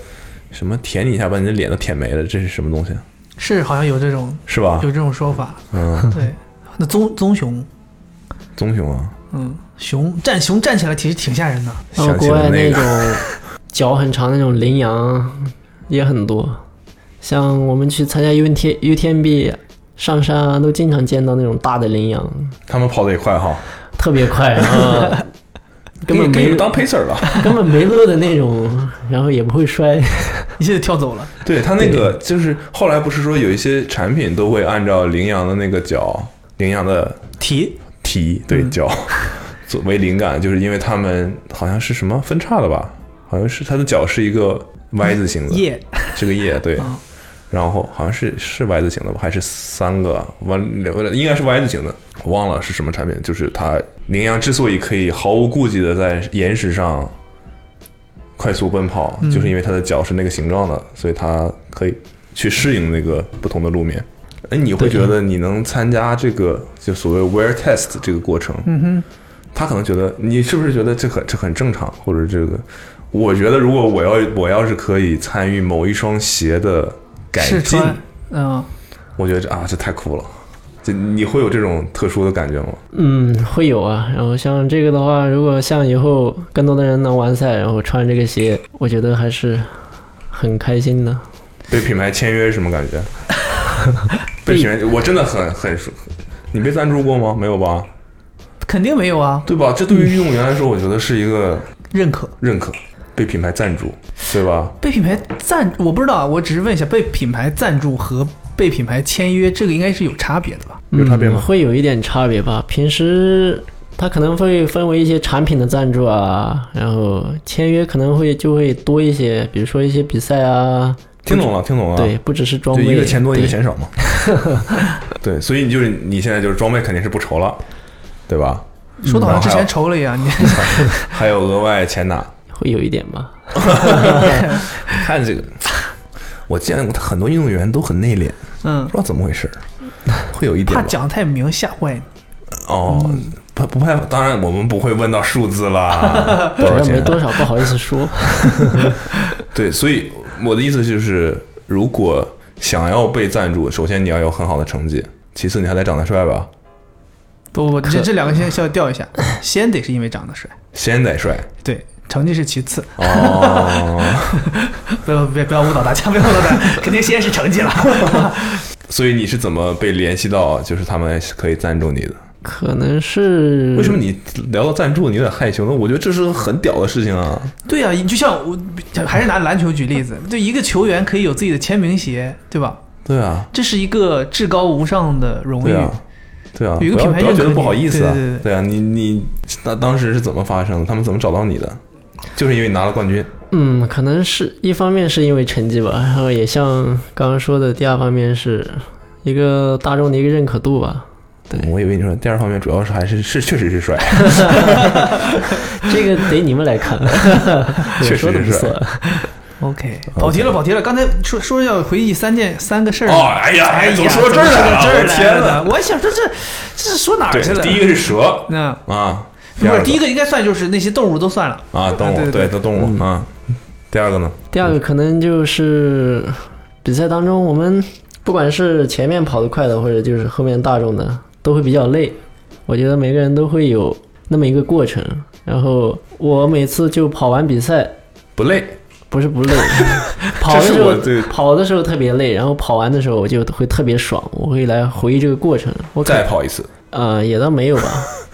Speaker 2: 什么舔你一下把你的脸都舔没了，这是什么东西？啊
Speaker 3: 是好像有这种
Speaker 2: 是吧
Speaker 3: 有？这种说法，
Speaker 2: 嗯，
Speaker 3: 对。那棕棕熊，
Speaker 2: 棕熊啊，
Speaker 3: 嗯，熊站熊站起来其实挺吓人的。
Speaker 4: 然后
Speaker 2: 想起
Speaker 4: 国
Speaker 2: 了
Speaker 4: 外
Speaker 2: 那
Speaker 4: 那
Speaker 2: 个
Speaker 4: 种
Speaker 2: (laughs)
Speaker 4: 脚很长的那种羚羊也很多，像我们去参加 UT UTMB 上山啊，都经常见到那种大的羚羊，
Speaker 2: 他们跑得也快哈，
Speaker 4: 特
Speaker 2: (laughs)
Speaker 4: 别快，然后根本
Speaker 2: 可以可
Speaker 4: 没
Speaker 2: 以当 pacer 了。
Speaker 4: (laughs) 根本没路的那种，然后也不
Speaker 2: (laughs)
Speaker 4: 会摔。
Speaker 3: 一下就跳走了，
Speaker 2: 对他那个就是后来不是说有一些产品都会按照羚羊的那个脚、羚羊的
Speaker 3: 蹄
Speaker 2: 蹄对脚作为灵感，就是因为他们好像是什么分叉的吧，好像是它的脚是一个 Y 字形的，
Speaker 3: 叶
Speaker 2: (laughs) 是个叶对
Speaker 3: 啊，
Speaker 2: 然后好像是是 Y 字形的吧，还是三个弯应该是 Y 字形的，我忘了是什么产品，就是它羚羊之所以可以毫无顾忌的在岩石上。快速奔跑，
Speaker 3: 嗯
Speaker 2: 就是因为它的脚是那个形状的，所以它可以去适应那个不同的路面。哎，你会
Speaker 4: 对
Speaker 2: 觉得你能参加这个就所谓 wear test 这个过程，嗯哼，他可能觉得你是不是觉得这很这很正常，或者这个，我觉得如果我要我要是可以参与某一双鞋的改
Speaker 3: 试
Speaker 2: 进，
Speaker 3: 穿，嗯，
Speaker 2: 我觉得这啊这太酷了，就你会有这种特殊的感觉吗？
Speaker 4: 嗯，会有啊。然后像这个的话，如果像以后更多的人能完赛，然后穿这个鞋，我觉得还是很开心的。
Speaker 2: 被品牌签约是什么
Speaker 3: (laughs)
Speaker 2: 感觉？被
Speaker 4: 被
Speaker 2: 品牌，我真的很很，你被赞助过吗？没有吧？
Speaker 3: 肯定没有啊，
Speaker 2: 对吧？这对于运动员来说，我觉得是一个
Speaker 3: 认可。
Speaker 2: 认可，被品牌赞助，对吧？
Speaker 3: 被品牌赞，我不知道啊，我只是问一下，被品牌赞助和被品牌签约，这个应该是有差别的吧？
Speaker 2: 有差别吗
Speaker 4: 嗯？会有一点差别吧。平时它可能会分为一些产品的赞助啊，然后签约可能会就会多一些，比如说一些比赛啊，
Speaker 2: 听懂了，听懂了。
Speaker 4: 对，，不只是装
Speaker 2: 就
Speaker 4: 备，
Speaker 2: 一个钱多，一个
Speaker 4: 对
Speaker 2: 钱少
Speaker 4: (laughs)
Speaker 2: 嘛。对，所以你就是你现在就是装备肯定是不愁了，对吧？
Speaker 5: 说的好像之
Speaker 2: 然后还
Speaker 5: 前
Speaker 2: 有
Speaker 5: 抽了一样，
Speaker 2: (laughs)
Speaker 5: 你
Speaker 2: 还有额外钱拿。
Speaker 4: 会有一点吧。
Speaker 2: 看这个，我见过很多运动员都很内敛，
Speaker 5: 嗯
Speaker 2: 不，知道怎么回事儿，会有一点
Speaker 5: 怕
Speaker 2: 吧
Speaker 5: 讲太明吓坏你。
Speaker 2: 哦。怕不怕？当然，我们不会问到数字啦，
Speaker 4: (laughs)
Speaker 2: 多
Speaker 4: 主
Speaker 2: 少
Speaker 4: 要没
Speaker 2: 钱？啊
Speaker 4: 多少，不好意
Speaker 2: (laughs)
Speaker 4: 思说。
Speaker 2: 对，所以我的意思就是，如果想要被赞助，首先你要有很好的成绩，其次你还得长得帅吧，
Speaker 5: 不
Speaker 2: (laughs)
Speaker 5: 不，这这两个先先要调一下，先得是因为长得帅，
Speaker 2: 先得帅
Speaker 5: 对，成绩是其次。
Speaker 2: 哦。
Speaker 5: (laughs) 不要别不要误导大家，不要误导大
Speaker 2: (laughs)
Speaker 5: 家，肯定先是成绩了。
Speaker 2: 所以你是怎么被联系到，就是他们可以赞助你的？
Speaker 4: 可能是
Speaker 2: 为什么你聊到赞助，你有点害羞呢？我觉得这是很屌的事情啊！
Speaker 5: 对呀、你就像我还是拿篮球举例子，就一个球员可以有自己的签名鞋，对吧？
Speaker 2: 对啊，
Speaker 5: 这是一个至高无上的荣誉。
Speaker 2: 对啊，对啊，
Speaker 5: 有一个
Speaker 2: 不要
Speaker 5: 品牌
Speaker 2: 不要
Speaker 5: 认
Speaker 2: 觉
Speaker 5: 可
Speaker 2: 得不
Speaker 5: 你
Speaker 2: 好意思啊，
Speaker 5: 对对对对
Speaker 2: 啊，你你那当时是怎么发生的？他们怎么找到你的？就是因为你拿了冠军，
Speaker 4: 嗯，可能是一方面是因为成绩吧，然后也像刚刚说的，第二方面是一个大众的一个认可度吧。对
Speaker 2: 我以为你说第二方面主要是还是是确实是 (laughs) 帅，
Speaker 4: 这个得你们来看，
Speaker 2: (laughs)
Speaker 4: (laughs)
Speaker 2: 确
Speaker 4: 我说的
Speaker 2: 实
Speaker 4: 不
Speaker 2: 是
Speaker 4: 算。
Speaker 5: OK，跑题了，跑题了。刚才说说要回忆三件三个事儿。
Speaker 2: 哦哎呀
Speaker 5: 哎呀，
Speaker 2: 怎么说到
Speaker 5: 这
Speaker 2: 这儿来了
Speaker 5: 这儿
Speaker 2: 我
Speaker 5: 来
Speaker 2: 天
Speaker 5: 了
Speaker 2: 哪
Speaker 5: 呢？我还想说这这是说哪儿
Speaker 2: 对
Speaker 5: 去，了？
Speaker 2: 第一个是蛇
Speaker 5: 那
Speaker 2: 啊，
Speaker 5: 不
Speaker 2: 二
Speaker 5: 是第一个应该算就是那些动物都算了。
Speaker 2: 啊动
Speaker 5: 啊
Speaker 2: 物
Speaker 5: 对对
Speaker 2: 都动物啊，第二个呢？
Speaker 4: 第二个可能就是比赛当中，我们 (laughs) 不管是前面跑得快的，或者就是后面大众的，都会比较累。我觉得每个人都会有那么一个过程。然后我每次就跑完比赛，
Speaker 2: 不累，
Speaker 4: 不是不
Speaker 2: (laughs)
Speaker 4: 累，跑的
Speaker 2: 这
Speaker 4: 时
Speaker 2: 是
Speaker 4: 候
Speaker 2: 我对
Speaker 4: 跑的时候特别累，然后跑完的时候我就会特别爽，我会来回忆这个过程。我
Speaker 2: 再
Speaker 4: 感
Speaker 2: 跑一次，
Speaker 4: 呃也倒没
Speaker 2: (laughs)
Speaker 4: 有吧，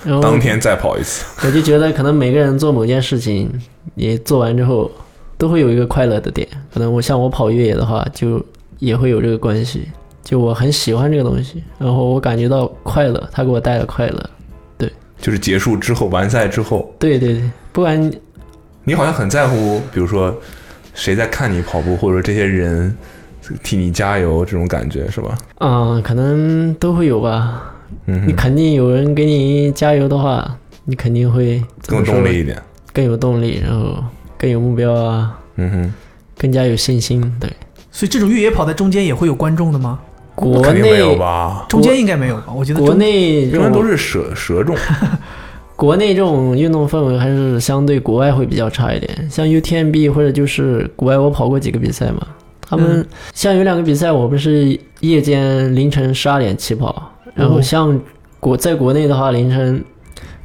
Speaker 4: 然后
Speaker 2: 当天再跑一次，
Speaker 4: 我就觉得可能每个人做某件事情，你做完之后都会有一个快乐的点。可能我像我跑越野的话，就也会有这个关系。就我很喜欢这个东西，然后我感觉到快乐，它给我带来快乐。
Speaker 2: 就是结束之后完赛之后，
Speaker 4: 对对对，不管
Speaker 2: 你好像很在乎，比如说谁在看你跑步，或者说这些人替你加油这种感觉是吧？
Speaker 4: 嗯、可能都会有吧。
Speaker 2: 嗯
Speaker 4: 你
Speaker 2: 哼，
Speaker 4: 肯定有人给你加油的话，你肯定会
Speaker 2: 更有动力，一点，
Speaker 4: 更有动力，然后更有目标啊，
Speaker 2: 嗯哼。
Speaker 4: 更加有信心。对，
Speaker 5: 所以这种越野跑在中间也会有观众的吗？
Speaker 4: 国
Speaker 2: 肯定没
Speaker 4: 内
Speaker 2: 有吧？
Speaker 5: 中间应该没有吧？我觉得
Speaker 4: 国
Speaker 5: 中
Speaker 4: 内
Speaker 2: 一
Speaker 4: 这
Speaker 2: 般
Speaker 4: 种
Speaker 2: 都是蛇蛇
Speaker 4: (laughs)
Speaker 2: 中，
Speaker 4: 国内这种运动氛围还是相对国外会比较差一点，像 UTMB 或者就是国外，我跑过几个比赛嘛，他们、
Speaker 5: 嗯
Speaker 4: 像有两个比赛，我们是夜间凌晨十二点起跑，然后
Speaker 5: 哦
Speaker 4: 像国在国内的话，凌晨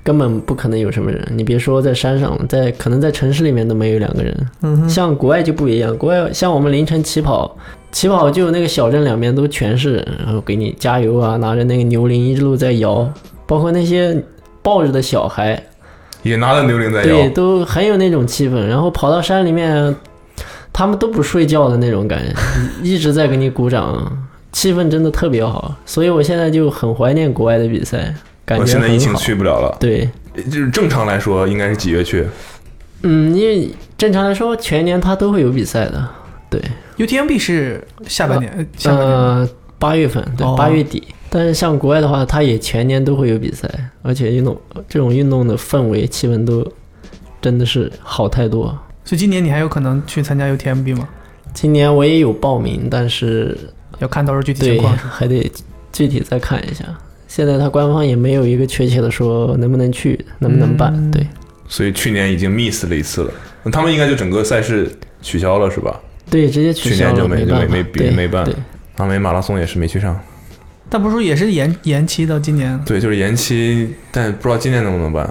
Speaker 4: 根本不可能有什么人，你别说在山上，在可能在城市里面都没有两个人，
Speaker 5: 嗯哼
Speaker 4: 像国外就不一样，国外像我们凌晨起跑，起跑就那个小镇两边都全是人，然后给你加油啊，拿着那个牛铃一路在摇，包括那些抱着的小孩，
Speaker 2: 也拿着牛铃在
Speaker 4: 对，
Speaker 2: 摇。
Speaker 4: 都很有那种气氛。然后跑到山里面，他们都不睡觉的那种感觉， (laughs) 一直在给你鼓掌，气氛真的特别好。所以我现在就很怀念国外的比赛，感
Speaker 2: 我
Speaker 4: 觉
Speaker 2: 现在疫
Speaker 4: 很
Speaker 2: 情
Speaker 4: 好。
Speaker 2: 去不了了，
Speaker 4: 对，
Speaker 2: 就是正常来说应该是几月去？
Speaker 4: 嗯，因为正常来说全年它都会有比赛的，对。
Speaker 5: UTMB 是下半年，呃下半年。
Speaker 4: 呃，八月份，对
Speaker 5: 哦，
Speaker 4: 八、月底。但是像国外的话，它也全年都会有比赛，而且运动这种运动的氛围气氛都真的是好太多。
Speaker 5: 所以今年你还有可能去参加 UTMB 吗？
Speaker 4: 今年我也有报名，但是
Speaker 5: 要看到时候具体情
Speaker 4: 对
Speaker 5: 况。
Speaker 4: 还得具体再看一下。现在它官方也没有一个确切的说能不能去，能不能办。
Speaker 5: 嗯
Speaker 4: 对
Speaker 2: 所以去年已经 miss 了一次了。那他们应该就整个赛事取消了是吧？
Speaker 4: 对，直接取
Speaker 2: 去
Speaker 4: 消
Speaker 2: 年就
Speaker 4: 了，
Speaker 2: 没就
Speaker 4: 办
Speaker 2: 没
Speaker 4: 法，
Speaker 2: 没比
Speaker 4: 对
Speaker 2: 没办
Speaker 4: 对，
Speaker 2: 阿美马拉松也是没去上，
Speaker 5: 但不是说也是延延期到今年？
Speaker 2: 对，就是延期，但不知道今年能不能办，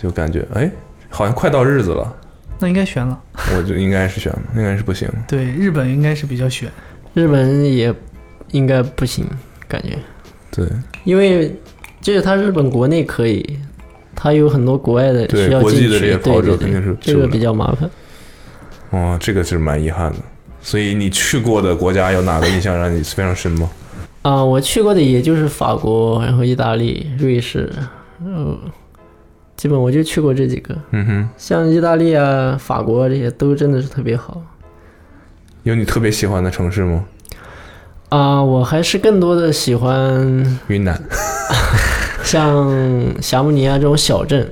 Speaker 2: 就感觉哎，好像快到日子了，
Speaker 5: 那应该悬了。
Speaker 2: 我就应该是选，应该是不行。
Speaker 5: 对，日本应该是比较
Speaker 2: (laughs)
Speaker 5: 悬。
Speaker 4: 日本也应该不行，感觉。
Speaker 2: 对
Speaker 4: 因为就是它日本国内可以，它有很多国外的
Speaker 2: 对
Speaker 4: 需要
Speaker 2: 国际
Speaker 4: 进
Speaker 2: 的
Speaker 4: 去，
Speaker 2: 这些
Speaker 4: 对
Speaker 2: 跑者
Speaker 4: 对
Speaker 2: 肯定
Speaker 4: 对
Speaker 2: 是，
Speaker 4: 这
Speaker 2: 受不
Speaker 4: 个
Speaker 2: 了
Speaker 4: 比较麻烦。
Speaker 2: (laughs) 哦，这个是蛮遗憾的。所以你去过的国家有哪个印象让你非常深吗？
Speaker 4: 啊、我去过的也就是法国，然后意大利、瑞士，嗯，基本我就去过这几个。
Speaker 2: 嗯哼，
Speaker 4: 像意大利啊、法国啊这些都真的是特别好
Speaker 2: 有你特别喜欢的城市吗？
Speaker 4: 啊、我还是更多的喜欢 (laughs)
Speaker 2: 云南。
Speaker 4: 像霞慕尼亚这种小镇，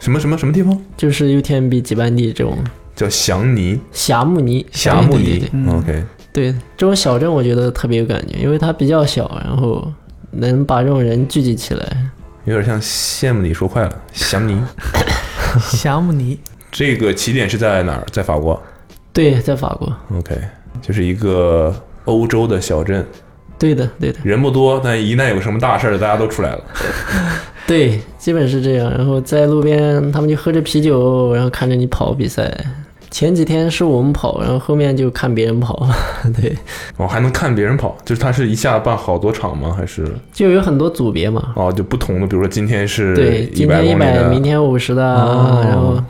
Speaker 2: 什么什么什么地方
Speaker 4: 就是 UTMB 吉班地这种
Speaker 2: 叫祥尼
Speaker 4: 霞慕尼，
Speaker 2: 霞慕尼嗯
Speaker 4: 对对对
Speaker 2: ？OK，
Speaker 4: 对这种小镇，我觉得特别有感觉，因为它比较小，然后能把这种人聚集起来。
Speaker 2: 有点像羡慕你说快了，祥尼。
Speaker 3: 霞慕尼，
Speaker 2: 这个起点是在哪儿？在法国。
Speaker 4: 对，在法国，
Speaker 2: OK，就是一个欧洲的小镇，
Speaker 4: 对的，对的，
Speaker 2: 人不多，但一旦有个什么大事儿，大家都出来了。
Speaker 4: 对，基本是这样。然后在路边，他们就喝着啤酒，然后看着你跑比赛。前几天是我们跑，然后后面就看别人跑。 (laughs) 对，
Speaker 2: 哦，还能看别人跑，就是他是一下办好多场吗？还是
Speaker 4: 就有很多组别嘛。
Speaker 2: 哦，就不同的，比如说今天是
Speaker 4: 对，今
Speaker 2: 100
Speaker 4: 天一
Speaker 2: 公里
Speaker 4: 百，
Speaker 2: 的，
Speaker 4: 明天五十的啊，
Speaker 2: 哦
Speaker 4: 然后，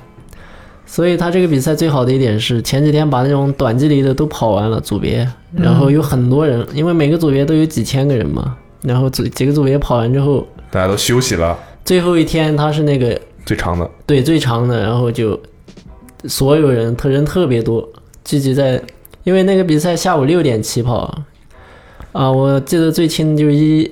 Speaker 4: 所以他这个比赛最好的一点是前几天把那种短距离的都跑完了组别，然后有很多人，因为每个组别都有几千个人嘛，然后组几个组别跑完之后，
Speaker 2: 大家都休息了，
Speaker 4: 最后一天他是那个
Speaker 2: 最长的
Speaker 4: 对最长的，然后就所有人特人特别多，聚集在，因为那个比赛下午六点起跑，啊，我记得最清就是一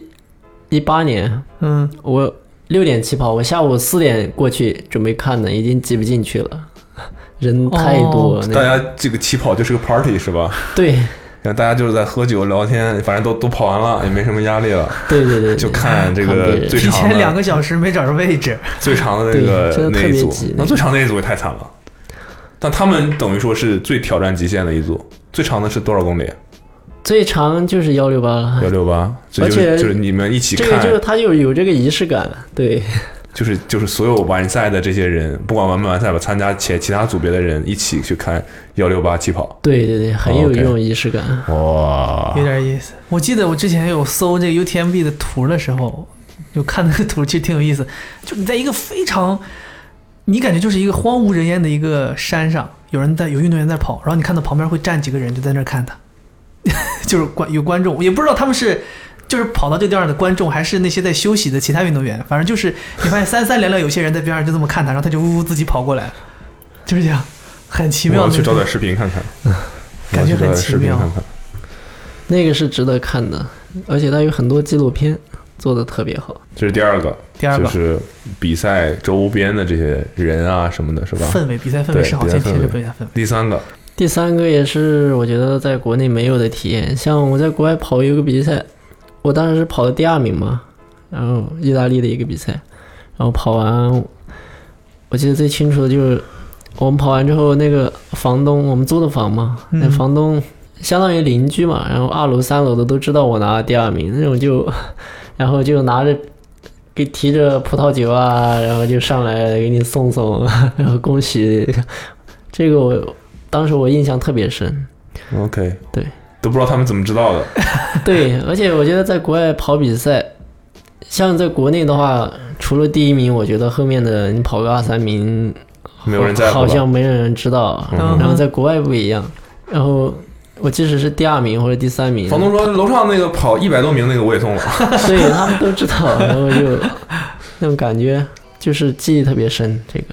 Speaker 4: 一八年，
Speaker 3: 嗯，
Speaker 4: 我六点起跑，我下午四点过去准备看的，已经挤不进去了，人太多了。那
Speaker 2: 大家这个起跑就是个 party 是吧？
Speaker 4: 对
Speaker 2: 然后大家就是在喝酒聊天，反正都都跑完了，也没什么压力
Speaker 4: (laughs)
Speaker 2: 了，
Speaker 4: 对对对，
Speaker 2: 就看这
Speaker 4: 看别
Speaker 2: 个
Speaker 4: 人
Speaker 2: 最
Speaker 3: 提
Speaker 2: 长
Speaker 3: 前两
Speaker 2: 的
Speaker 3: 个小时没找着位置，
Speaker 2: 最长的那
Speaker 4: 对
Speaker 2: 个
Speaker 4: 真的
Speaker 2: 那
Speaker 4: 特
Speaker 2: 一
Speaker 4: 别
Speaker 2: 组
Speaker 4: 挤，
Speaker 2: 那最长那一组也太惨了。但他们等于说是最挑战极限的一组，最长的是多少公里？
Speaker 4: 最长就是幺六八了。
Speaker 2: 幺六八，这就
Speaker 4: 而且
Speaker 2: 是就是你们一起
Speaker 4: 这个
Speaker 2: 看，
Speaker 4: 就是它就有这个仪式感，对
Speaker 2: 就是就是所有完赛的这些人，不管完不完赛吧，参加且其他组别的人一起去看幺六八起跑。
Speaker 4: 对对对，很
Speaker 2: 哦
Speaker 4: 有
Speaker 2: OK
Speaker 4: 这种仪式感。
Speaker 2: 哇
Speaker 3: 有点意思。我记得我之前有搜这个 UTMB 的图的时候，就看那个图其实挺有意思，就你在一个非常，你感觉就是一个荒无人烟的一个山上，有人在有运动员在跑，然后你看到旁边会站几个人就在那儿看他， (laughs) 就是观有观众，也不知道他们是。就是跑到这个地方的观众，还是那些在休息的其他运动员，反正就是你发现三三两两有些人在边上就这么看他，然后他就呜呜自己跑过来，就是这样，很奇
Speaker 2: 我
Speaker 3: 妙
Speaker 2: 要
Speaker 3: 的。
Speaker 2: 去找点视频看看，
Speaker 3: 感
Speaker 2: 我要去
Speaker 3: 觉
Speaker 2: 找点
Speaker 3: 很奇
Speaker 2: 视频
Speaker 3: 妙
Speaker 2: 看看。
Speaker 4: 那个是值得看的，而且它有很多纪录片做的特别好。
Speaker 2: 这是第二个，
Speaker 3: 第二个
Speaker 2: 就是比赛周边的这些人啊什么的，是吧？
Speaker 3: 氛围，比赛氛围
Speaker 2: 对
Speaker 3: 是好，
Speaker 2: 比赛
Speaker 3: 先提
Speaker 2: 氛围嗯
Speaker 3: 这比赛氛围。
Speaker 2: 第三个，
Speaker 4: 第三个也是我觉得在国内没有的体验，像我在国外跑有个比赛，我当时是跑的第二名嘛，然后意大利的一个比赛，然后跑完，我记得最清楚的就是我们跑完之后，那个房东我们租的房嘛，那
Speaker 3: 嗯
Speaker 4: 房东相当于邻居嘛，然后二楼三楼的都知道我拿了第二名，那种就，然后就拿着。给提着葡萄酒啊，然后就上来给你送送，啊然后恭喜。这个我当时我印象特别深，
Speaker 2: OK，
Speaker 4: 对，
Speaker 2: 都不知道他们怎么知道的。
Speaker 4: 对， (laughs) 而且我觉得在国外跑比赛，像在国内的话，除了第一名，我觉得后面的你跑个二三名，
Speaker 2: 没有人在乎
Speaker 4: 好
Speaker 2: 了
Speaker 4: 像没有人知道。
Speaker 3: 嗯
Speaker 4: 然后在国外不一样，然后我即使是第二名或者第三名，
Speaker 2: 房东说楼上那个跑一百多名那个我也送了，
Speaker 4: 对他们都知道，然后就那种感觉就是记忆特别深。这个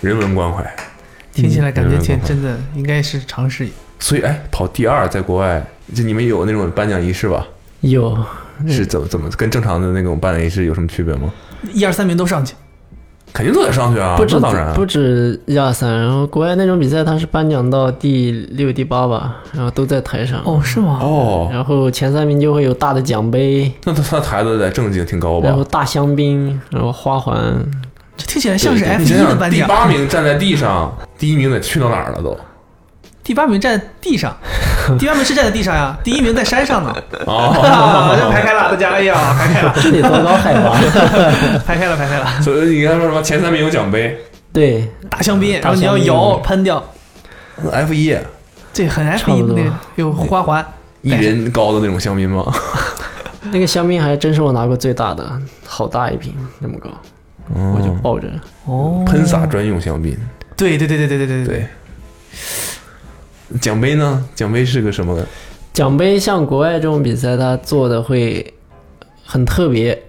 Speaker 2: 人文关怀。
Speaker 3: 听起来感觉
Speaker 2: 嗯
Speaker 3: 挺真的，应该是尝试。
Speaker 2: 所以哎，跑第二在国外，就你们有那种颁奖仪式吧？
Speaker 4: 有
Speaker 3: 嗯
Speaker 2: 是怎么怎么跟正常的那种办理是有什么区别吗？
Speaker 3: 一二三名都上去，
Speaker 2: 肯定都得上去啊，
Speaker 4: 不止、
Speaker 2: 那当然啊
Speaker 4: 不止亚三，然后国外那种比赛，他是颁奖到第六、第八吧，然后都在台上。
Speaker 3: 哦，是
Speaker 4: 啊
Speaker 3: 吗？
Speaker 2: 哦，
Speaker 4: 然后前三名就会有大的奖杯，
Speaker 2: 那他他抬的得正经挺高吧
Speaker 4: 然？后大香槟，然后花环，
Speaker 3: 这听起来像是
Speaker 4: 对
Speaker 3: F
Speaker 2: 你
Speaker 3: 一
Speaker 2: 想
Speaker 3: 的啊
Speaker 2: 想，
Speaker 3: 颁
Speaker 2: 第
Speaker 3: 奖。
Speaker 2: 八名站在地上，第一名得去到哪儿了都？
Speaker 3: 第八名站在地上，第八名是站在地上呀，第一名在山上呢。
Speaker 2: (laughs)
Speaker 3: 啊，这排
Speaker 2: 哦，
Speaker 3: 开了，大家，哎 (laughs) 呀，排开了，
Speaker 4: 这得多高海拔？
Speaker 3: 排开了，排开了。
Speaker 2: 所以你刚才说什么？前三名有奖杯
Speaker 4: (laughs) 对，
Speaker 3: 大香槟，然后你
Speaker 4: 大
Speaker 3: 要
Speaker 4: 香槟
Speaker 3: 摇喷掉，
Speaker 2: ，F 一
Speaker 3: 这很 F
Speaker 4: 差
Speaker 3: 一
Speaker 4: 不多
Speaker 3: 那个有花环，
Speaker 2: 一人高的那种香槟吗？
Speaker 3: 哦
Speaker 4: 那个香槟还真是我拿过最大的，好大一瓶，那么高，
Speaker 2: 嗯
Speaker 4: 我就抱着。
Speaker 3: 哦，
Speaker 2: 喷洒。专用香槟，
Speaker 3: 对对对对对对对
Speaker 2: 对。奖杯呢？奖杯是个什么？
Speaker 4: 奖杯像国外这种比赛，它做的会很特别。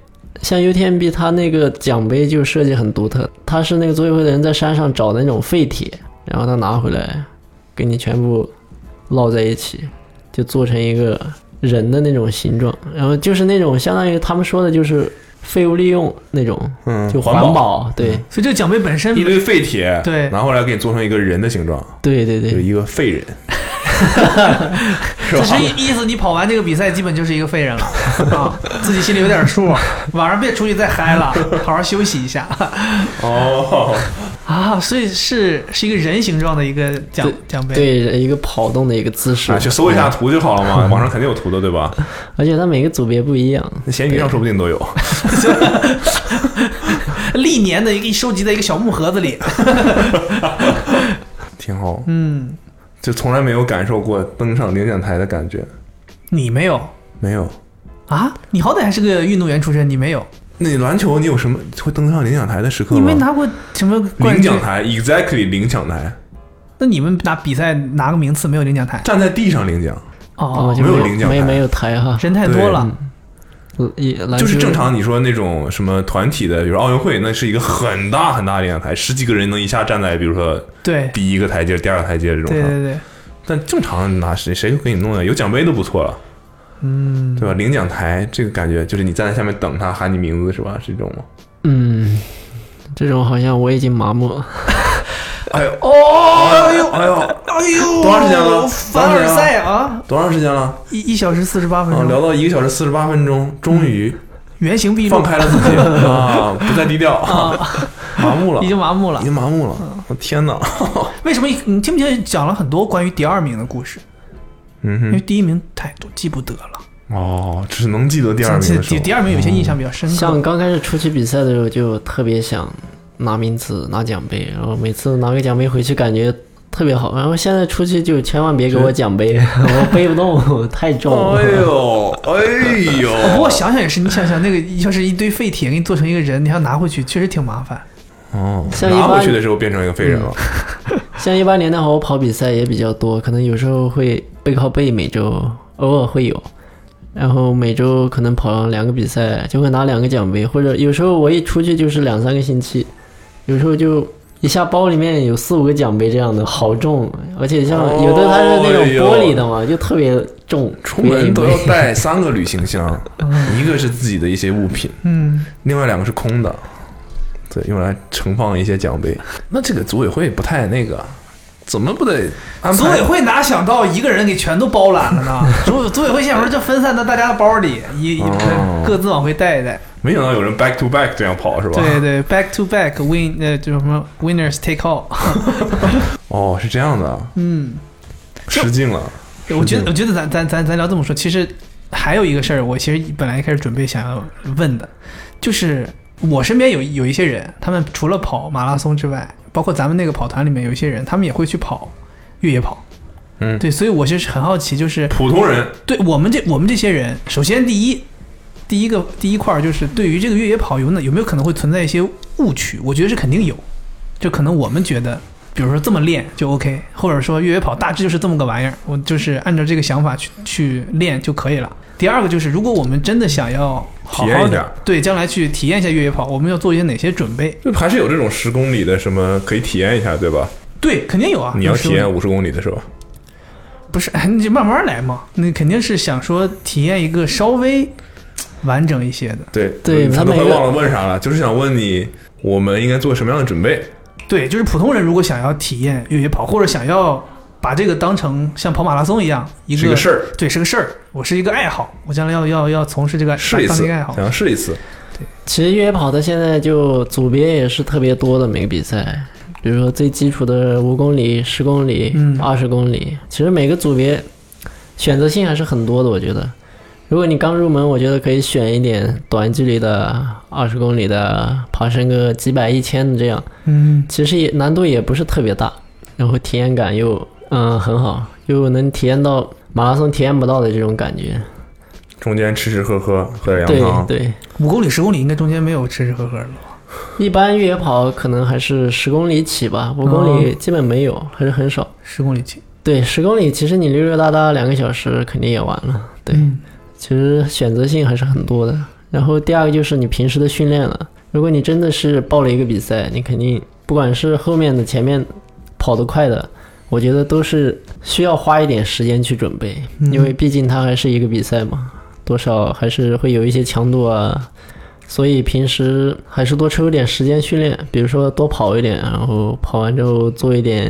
Speaker 4: 像 UTMB，它那个奖杯就设计很独特，它是那个组委会的人在山上找的那种废铁，然后他拿回来，给你全部烙在一起，就做成一个人的那种形状。然后就是那种相当于他们说的，就是废物利用那种，
Speaker 2: 嗯，
Speaker 4: 就
Speaker 2: 环嗯
Speaker 4: 环保。对
Speaker 3: 所以这个奖杯本身
Speaker 2: 一堆废铁，
Speaker 3: 对
Speaker 2: 拿回来给你做成一个人的形状，
Speaker 4: 对对
Speaker 2: 有
Speaker 4: 对，
Speaker 2: 一个废 (laughs) 人，是
Speaker 3: 只
Speaker 2: 吧？
Speaker 3: 是意意思，你跑完这个比赛，基本就是一个废人了啊，自己心里有点数，晚上别出去再嗨了，好好休息一下
Speaker 2: 哦，
Speaker 3: (laughs) 啊。所以是是一个人形状的一个奖
Speaker 4: 对
Speaker 3: 奖杯，
Speaker 4: 对一个跑动的一个姿势
Speaker 2: 啊，。去搜一下图就好了嘛，网上肯定有图的，对吧？
Speaker 4: 而且它每个组别不一样。
Speaker 2: 那闲鱼上说不定都有。
Speaker 3: 历年的一个收集在一个小木盒子里。
Speaker 2: 挺好，
Speaker 3: 嗯，
Speaker 2: 就从来没有感受过登上领奖台的感觉，
Speaker 3: 你没有
Speaker 2: 没有。
Speaker 3: 啊？你好歹还是个运动员出身，你没有，
Speaker 2: 那你篮球你有什么会登上领奖台的时刻
Speaker 3: 你
Speaker 2: 吗？
Speaker 3: 没拿过什么冠
Speaker 2: 领
Speaker 3: 军
Speaker 2: 奖？台，exactly 领奖台，
Speaker 3: 那你们拿比赛拿个名次没有领奖台？
Speaker 2: 站在地上领奖，
Speaker 3: 哦
Speaker 4: 就，
Speaker 2: 没
Speaker 4: 没
Speaker 2: 有领奖
Speaker 4: 没
Speaker 2: 台
Speaker 4: 没有台哈， (laughs)
Speaker 3: 人太多了。
Speaker 4: 一篮
Speaker 2: 就是
Speaker 4: 球
Speaker 2: 正常。你说那种什么团体的，比如说奥运会，那是一个很大很大的领奖台，十几个人能一下站在，比如说
Speaker 3: 对嗯
Speaker 2: 第一个台阶、第二个台阶这种
Speaker 3: 对
Speaker 2: 上。
Speaker 3: 对对，
Speaker 2: 但正常拿谁谁给你弄的？有奖杯都不错了，嗯，对吧？领奖台这个感觉就是你站在下面等他喊你名字是吧？是这种吗？
Speaker 4: 嗯，这种好像我已经麻木了。
Speaker 2: 哎呦，
Speaker 3: 哦，
Speaker 2: 哎呦，哎呦，
Speaker 3: 哎呦，
Speaker 2: 多长时间了
Speaker 3: 凡尔赛啊，
Speaker 2: 多长时间了？
Speaker 3: 一一小时四十八分
Speaker 2: 啊，
Speaker 3: 钟，
Speaker 2: 聊到一个小时四十八分钟，终于
Speaker 3: 原形毕
Speaker 2: 放，
Speaker 3: 露
Speaker 2: 开了自己啊，不再低调，麻木了，
Speaker 3: 已经麻木了
Speaker 2: 已。经麻木了。我天哪！
Speaker 3: 为什么一你听不听讲了很多关于第二名的故事？因为
Speaker 2: 嗯
Speaker 3: 第一名太多记不得了，
Speaker 2: 哼，哦，只能记得第二名
Speaker 3: 记
Speaker 2: 的时
Speaker 3: 第
Speaker 2: 候
Speaker 3: 第二名有些印象比较深
Speaker 4: 像
Speaker 3: 刻。
Speaker 4: 刚开始出去比赛的时候，就特别想拿名次、拿奖杯，然后每次拿个奖杯回去感觉特别好。然后现在出去就千万别给我奖杯， (laughs) 我背不动，太重了。
Speaker 2: 哎 (laughs) 呦，哎呦， (laughs)
Speaker 3: 哦不过想想也是，你想想那个要是一堆废铁给你做成一个人，你还要拿回去，确实挺麻烦。
Speaker 2: 哦，
Speaker 4: 像一
Speaker 2: 拿
Speaker 4: 般
Speaker 2: 回去的时候变成一个废人了。
Speaker 4: (laughs) 像一八年的话，我跑比赛也比较多，可能有时候会背靠背，每周偶尔会有，然后每周可能跑两个比赛，就会拿两个奖杯，或者有时候我一出去就是两三个星期，有时候就一下包里面有四五个奖杯这样的，好重，而且像
Speaker 2: 哦
Speaker 4: 有的它是那种玻璃的嘛，就特别重，
Speaker 2: 出门都
Speaker 4: 别
Speaker 2: 要
Speaker 4: 一背
Speaker 2: 带三个旅行箱，一个是自己的一些物品，
Speaker 3: 嗯，
Speaker 2: 另外两个是空的，对，用来盛放一些奖杯。那这个组委会不太那个，怎么不得安排？
Speaker 3: 组委嗯会哪想到一个人给全都包揽了呢？组组委会现在不是就分散到大家的包里，一一
Speaker 2: 哦
Speaker 3: 各自往回带一带。
Speaker 2: 没想到有人 back to back 这样跑是吧？
Speaker 3: 对对，back to back win，呃，就是什么 winners take all。
Speaker 2: 哦，是这样的啊，
Speaker 3: 嗯，就
Speaker 2: 失敬了。
Speaker 3: 对我觉得，我觉得咱咱咱咱聊这么说，其实还有一个事儿，我其实本来一开始准备想要问的，就是我身边有有一些人，他们除了跑马拉松之外，包括咱们那个跑团里面有一些人，他们也会去跑越野跑。
Speaker 2: 嗯
Speaker 3: 对，所以我就是很好奇，就是
Speaker 2: 普通人
Speaker 3: 对我们这我们这些人，首先第一，第一个第一块儿就是对于这个越野跑有哪有没有可能会存在一些误区？我觉得是肯定有，就可能我们觉得，比如说这么练就 OK，或者说越野跑大致就是这么个玩意儿，我就是按照这个想法去去练就可以了。第二个就是，如果我们真的想要好
Speaker 2: 体验
Speaker 3: 好
Speaker 2: 一下
Speaker 3: 的对将来去体验一下越野跑，我们要做一些哪些准备？
Speaker 2: 就还是有这种十公里的什么可以体验一下，对吧？
Speaker 3: 对，肯定有啊。
Speaker 2: 你要
Speaker 3: 有时
Speaker 2: 体
Speaker 3: 候
Speaker 2: 验五十公里的时候，
Speaker 3: 不是， (laughs) 你就慢慢来嘛。那肯定是想说体验一个稍微完整一些的。
Speaker 2: 对嗯
Speaker 4: 对
Speaker 2: 他
Speaker 4: 他
Speaker 2: 都
Speaker 4: 每
Speaker 2: 快
Speaker 4: 个
Speaker 2: 忘了问啥了，就是想问你，我们应该做什么样的准备？
Speaker 3: 对，就是普通人如果想要体验越野跑，或者想要把这个当成像跑马拉松一样一
Speaker 2: 是一
Speaker 3: 个
Speaker 2: 个事儿，
Speaker 3: 对，是个事儿。我是一个爱好，我将来要要要从事这个
Speaker 2: 试一
Speaker 3: 当
Speaker 2: 次，
Speaker 3: 成一个爱好
Speaker 2: 想。要试一次。
Speaker 4: 其实越野跑它现在就组别也是特别多的，每个比赛，比如说最基础的五公里、十公里
Speaker 3: 嗯、
Speaker 4: 二十公里，其实每个组别选择性还是很多的。我觉得，如果你刚入门，我觉得可以选一点短距离的二十公里的，爬升个几百、一千的这样，
Speaker 3: 嗯，
Speaker 4: 其实也难度也不是特别大，然后体验感又嗯很好，又能体验到马拉松体验不到的这种感觉。
Speaker 2: 中间吃吃喝喝，喝点
Speaker 4: 对
Speaker 2: 羊汤，
Speaker 4: 对。
Speaker 3: 五公里、十公里应该中间没有吃吃喝喝的吧？
Speaker 4: 一般越野跑可能还是十公里起吧，五公里基本没有，还是很少。
Speaker 3: 十公里起。
Speaker 4: 对，十公里其实你溜溜达达两个小时肯定也完了。对，
Speaker 3: 嗯
Speaker 4: 其实选择性还是很多的。然后第二个就是你平时的训练了，如果你真的是报了一个比赛，你肯定不管是后面的、前面跑得快的，我觉得都是需要花一点时间去准备，因为毕竟它还是一个比赛嘛，多少还是会有一些强度啊。所以平时还是多抽一点时间训练，比如说多跑一点，然后跑完之后做一点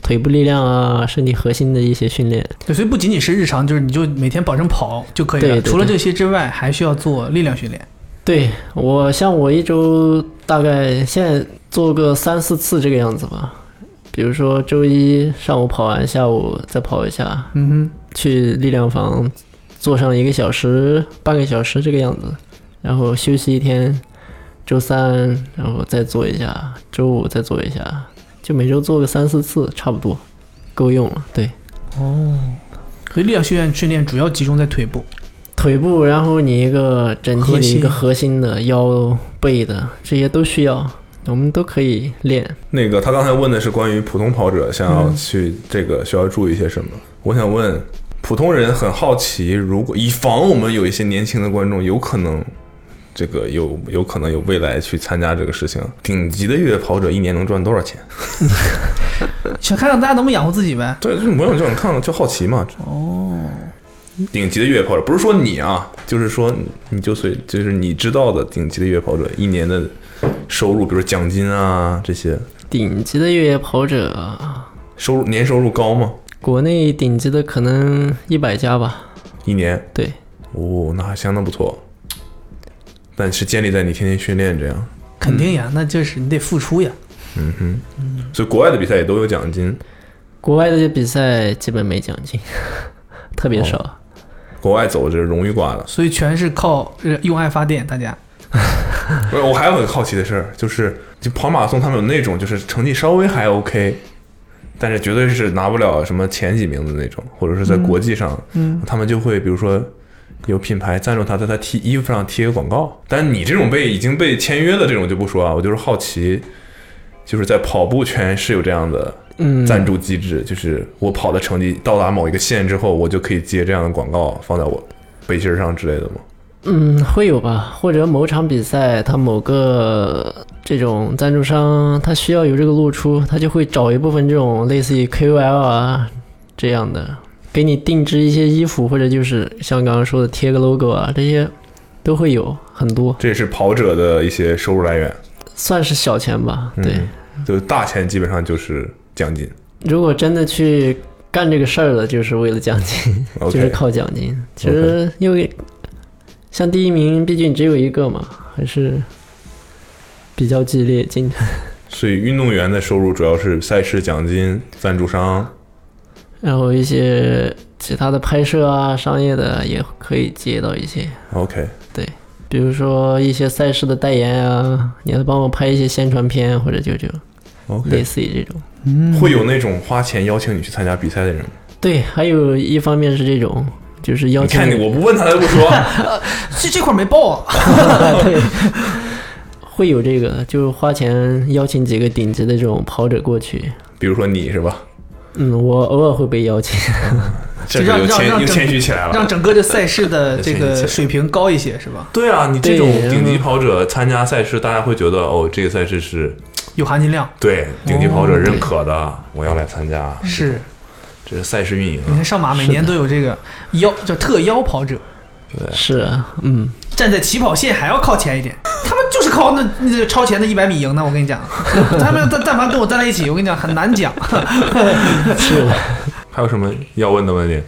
Speaker 4: 腿部力量啊、身体核心的一些训练。
Speaker 3: 对，所以不仅仅是日常，就是你就每天保证跑就可以了。
Speaker 4: 对对对
Speaker 3: 除了这些之外，还需要做力量训练。
Speaker 4: 对我，像我一周大概现在做个三四次这个样子吧。比如说周一上午跑完，下午再跑一下，
Speaker 3: 嗯
Speaker 4: 去力量房做上一个小时、半个小时这个样子，然后休息一天，周三然后再做一下，周五再做一下，就每周做个三四次差不多，够用了。对，
Speaker 3: 哼，哦，所以力量训练训练主要集中在腿部。
Speaker 4: 腿部，然后你一个整体
Speaker 3: 核
Speaker 4: 的
Speaker 3: 心
Speaker 4: 一个核心的腰背的这些都需要，我们都可以练。
Speaker 2: 那个他刚才问的是关于普通跑者想
Speaker 4: 嗯
Speaker 2: 要去这个需要注意些什么。我想问，普通人很好奇，如果以防我们有一些年轻的观众有可能这个有有可能有未来去参加这个事情，顶级的越野跑者一年能赚多少钱？
Speaker 3: 想看看大家能不能养活自己呗？
Speaker 2: 对，这种朋友就想看了就好奇嘛。哦，顶级的越野跑者不是说你啊，就是说你就随就是你知道的顶级的越野跑者一年的收入，比如奖金啊这些
Speaker 4: 顶级的越野跑者，
Speaker 2: 收入年收入高吗？
Speaker 4: 国内顶级的可能一百家吧，
Speaker 2: 一年
Speaker 4: 对。
Speaker 2: 哦，那还相当不错。但是建立在你天天训练这样，
Speaker 3: 肯定呀，那就是你得付出呀。
Speaker 2: 所以国外的比赛也都有奖金，
Speaker 4: 国外的这比赛基本没奖金， (laughs) 特别少。
Speaker 2: 国外走的是荣誉挂的。
Speaker 3: 所以全是靠呃用爱发电，大家。
Speaker 2: 不是，我还有很好奇的事儿，就是就跑马拉松，他们有那种就是成绩稍微还 OK，但是绝对是拿不了什么前几名的那种，或者是在国际上，
Speaker 3: 嗯，
Speaker 2: 他们就会比如说有品牌赞助他，在他 T 衣服上贴个广告。但是你这种被已经被签约的这种就不说啊，我就是好奇，就是在跑步圈是有这样的
Speaker 4: 嗯，
Speaker 2: 赞助机制，就是我跑的成绩到达某一个线之后，我就可以接这样的广告放在我背心儿上之类的吗？
Speaker 4: 嗯会有吧，或者某场比赛，他某个这种赞助商，他需要有这个露出，他就会找一部分这种类似于 KOL 啊这样的，给你定制一些衣服，或者就是像刚刚说的贴个 logo 啊，这些都会有很多，
Speaker 2: 这也是跑者的一些收入来源。
Speaker 4: 算是小钱吧。对，
Speaker 2: 嗯，就是大钱基本上就是奖金。
Speaker 4: 如果真的去干这个事儿了，就是为了奖金。
Speaker 2: (laughs) OK，
Speaker 4: 就是靠奖金。其实因为像第一名，毕竟只有一个嘛，还是比较激烈竞争。
Speaker 2: 所以运动员的收入主要是赛事奖金、赞助商。
Speaker 4: 然后一些其他的拍摄啊、商业的也可以接到一些，
Speaker 2: OK，
Speaker 4: 比如说一些赛事的代言啊，你要帮我拍一些宣传片，啊或者就就
Speaker 2: OK，
Speaker 4: 类似于这种。
Speaker 2: 会有那种花钱邀请你去参加比赛的人吗？
Speaker 4: 对，还有一方面是这种，就是邀
Speaker 2: 你
Speaker 4: 请
Speaker 2: 看你，我不问他，他就不说。 (laughs)
Speaker 3: 这这块没报啊。
Speaker 4: (laughs) 对，会有这个，就是花钱邀请几个顶级的这种跑者过去。
Speaker 2: 比如说你是吧？
Speaker 4: 嗯，我偶尔会被邀请。
Speaker 2: 这
Speaker 3: 让
Speaker 2: 个就
Speaker 3: 让让
Speaker 2: 谦又
Speaker 3: 整
Speaker 2: 谦虚起来了。
Speaker 3: 让整个这赛事
Speaker 2: (laughs)
Speaker 3: 的这
Speaker 2: 这
Speaker 3: 个
Speaker 2: 个
Speaker 3: 水平高一些，是吧？
Speaker 2: 对啊，你这种
Speaker 4: 对
Speaker 2: 顶级跑者参加赛事，大家会觉得哦，这个赛事是
Speaker 3: 有含金量
Speaker 2: 对顶级跑者认可的，我要来参加。
Speaker 3: 是。
Speaker 2: 这是赛事运营
Speaker 3: 你
Speaker 2: 啊，
Speaker 3: 看上马每
Speaker 4: 是的
Speaker 3: 年都有这个腰叫特邀跑者，
Speaker 4: 是啊，嗯，
Speaker 3: 站在起跑线还要靠前一点，他们就是靠那那个超前的一百米赢的。我跟你讲， (laughs) 他们但但凡跟我站在一起，我跟你讲很难讲。 (laughs)
Speaker 4: 是的，
Speaker 2: 还有什么要问的问题？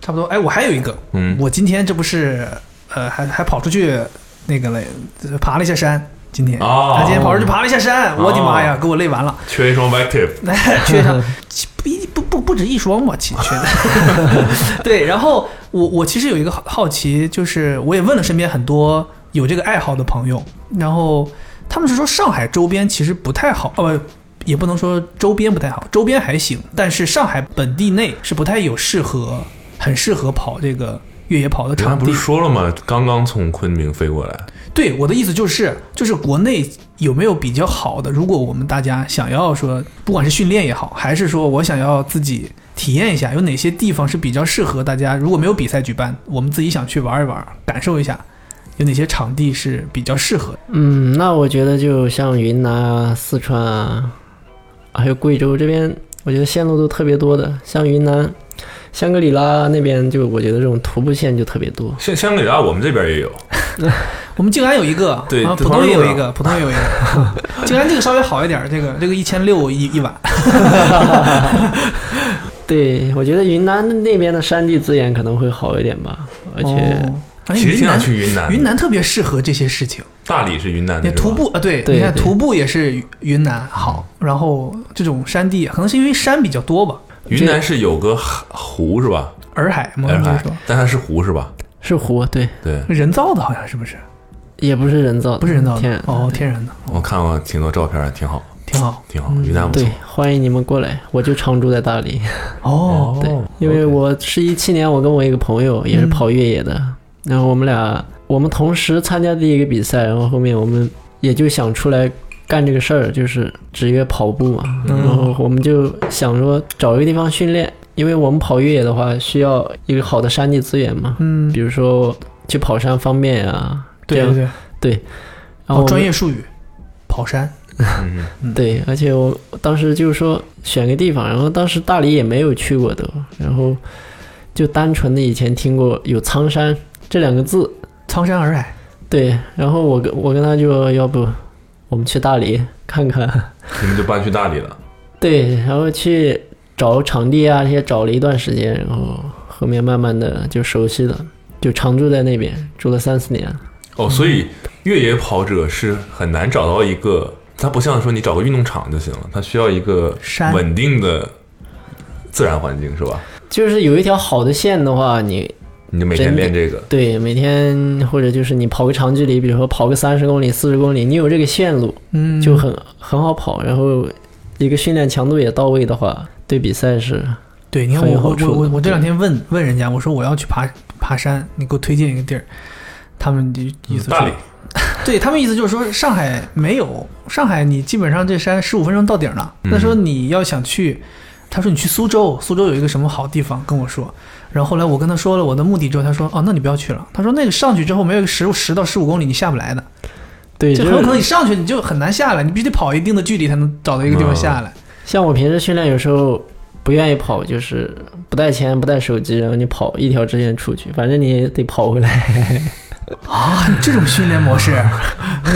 Speaker 3: 差不多，哎，我还有一个，
Speaker 2: 嗯，
Speaker 3: 我今天这不是呃还还跑出去那个嘞，爬了一下山。今天
Speaker 2: 哦
Speaker 3: 啊，今天跑出去爬了一下山，我的妈呀，给我累完了。
Speaker 2: 缺一双 Vective，
Speaker 3: 缺上不一不不不止一双吧，其实缺的。 (laughs) 对，然后我我其实有一个好好奇，就是我也问了身边很多有这个爱好的朋友，然后他们是说上海周边其实不太好，呃，也不能说周边不太好，周边还行，但是上海本地内是不太有适合很适合跑这个越野跑的
Speaker 2: 刚才
Speaker 3: 场
Speaker 2: 不
Speaker 3: 地
Speaker 2: 是。说了吗？刚刚从昆明飞过来，
Speaker 3: 对，我的意思就是，就是国内有没有比较好的？如果我们大家想要说，不管是训练也好，还是说我想要自己体验一下，有哪些地方是比较适合大家？如果没有比赛举办，我们自己想去玩一玩，感受一下，有哪些场地是比较适合 (laughs) 的？
Speaker 4: 嗯，那我觉得就像云南啊、四川啊，还有贵州这边，我觉得线路都特别多的。像云南香格里拉那边，就我觉得这种徒步线就特别多。
Speaker 2: 啊香香格里拉我们这边也有，
Speaker 3: 我们静安有一个，
Speaker 2: 对
Speaker 3: 啊，
Speaker 2: 对
Speaker 3: 浦东
Speaker 2: 方
Speaker 3: 也
Speaker 2: 路
Speaker 3: 有一
Speaker 2: 上
Speaker 3: 个，浦东也有一个。静安这个稍微好一点儿，这个这个一千六一一碗，
Speaker 4: 对，我觉得云南那边的山地资源可能会好一点吧，而且
Speaker 3: 哦哎
Speaker 2: 其实
Speaker 3: 云
Speaker 2: 挺想
Speaker 3: 南
Speaker 2: 去云南的，
Speaker 3: 云南特别适合这些事情。
Speaker 2: 大理是云南
Speaker 3: 你
Speaker 2: 的
Speaker 3: 看徒
Speaker 2: 是吧嗯
Speaker 3: 步啊，对，
Speaker 4: 对
Speaker 3: 你看
Speaker 4: 对
Speaker 3: 徒步也是云南好，然后这种山地，可能是因为山比较多吧，
Speaker 2: 云南是有个湖是吧？
Speaker 3: 洱海嘛，
Speaker 2: 洱
Speaker 3: 就是
Speaker 2: 海
Speaker 3: 说，
Speaker 2: 但它是湖是吧？
Speaker 4: 是湖，对，
Speaker 2: 对，
Speaker 3: 人造的，好像是不是？
Speaker 4: 也不是人造的，
Speaker 3: 不是人造
Speaker 4: 嗯天
Speaker 3: 的，哦，天然的，
Speaker 2: 我看过挺多照片，挺好，
Speaker 3: 挺好。
Speaker 2: 挺好，云南不错
Speaker 4: 对。，欢迎你们过来，我就常住在大理。
Speaker 3: 哦，
Speaker 4: 对，因为我是一七年，我跟我一个朋友也是跑越野的，
Speaker 3: 嗯
Speaker 4: 然后我们俩我们同时参加第一个比赛，然后后面我们也就想出来干这个事儿，就是职业跑步嘛，
Speaker 3: 嗯
Speaker 2: 嗯
Speaker 4: 然后我们就想说找一个地方训练，因为我们跑越野的话需要一个好的山地资源嘛，
Speaker 3: 嗯，
Speaker 4: 比如说去跑山方便啊，
Speaker 3: 对
Speaker 4: 这
Speaker 3: 对
Speaker 4: 样
Speaker 3: 对，
Speaker 4: 然后我
Speaker 3: 哦，
Speaker 4: 们
Speaker 3: 专业术语，跑山，
Speaker 2: 嗯
Speaker 4: 对，而且我当时就是说选个地方，然后当时大理也没有去过都，然后就单纯的以前听过有苍山这两个字，
Speaker 3: 苍山洱海，
Speaker 4: 对，然后我跟我跟他就要不我们去大理看看，
Speaker 2: 你们就搬去大理了。
Speaker 4: 对，然后去找场地啊这些找了一段时间，然后后面慢慢的就熟悉了，就常住在那边住了三四年，
Speaker 2: 哦，所以越野跑者是很难找到一个，它不像说你找个运动场就行了，它需要一个
Speaker 3: 山
Speaker 2: 稳定的自然环境，是吧？
Speaker 4: 就是有一条好的线的话，你
Speaker 2: 你就每天
Speaker 4: 真的
Speaker 2: 练这个，
Speaker 4: 对，每天或者就是你跑个长距离，比如说跑个三十公里、四十公里，你有这个线路
Speaker 3: 嗯，
Speaker 4: 就很、很好跑，然后一个训练强度也到位的话，对比赛是
Speaker 3: 对，你看
Speaker 4: 很有
Speaker 3: 我
Speaker 4: 好
Speaker 3: 我
Speaker 4: 处
Speaker 3: 我
Speaker 4: 的
Speaker 3: 我这两天问问人家，我说我要去爬爬山，你给我推荐一个地儿，他们就意思
Speaker 2: 嗯大
Speaker 3: 说
Speaker 2: 理，
Speaker 3: (laughs) 对他们意思就是说，上海没有，上海你基本上这山十五分钟到顶了。
Speaker 2: 嗯
Speaker 3: 他说你要想去，他说你去苏州，苏州有一个什么好地方，跟我说。然后后来我跟他说了我的目的之后，他说哦，那你不要去了。他说那个上去之后没有个十十到十五公里你下不来的，
Speaker 4: 对，
Speaker 3: 就
Speaker 4: 就
Speaker 3: 很有可能
Speaker 4: 是
Speaker 3: 你上去你就很难下来，你必须得跑一定的距离才能找到一个地方下来。
Speaker 4: 像我平时训练有时候不愿意跑，就是不带钱、不带手机，然后你跑一条直线出去，反正你也得跑回来， (laughs)
Speaker 2: 嗯
Speaker 3: 啊，这种训练模式
Speaker 2: 啊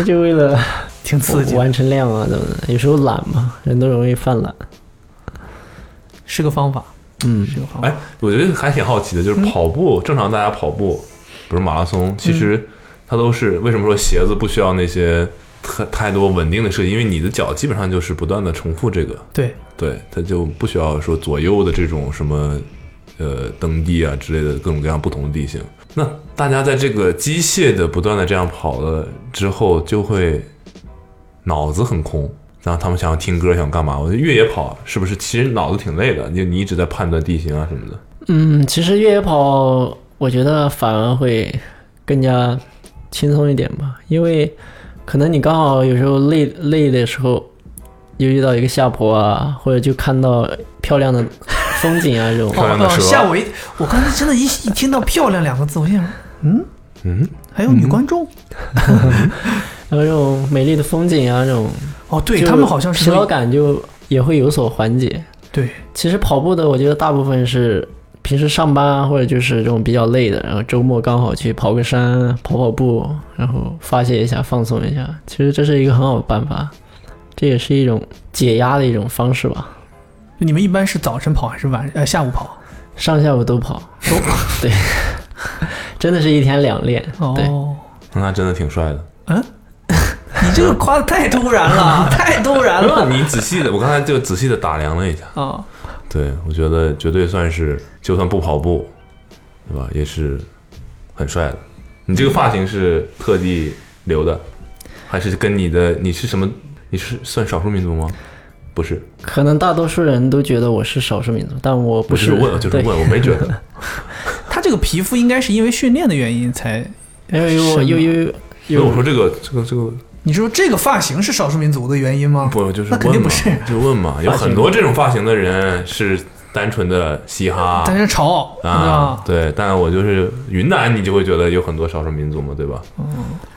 Speaker 4: 就为了
Speaker 3: 挺刺激，
Speaker 4: 完成量啊怎么的，有时候懒嘛，人都容易犯懒，
Speaker 3: 是个方法，
Speaker 4: 嗯。
Speaker 3: 是个方法。
Speaker 2: 哎，我觉得还挺好奇的，就是跑步，正常大家跑步，比如马拉松，其实它都是为什么说鞋子不需要那些太太多稳定的设计，因为你的脚基本上就是不断的重复这个，
Speaker 3: 对，
Speaker 2: 对，它就不需要说左右的这种什么呃蹬地啊之类的各种各样不同的地形。那大家在这个机械的不断的这样跑了之后，就会脑子很空。然后他们想要听歌，想干嘛？我觉得越野跑是不是其实脑子挺累的？你你一直在判断地形啊什么的。
Speaker 4: 嗯，其实越野跑，我觉得反而会更加轻松一点吧，因为可能你刚好有时候累累的时候，又遇到一个下坡啊，或者就看到漂亮的风景啊这种。
Speaker 2: 漂亮的
Speaker 3: 哦哦
Speaker 2: 蛇
Speaker 3: 吓我一！我刚才真的一一听到“漂亮”两个字，我心想，嗯，
Speaker 2: 嗯，
Speaker 3: 还有女观众。
Speaker 4: 然后这种美丽的风景啊，这种
Speaker 3: 哦，对
Speaker 4: 就
Speaker 3: 他们好像
Speaker 4: 疲
Speaker 3: 是
Speaker 4: 劳感就也会有所缓解。
Speaker 3: 对，
Speaker 4: 其实跑步的，我觉得大部分是平时上班啊，或者就是这种比较累的，然后周末刚好去跑个山、跑跑步，然后发泄一下、放松一下。其实这是一个很好的办法，这也是一种解压的一种方式吧。
Speaker 3: 你们一般是早晨跑还是晚呃下午跑？
Speaker 4: 上下午都跑，
Speaker 3: 都
Speaker 4: 对， (laughs) 真的是一天两练。对，
Speaker 3: 哦，
Speaker 2: 那真的挺帅 (laughs) 的。
Speaker 3: 你这个夸的太突然
Speaker 4: (laughs)
Speaker 3: 了，太突然了
Speaker 2: 哎你仔细的，我刚才就仔细的打量了一下，
Speaker 3: 啊！
Speaker 2: 对我觉得绝对算是，就算不跑步，对吧，也是很帅的。你这个发型是特地留的，还是跟你的你是什么？你是算少数民族吗？不是，
Speaker 4: 可能大多数人都觉得我是少数民族，但我不
Speaker 2: 我就是
Speaker 4: 是。
Speaker 2: 问，我就是
Speaker 4: 对
Speaker 2: 问，我没
Speaker 3: (laughs)
Speaker 2: 觉得。
Speaker 3: 他这个皮肤应该是因为训练的原因才，
Speaker 4: 因
Speaker 3: 什
Speaker 4: 为
Speaker 3: 么
Speaker 4: 我又又
Speaker 2: 因为
Speaker 4: 又
Speaker 2: 我说这个这个这个，
Speaker 3: 你说这个发型是少数民族的原因吗？
Speaker 2: 不就是
Speaker 3: 那肯定
Speaker 2: 问
Speaker 3: 不
Speaker 2: 嘛
Speaker 3: 是，
Speaker 2: 就问嘛。有
Speaker 4: 发型
Speaker 2: 很多这种发型的人是单纯的嘻哈
Speaker 3: 但是潮傲，你知道
Speaker 2: 啊
Speaker 3: 吗，？
Speaker 2: 对。但我就是云南，你就会觉得有很多少数民族嘛，对吧？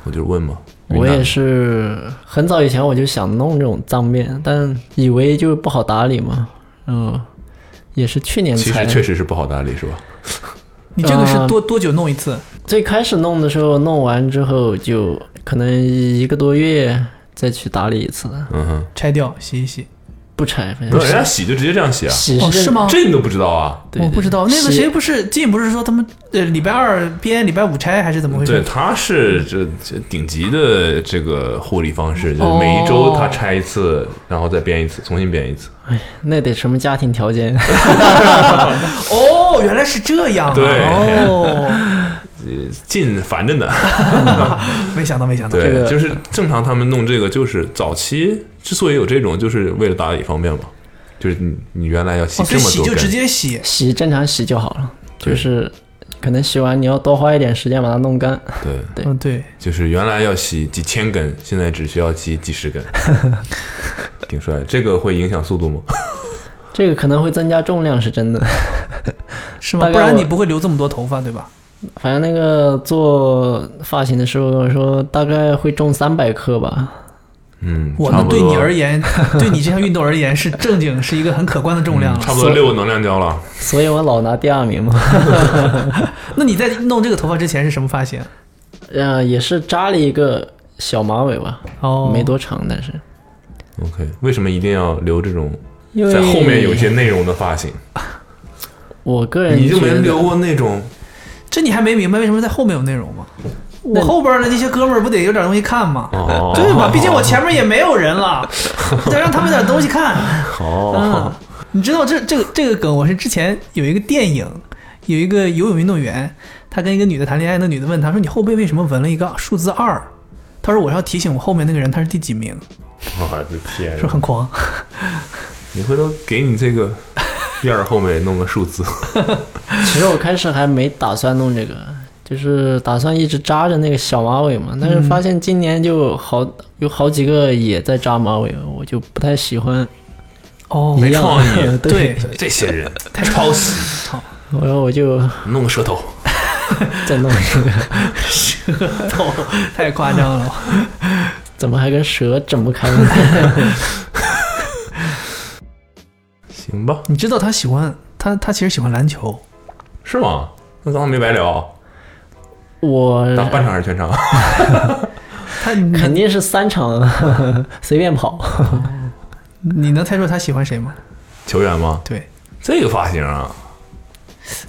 Speaker 2: 我就是问嘛。云
Speaker 4: 我
Speaker 2: 南
Speaker 4: 也是很早以前我就想弄这种脏辫，但以为就不好打理嘛，嗯，也是去年
Speaker 2: 其
Speaker 4: 才
Speaker 2: 实确实是不好打理，是吧？
Speaker 3: 你这个是
Speaker 4: 呃
Speaker 3: 多多久弄一次？
Speaker 4: 最开始弄的时候，弄完之后就可能一个多月再去打理一次，
Speaker 2: 嗯哼，
Speaker 3: 拆掉洗一洗。
Speaker 4: 不拆，反
Speaker 2: 没
Speaker 4: 正
Speaker 2: 有人家洗就直接这样洗啊，
Speaker 4: 洗
Speaker 3: 哦，是？吗？
Speaker 2: 这你都不知道啊？
Speaker 4: 对
Speaker 3: 我不知道，那个
Speaker 4: 洗
Speaker 3: 谁不是进不是说他们呃礼拜二编礼拜五拆还是怎么回
Speaker 2: 对，
Speaker 3: 事？
Speaker 2: 他是这这顶级的这个护理方式，就是
Speaker 3: 哦
Speaker 2: 每一周他拆一次，然后再编一次，重新编一次。
Speaker 4: 那得什么家庭
Speaker 2: (laughs)
Speaker 4: 条件？
Speaker 3: 哦，原来是这样啊！
Speaker 2: 对 (laughs)
Speaker 3: 哦，
Speaker 2: 进烦着呢，
Speaker 3: 没想到，没想到。
Speaker 4: 这
Speaker 2: 对，
Speaker 4: 个
Speaker 2: 就是正常他们弄这个，就是早期之所以有这种，就是为了打理方便嘛，就是你你原来要洗
Speaker 3: 哦，
Speaker 2: 这
Speaker 3: 所以
Speaker 2: 么
Speaker 3: 洗
Speaker 2: 多
Speaker 3: 就
Speaker 2: 遍，
Speaker 3: 直接洗，
Speaker 4: 洗正常洗就好了，
Speaker 2: 对
Speaker 4: 就是可能洗完你要多花一点时间把它弄干。
Speaker 2: 对，
Speaker 4: 对
Speaker 3: 嗯，对，
Speaker 2: 就是原来要洗几千根，现在只需要洗几十根，挺帅。这个会影响速度吗？
Speaker 4: 这个可能会增加重量是真的，
Speaker 3: 是吗？
Speaker 4: 大概
Speaker 3: 不然
Speaker 4: 我
Speaker 3: 你不会留这么多头发，对吧？
Speaker 4: 反正那个做发型的师傅跟我说，大概会重三百克吧。
Speaker 2: 嗯，
Speaker 3: 我
Speaker 2: 差
Speaker 3: 们
Speaker 2: 不
Speaker 3: 对
Speaker 2: 多
Speaker 3: 你而言， (laughs) 对你这项运动而言是正经是一个很可观的重量了。
Speaker 2: 差不多六个能量胶了。
Speaker 4: 所以我老拿第二名嘛。 (laughs)
Speaker 3: 那你在弄这个头发之前是什么发型？
Speaker 4: 呃，也是扎了一个小马尾吧，
Speaker 3: 哦，
Speaker 4: 没多长，但是
Speaker 2: OK，为什么一定要留这种
Speaker 4: 因为
Speaker 2: 在后面有一些内容的发型？
Speaker 4: 我个人
Speaker 2: 你就没
Speaker 4: 觉得
Speaker 2: 留过那种？
Speaker 3: 这你还没明白为什么在后面有内容吗？
Speaker 4: 那
Speaker 3: 我后边的那些哥们儿不得有点东西看吗？
Speaker 2: 哦
Speaker 3: (laughs) 对吧？毕竟我前面也没有人了，得让他们有点东西看。嗯
Speaker 2: (laughs)
Speaker 3: (laughs)
Speaker 2: 哦，，
Speaker 3: 你知道这这个这个梗，我是之前有一个电影，有一个游泳运动员，他跟一个女的谈恋爱，那女的问他说：“你后背为什么纹了一个数字二？”他说：“我要提醒我后面那个人他是第几名。
Speaker 2: 我的”天
Speaker 3: 说很狂，
Speaker 2: 你回头给你这个燕儿后面弄个数
Speaker 3: (laughs)
Speaker 2: 字，
Speaker 4: 其实我开始还没打算弄这个，就是打算一直扎着那个小马尾嘛，但是发现今年就好有好几个也在扎马尾，我就不太喜欢
Speaker 3: 哦
Speaker 4: 一
Speaker 2: 没
Speaker 4: 样。
Speaker 2: 创意
Speaker 3: (laughs) 对，
Speaker 2: 这些人
Speaker 3: 太
Speaker 2: 抄袭，
Speaker 4: 我说我就
Speaker 2: 弄个舌头。
Speaker 4: 再弄一 (laughs) 个，
Speaker 3: 逗，太夸张
Speaker 2: (laughs)
Speaker 3: 了。
Speaker 4: 怎么还跟蛇整不开呢？ (laughs)
Speaker 2: 行吧，
Speaker 3: 你知道他喜欢他，他其实喜欢篮球。
Speaker 2: 是吗？那咱们没白聊，
Speaker 4: 我
Speaker 2: 打半场还是全场？
Speaker 3: 他
Speaker 4: 肯定是三场随便跑，
Speaker 3: 你能猜出他喜欢谁吗？
Speaker 2: 球员吗？
Speaker 3: 对
Speaker 2: 这个发型啊，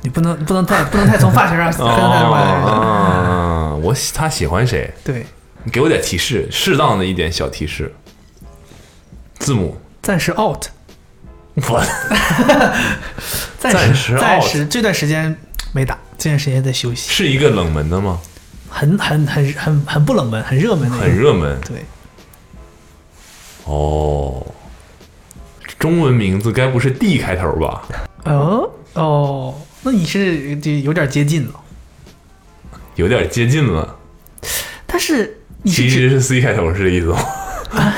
Speaker 3: 你不能不能太不能太从发型
Speaker 2: (laughs)
Speaker 3: 上，不能太从发型上。
Speaker 2: 哦啊，我喜他喜欢谁？
Speaker 3: 对，
Speaker 2: 你给我点提示，适当的一点小提示。字母，
Speaker 3: 暂时 out，
Speaker 2: 我
Speaker 3: 暂
Speaker 2: 暂时
Speaker 3: 时
Speaker 2: out
Speaker 3: 暂时这段时间没打，这段时间在休息，
Speaker 2: 是一个冷门的吗？
Speaker 3: 很很很很很不冷门，很热门的一个，
Speaker 2: 很热门
Speaker 3: 对，
Speaker 2: 哦。中文名字该不是 D 开头吧？
Speaker 3: 哦哦，那你是就有点接近了，
Speaker 2: 有点接近了，
Speaker 3: 但是你是
Speaker 2: 其
Speaker 3: 指
Speaker 2: 实是 C 开头是这意思吗？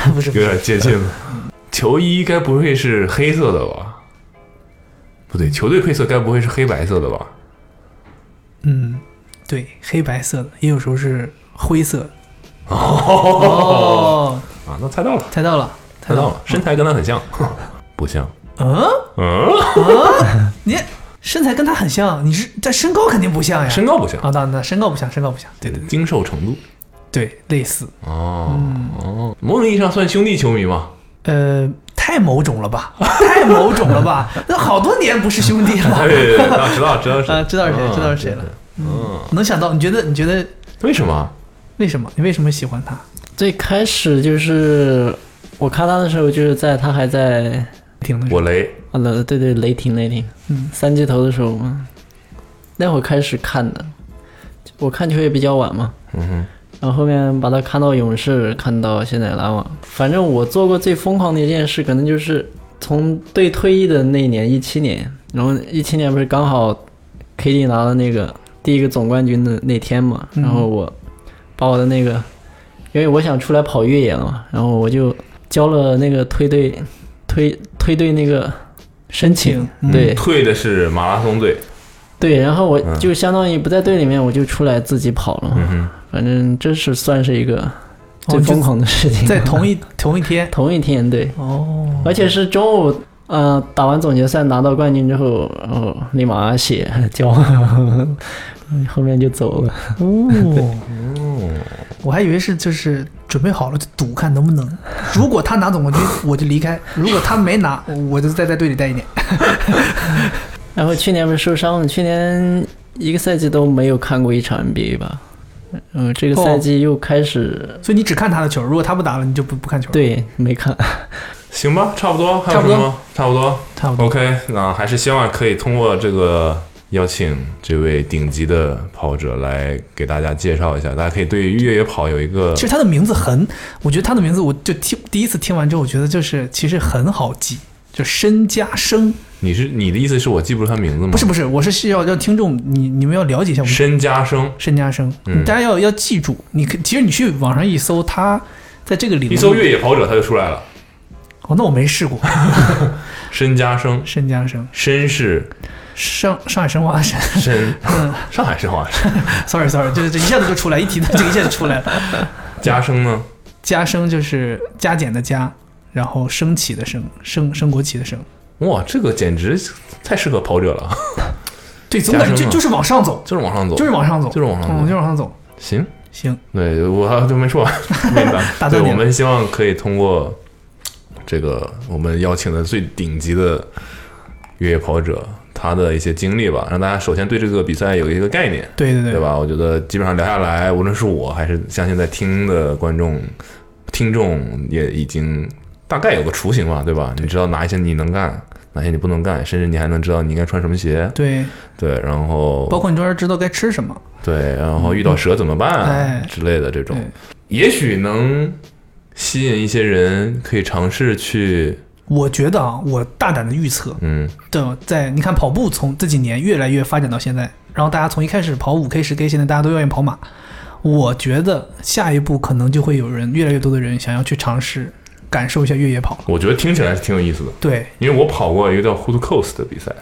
Speaker 3: (laughs) 不是不
Speaker 2: 有
Speaker 3: 是
Speaker 2: 点接近了。球衣该不会是黑色的吧？不对，球队配色该不会是黑白色的吧？
Speaker 3: 嗯，对，黑白色的，也有时候是灰色的。哦，
Speaker 2: 啊，那猜到了，
Speaker 3: 猜到了，
Speaker 2: 猜到了，身材跟他很像， (laughs) 不像？
Speaker 3: 嗯，
Speaker 2: 嗯，
Speaker 3: 你身材跟他很像，你是但身高肯定不像呀。
Speaker 2: 身高不像
Speaker 3: 啊，，那那身高不像，身高不像，对对
Speaker 2: 精瘦程度。
Speaker 3: 对，类似。
Speaker 2: 哦哦，某种意义上算兄弟球迷嘛？
Speaker 3: 呃，太某种
Speaker 2: (laughs)
Speaker 3: 了吧，太某种了吧，那好多年不是兄弟
Speaker 2: (laughs) 对
Speaker 3: 了。
Speaker 2: 哎对对，知道知道知道
Speaker 3: 啊，知道是谁，知道是谁了。。
Speaker 2: 嗯，
Speaker 3: (laughs) 能想到？你觉得？你觉得
Speaker 2: 为什么？
Speaker 3: 为什么？你为什么喜欢他？
Speaker 4: 最开始就是我看他的时候，就是在他还在
Speaker 3: 挺的时候
Speaker 2: 我雷
Speaker 4: 啊，雷对对，雷霆雷霆，
Speaker 3: 嗯
Speaker 4: 三巨头的时候嘛，那会儿开始看的，我看球也比较晚嘛，
Speaker 2: 嗯
Speaker 4: 然后后面把他看到勇士，看到现在篮网，反正我做过最疯狂的一件事，可能就是从队退役的那一年，一七年，然后一七年不是刚好 KD 拿了那个第一个总冠军的那天嘛，
Speaker 3: 嗯
Speaker 4: 然后我把我的那个，因为我想出来跑越野了嘛，然后我就交了那个退队推推队那个申请，
Speaker 3: 嗯
Speaker 4: 对，
Speaker 2: 退的是马拉松队。
Speaker 4: 对，然后我
Speaker 2: 嗯
Speaker 4: 就相当于不在队里面，我就出来自己跑了嘛。
Speaker 2: 嗯哼，
Speaker 4: 反正这是算是一个最
Speaker 3: 哦就
Speaker 4: 疯狂的事情，
Speaker 3: 在
Speaker 4: (laughs)
Speaker 3: 同一同一天。
Speaker 4: 同一天对，
Speaker 3: 哦， (laughs)
Speaker 4: 而且是中午，哦 (laughs) 呃，打完总决赛拿到冠军之后，然后立马写交，后面就走了。
Speaker 3: 哦，我还以为是就是准备好了就赌看能不能，如果他拿总冠军我就离开，如果他没拿我就再在队里待一年。
Speaker 4: 然后去年不是受伤了，去年一个赛季都没有看过一场 NBA 吧？嗯、这个赛季又开始、
Speaker 3: 所以你只看他的球，如果他不打了你就不不看球。，
Speaker 4: 对没看，
Speaker 2: 行吧，差不多，还有什么？差不多
Speaker 3: 差不多。
Speaker 2: ，OK，那还是希望可以通过这个邀请这位顶级的跑者来给大家介绍一下，大家可以对越野跑有一个
Speaker 3: 其实他的名字很，我觉得他的名字我就听第一次听完之后，我觉得就是其实很好记，就身家生
Speaker 2: 你是你的意思是我记不住他名字吗？
Speaker 3: 不是不是，我是需要让听众你你们要了解一下我们
Speaker 2: 申家生，
Speaker 3: 申家生，
Speaker 2: 嗯
Speaker 3: 大家要要记住，你可其实你去网上一搜，他在这个里面
Speaker 2: 一搜越野跑者他就出来了。
Speaker 3: 哦，那我没试过 (laughs)
Speaker 2: 申家生，
Speaker 3: 申家生，
Speaker 2: 申是
Speaker 3: 上上海申花的 (laughs) 申
Speaker 2: 申， (laughs) 上海申花申。
Speaker 3: ，sorry sorry，这这一下子就出来，一
Speaker 2: (laughs)
Speaker 3: 提到这个一下就出来了。
Speaker 2: 家生呢？
Speaker 3: 家生就是加减的加，然后升起的升，升升国旗的升，
Speaker 2: 哇，这个简直太适合跑者了，
Speaker 3: (laughs) 对，总感
Speaker 2: 加
Speaker 3: 觉
Speaker 2: 深
Speaker 3: 就
Speaker 2: 嘛
Speaker 3: 就是往上走，
Speaker 2: 就是往上啊走，
Speaker 3: 就是往上走，
Speaker 2: 就是往上走
Speaker 3: 嗯，就是往上走。
Speaker 2: 行。
Speaker 3: 行，
Speaker 2: 对，我还就没
Speaker 3: (laughs)
Speaker 2: 说完，明
Speaker 3: 打
Speaker 2: 白。对，
Speaker 3: 断你
Speaker 2: 我
Speaker 3: 了
Speaker 2: 们希望可以通过这个我们邀请的最顶级的越野跑者，他的一些经历吧，让大家首先对这个比赛有一个概念，
Speaker 3: 对对对
Speaker 2: 对？吧？我觉得基本上聊下来，无论是我还是相信在听的观众、听众，也已经大概有个雏形吧，对吧？你知道哪一些你能干，哪些你不能干，甚至你还能知道你应该穿什么鞋，
Speaker 3: 对，
Speaker 2: 对，然后
Speaker 3: 包括你中间知道该吃什么，
Speaker 2: 对，然后遇到蛇怎么办、
Speaker 3: 哎
Speaker 2: 之类的这种
Speaker 3: 对，
Speaker 2: 也许能吸引一些人可以尝试去，
Speaker 3: 我觉得啊，我大胆的预测，
Speaker 2: 嗯，
Speaker 3: 对，在你看跑步从这几年越来越发展到现在，然后大家从一开始跑五 K、十 K，现在大家都愿意跑马。我觉得下一步可能就会有人越来越多的人想要去尝试感受一下越野跑了。
Speaker 2: 我觉得听起来是挺有意思的，
Speaker 3: 对，
Speaker 2: 因为我跑过一个叫 Hood Coast 的比赛，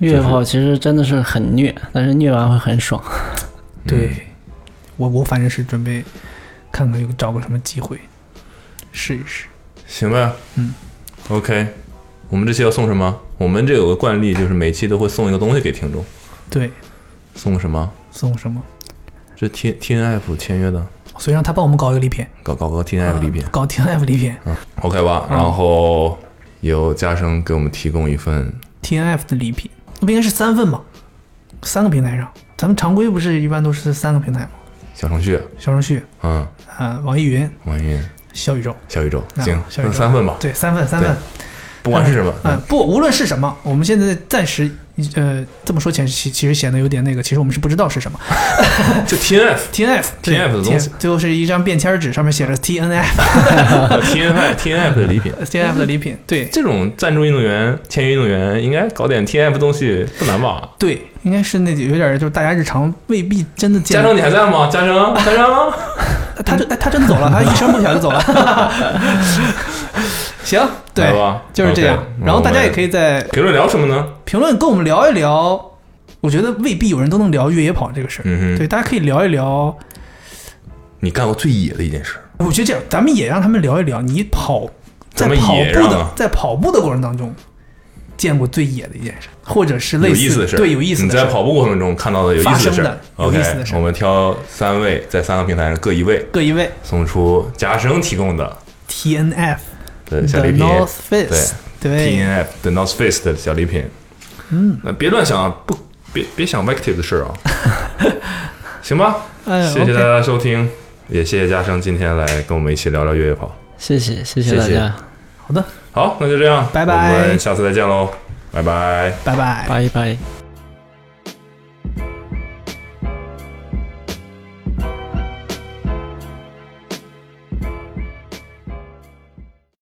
Speaker 4: 越野跑其实真的是很虐，但是虐完会很爽。
Speaker 3: 对、
Speaker 2: 嗯
Speaker 3: 我我反正是准备看看有找个什么机会试一试。
Speaker 2: 行吧，
Speaker 3: 嗯
Speaker 2: ，OK，我们这期要送什么？我们这有个惯例，就是每期都会送一个东西给听众，
Speaker 3: 对，
Speaker 2: 送什么？
Speaker 3: 送什么？
Speaker 2: 这 T T N F 签约的，
Speaker 3: 所以让他帮我们搞一个礼品，
Speaker 2: 搞搞个 T N F 礼品、嗯
Speaker 3: 搞 T N F 礼品
Speaker 2: o k 吧？
Speaker 3: 嗯
Speaker 2: 然后由嘉生给我们提供一份
Speaker 3: ，T N F 的礼品，那不应该是三份吗？三个平台上，咱们常规不是一般都是三个平台吗？
Speaker 2: 小程序，
Speaker 3: 小程序，
Speaker 2: 嗯，
Speaker 3: 呃，网易云、
Speaker 2: 网易云。
Speaker 3: 小宇宙，
Speaker 2: 小宇宙，
Speaker 3: 啊
Speaker 2: 行，
Speaker 3: 小宇
Speaker 2: 那
Speaker 3: 宙
Speaker 2: 三份吧，
Speaker 3: 对，三份，三份，
Speaker 2: 不管是什么，
Speaker 3: 嗯，不，无论是什么，我们现在暂时，呃，这么说前其其实显得有点那个，其实我们是不知道是什么
Speaker 2: 就 T N F
Speaker 3: T N F T
Speaker 2: TNF 的东西，
Speaker 3: 最后是一张便签纸，上面写着 T
Speaker 2: (laughs)
Speaker 3: N F
Speaker 2: T N F T N F 的礼品。
Speaker 3: T N F 的礼品，对
Speaker 2: 这种赞助运动员、签约运动员，应该搞点 T N F 东西不难吧？
Speaker 3: 对，应该是那几有点就是大家日常未必真的见呃
Speaker 2: 嘉，诚，你还在吗？嘉诚，嘉诚，
Speaker 3: 他就哎他真的走了，他一声不响就走了， (laughs) 行，对
Speaker 2: 来，吧，
Speaker 3: 就是这样
Speaker 2: OK，。
Speaker 3: 然后大家也可
Speaker 2: 以
Speaker 3: 以在
Speaker 2: 评论聊什么呢？
Speaker 3: 评论跟我们聊一聊，我觉得未必有人都能聊越野跑这个事儿，
Speaker 2: 嗯
Speaker 3: 对，
Speaker 2: 哼，
Speaker 3: 大家可以聊一聊。
Speaker 2: 你干过最野的一件事，
Speaker 3: 我觉得这样，咱们也让他们聊一聊，你跑在
Speaker 2: 咱们
Speaker 3: 跑
Speaker 2: 也
Speaker 3: 步
Speaker 2: 让
Speaker 3: 的、
Speaker 2: 啊
Speaker 3: 在跑步的过程当中，见过最野的一件事，或者是类
Speaker 2: 有
Speaker 3: 似
Speaker 2: 意思的事，
Speaker 3: 对有意思
Speaker 2: 你
Speaker 3: 的事
Speaker 2: 在跑步过程中看到的有意思
Speaker 3: 发生
Speaker 2: 事
Speaker 3: 的有
Speaker 2: OK，
Speaker 3: 意思的事
Speaker 2: 我们挑三位，在三个平台上各一位，
Speaker 3: 各一位
Speaker 2: 送出嘉诚提供的
Speaker 3: TNF
Speaker 2: 的小
Speaker 3: The
Speaker 2: 礼品。
Speaker 3: North Face，
Speaker 2: T
Speaker 3: 对
Speaker 2: N F 的 North Face 的小礼品。嗯，那别乱想，啊，不，别别想 Vective 的事儿
Speaker 3: (laughs)
Speaker 2: 啊。行吧，
Speaker 3: 哎
Speaker 2: 谢谢大
Speaker 3: OK
Speaker 2: 家收听，也谢谢嘉生今天来跟我们一起聊聊越野跑。
Speaker 4: 谢谢谢谢
Speaker 2: 谢
Speaker 4: 大家。
Speaker 2: 谢
Speaker 3: 好的，
Speaker 2: 好，那就这样，
Speaker 3: 拜拜
Speaker 2: 我们下次再见喽，拜拜。
Speaker 3: 拜拜。
Speaker 4: 拜拜。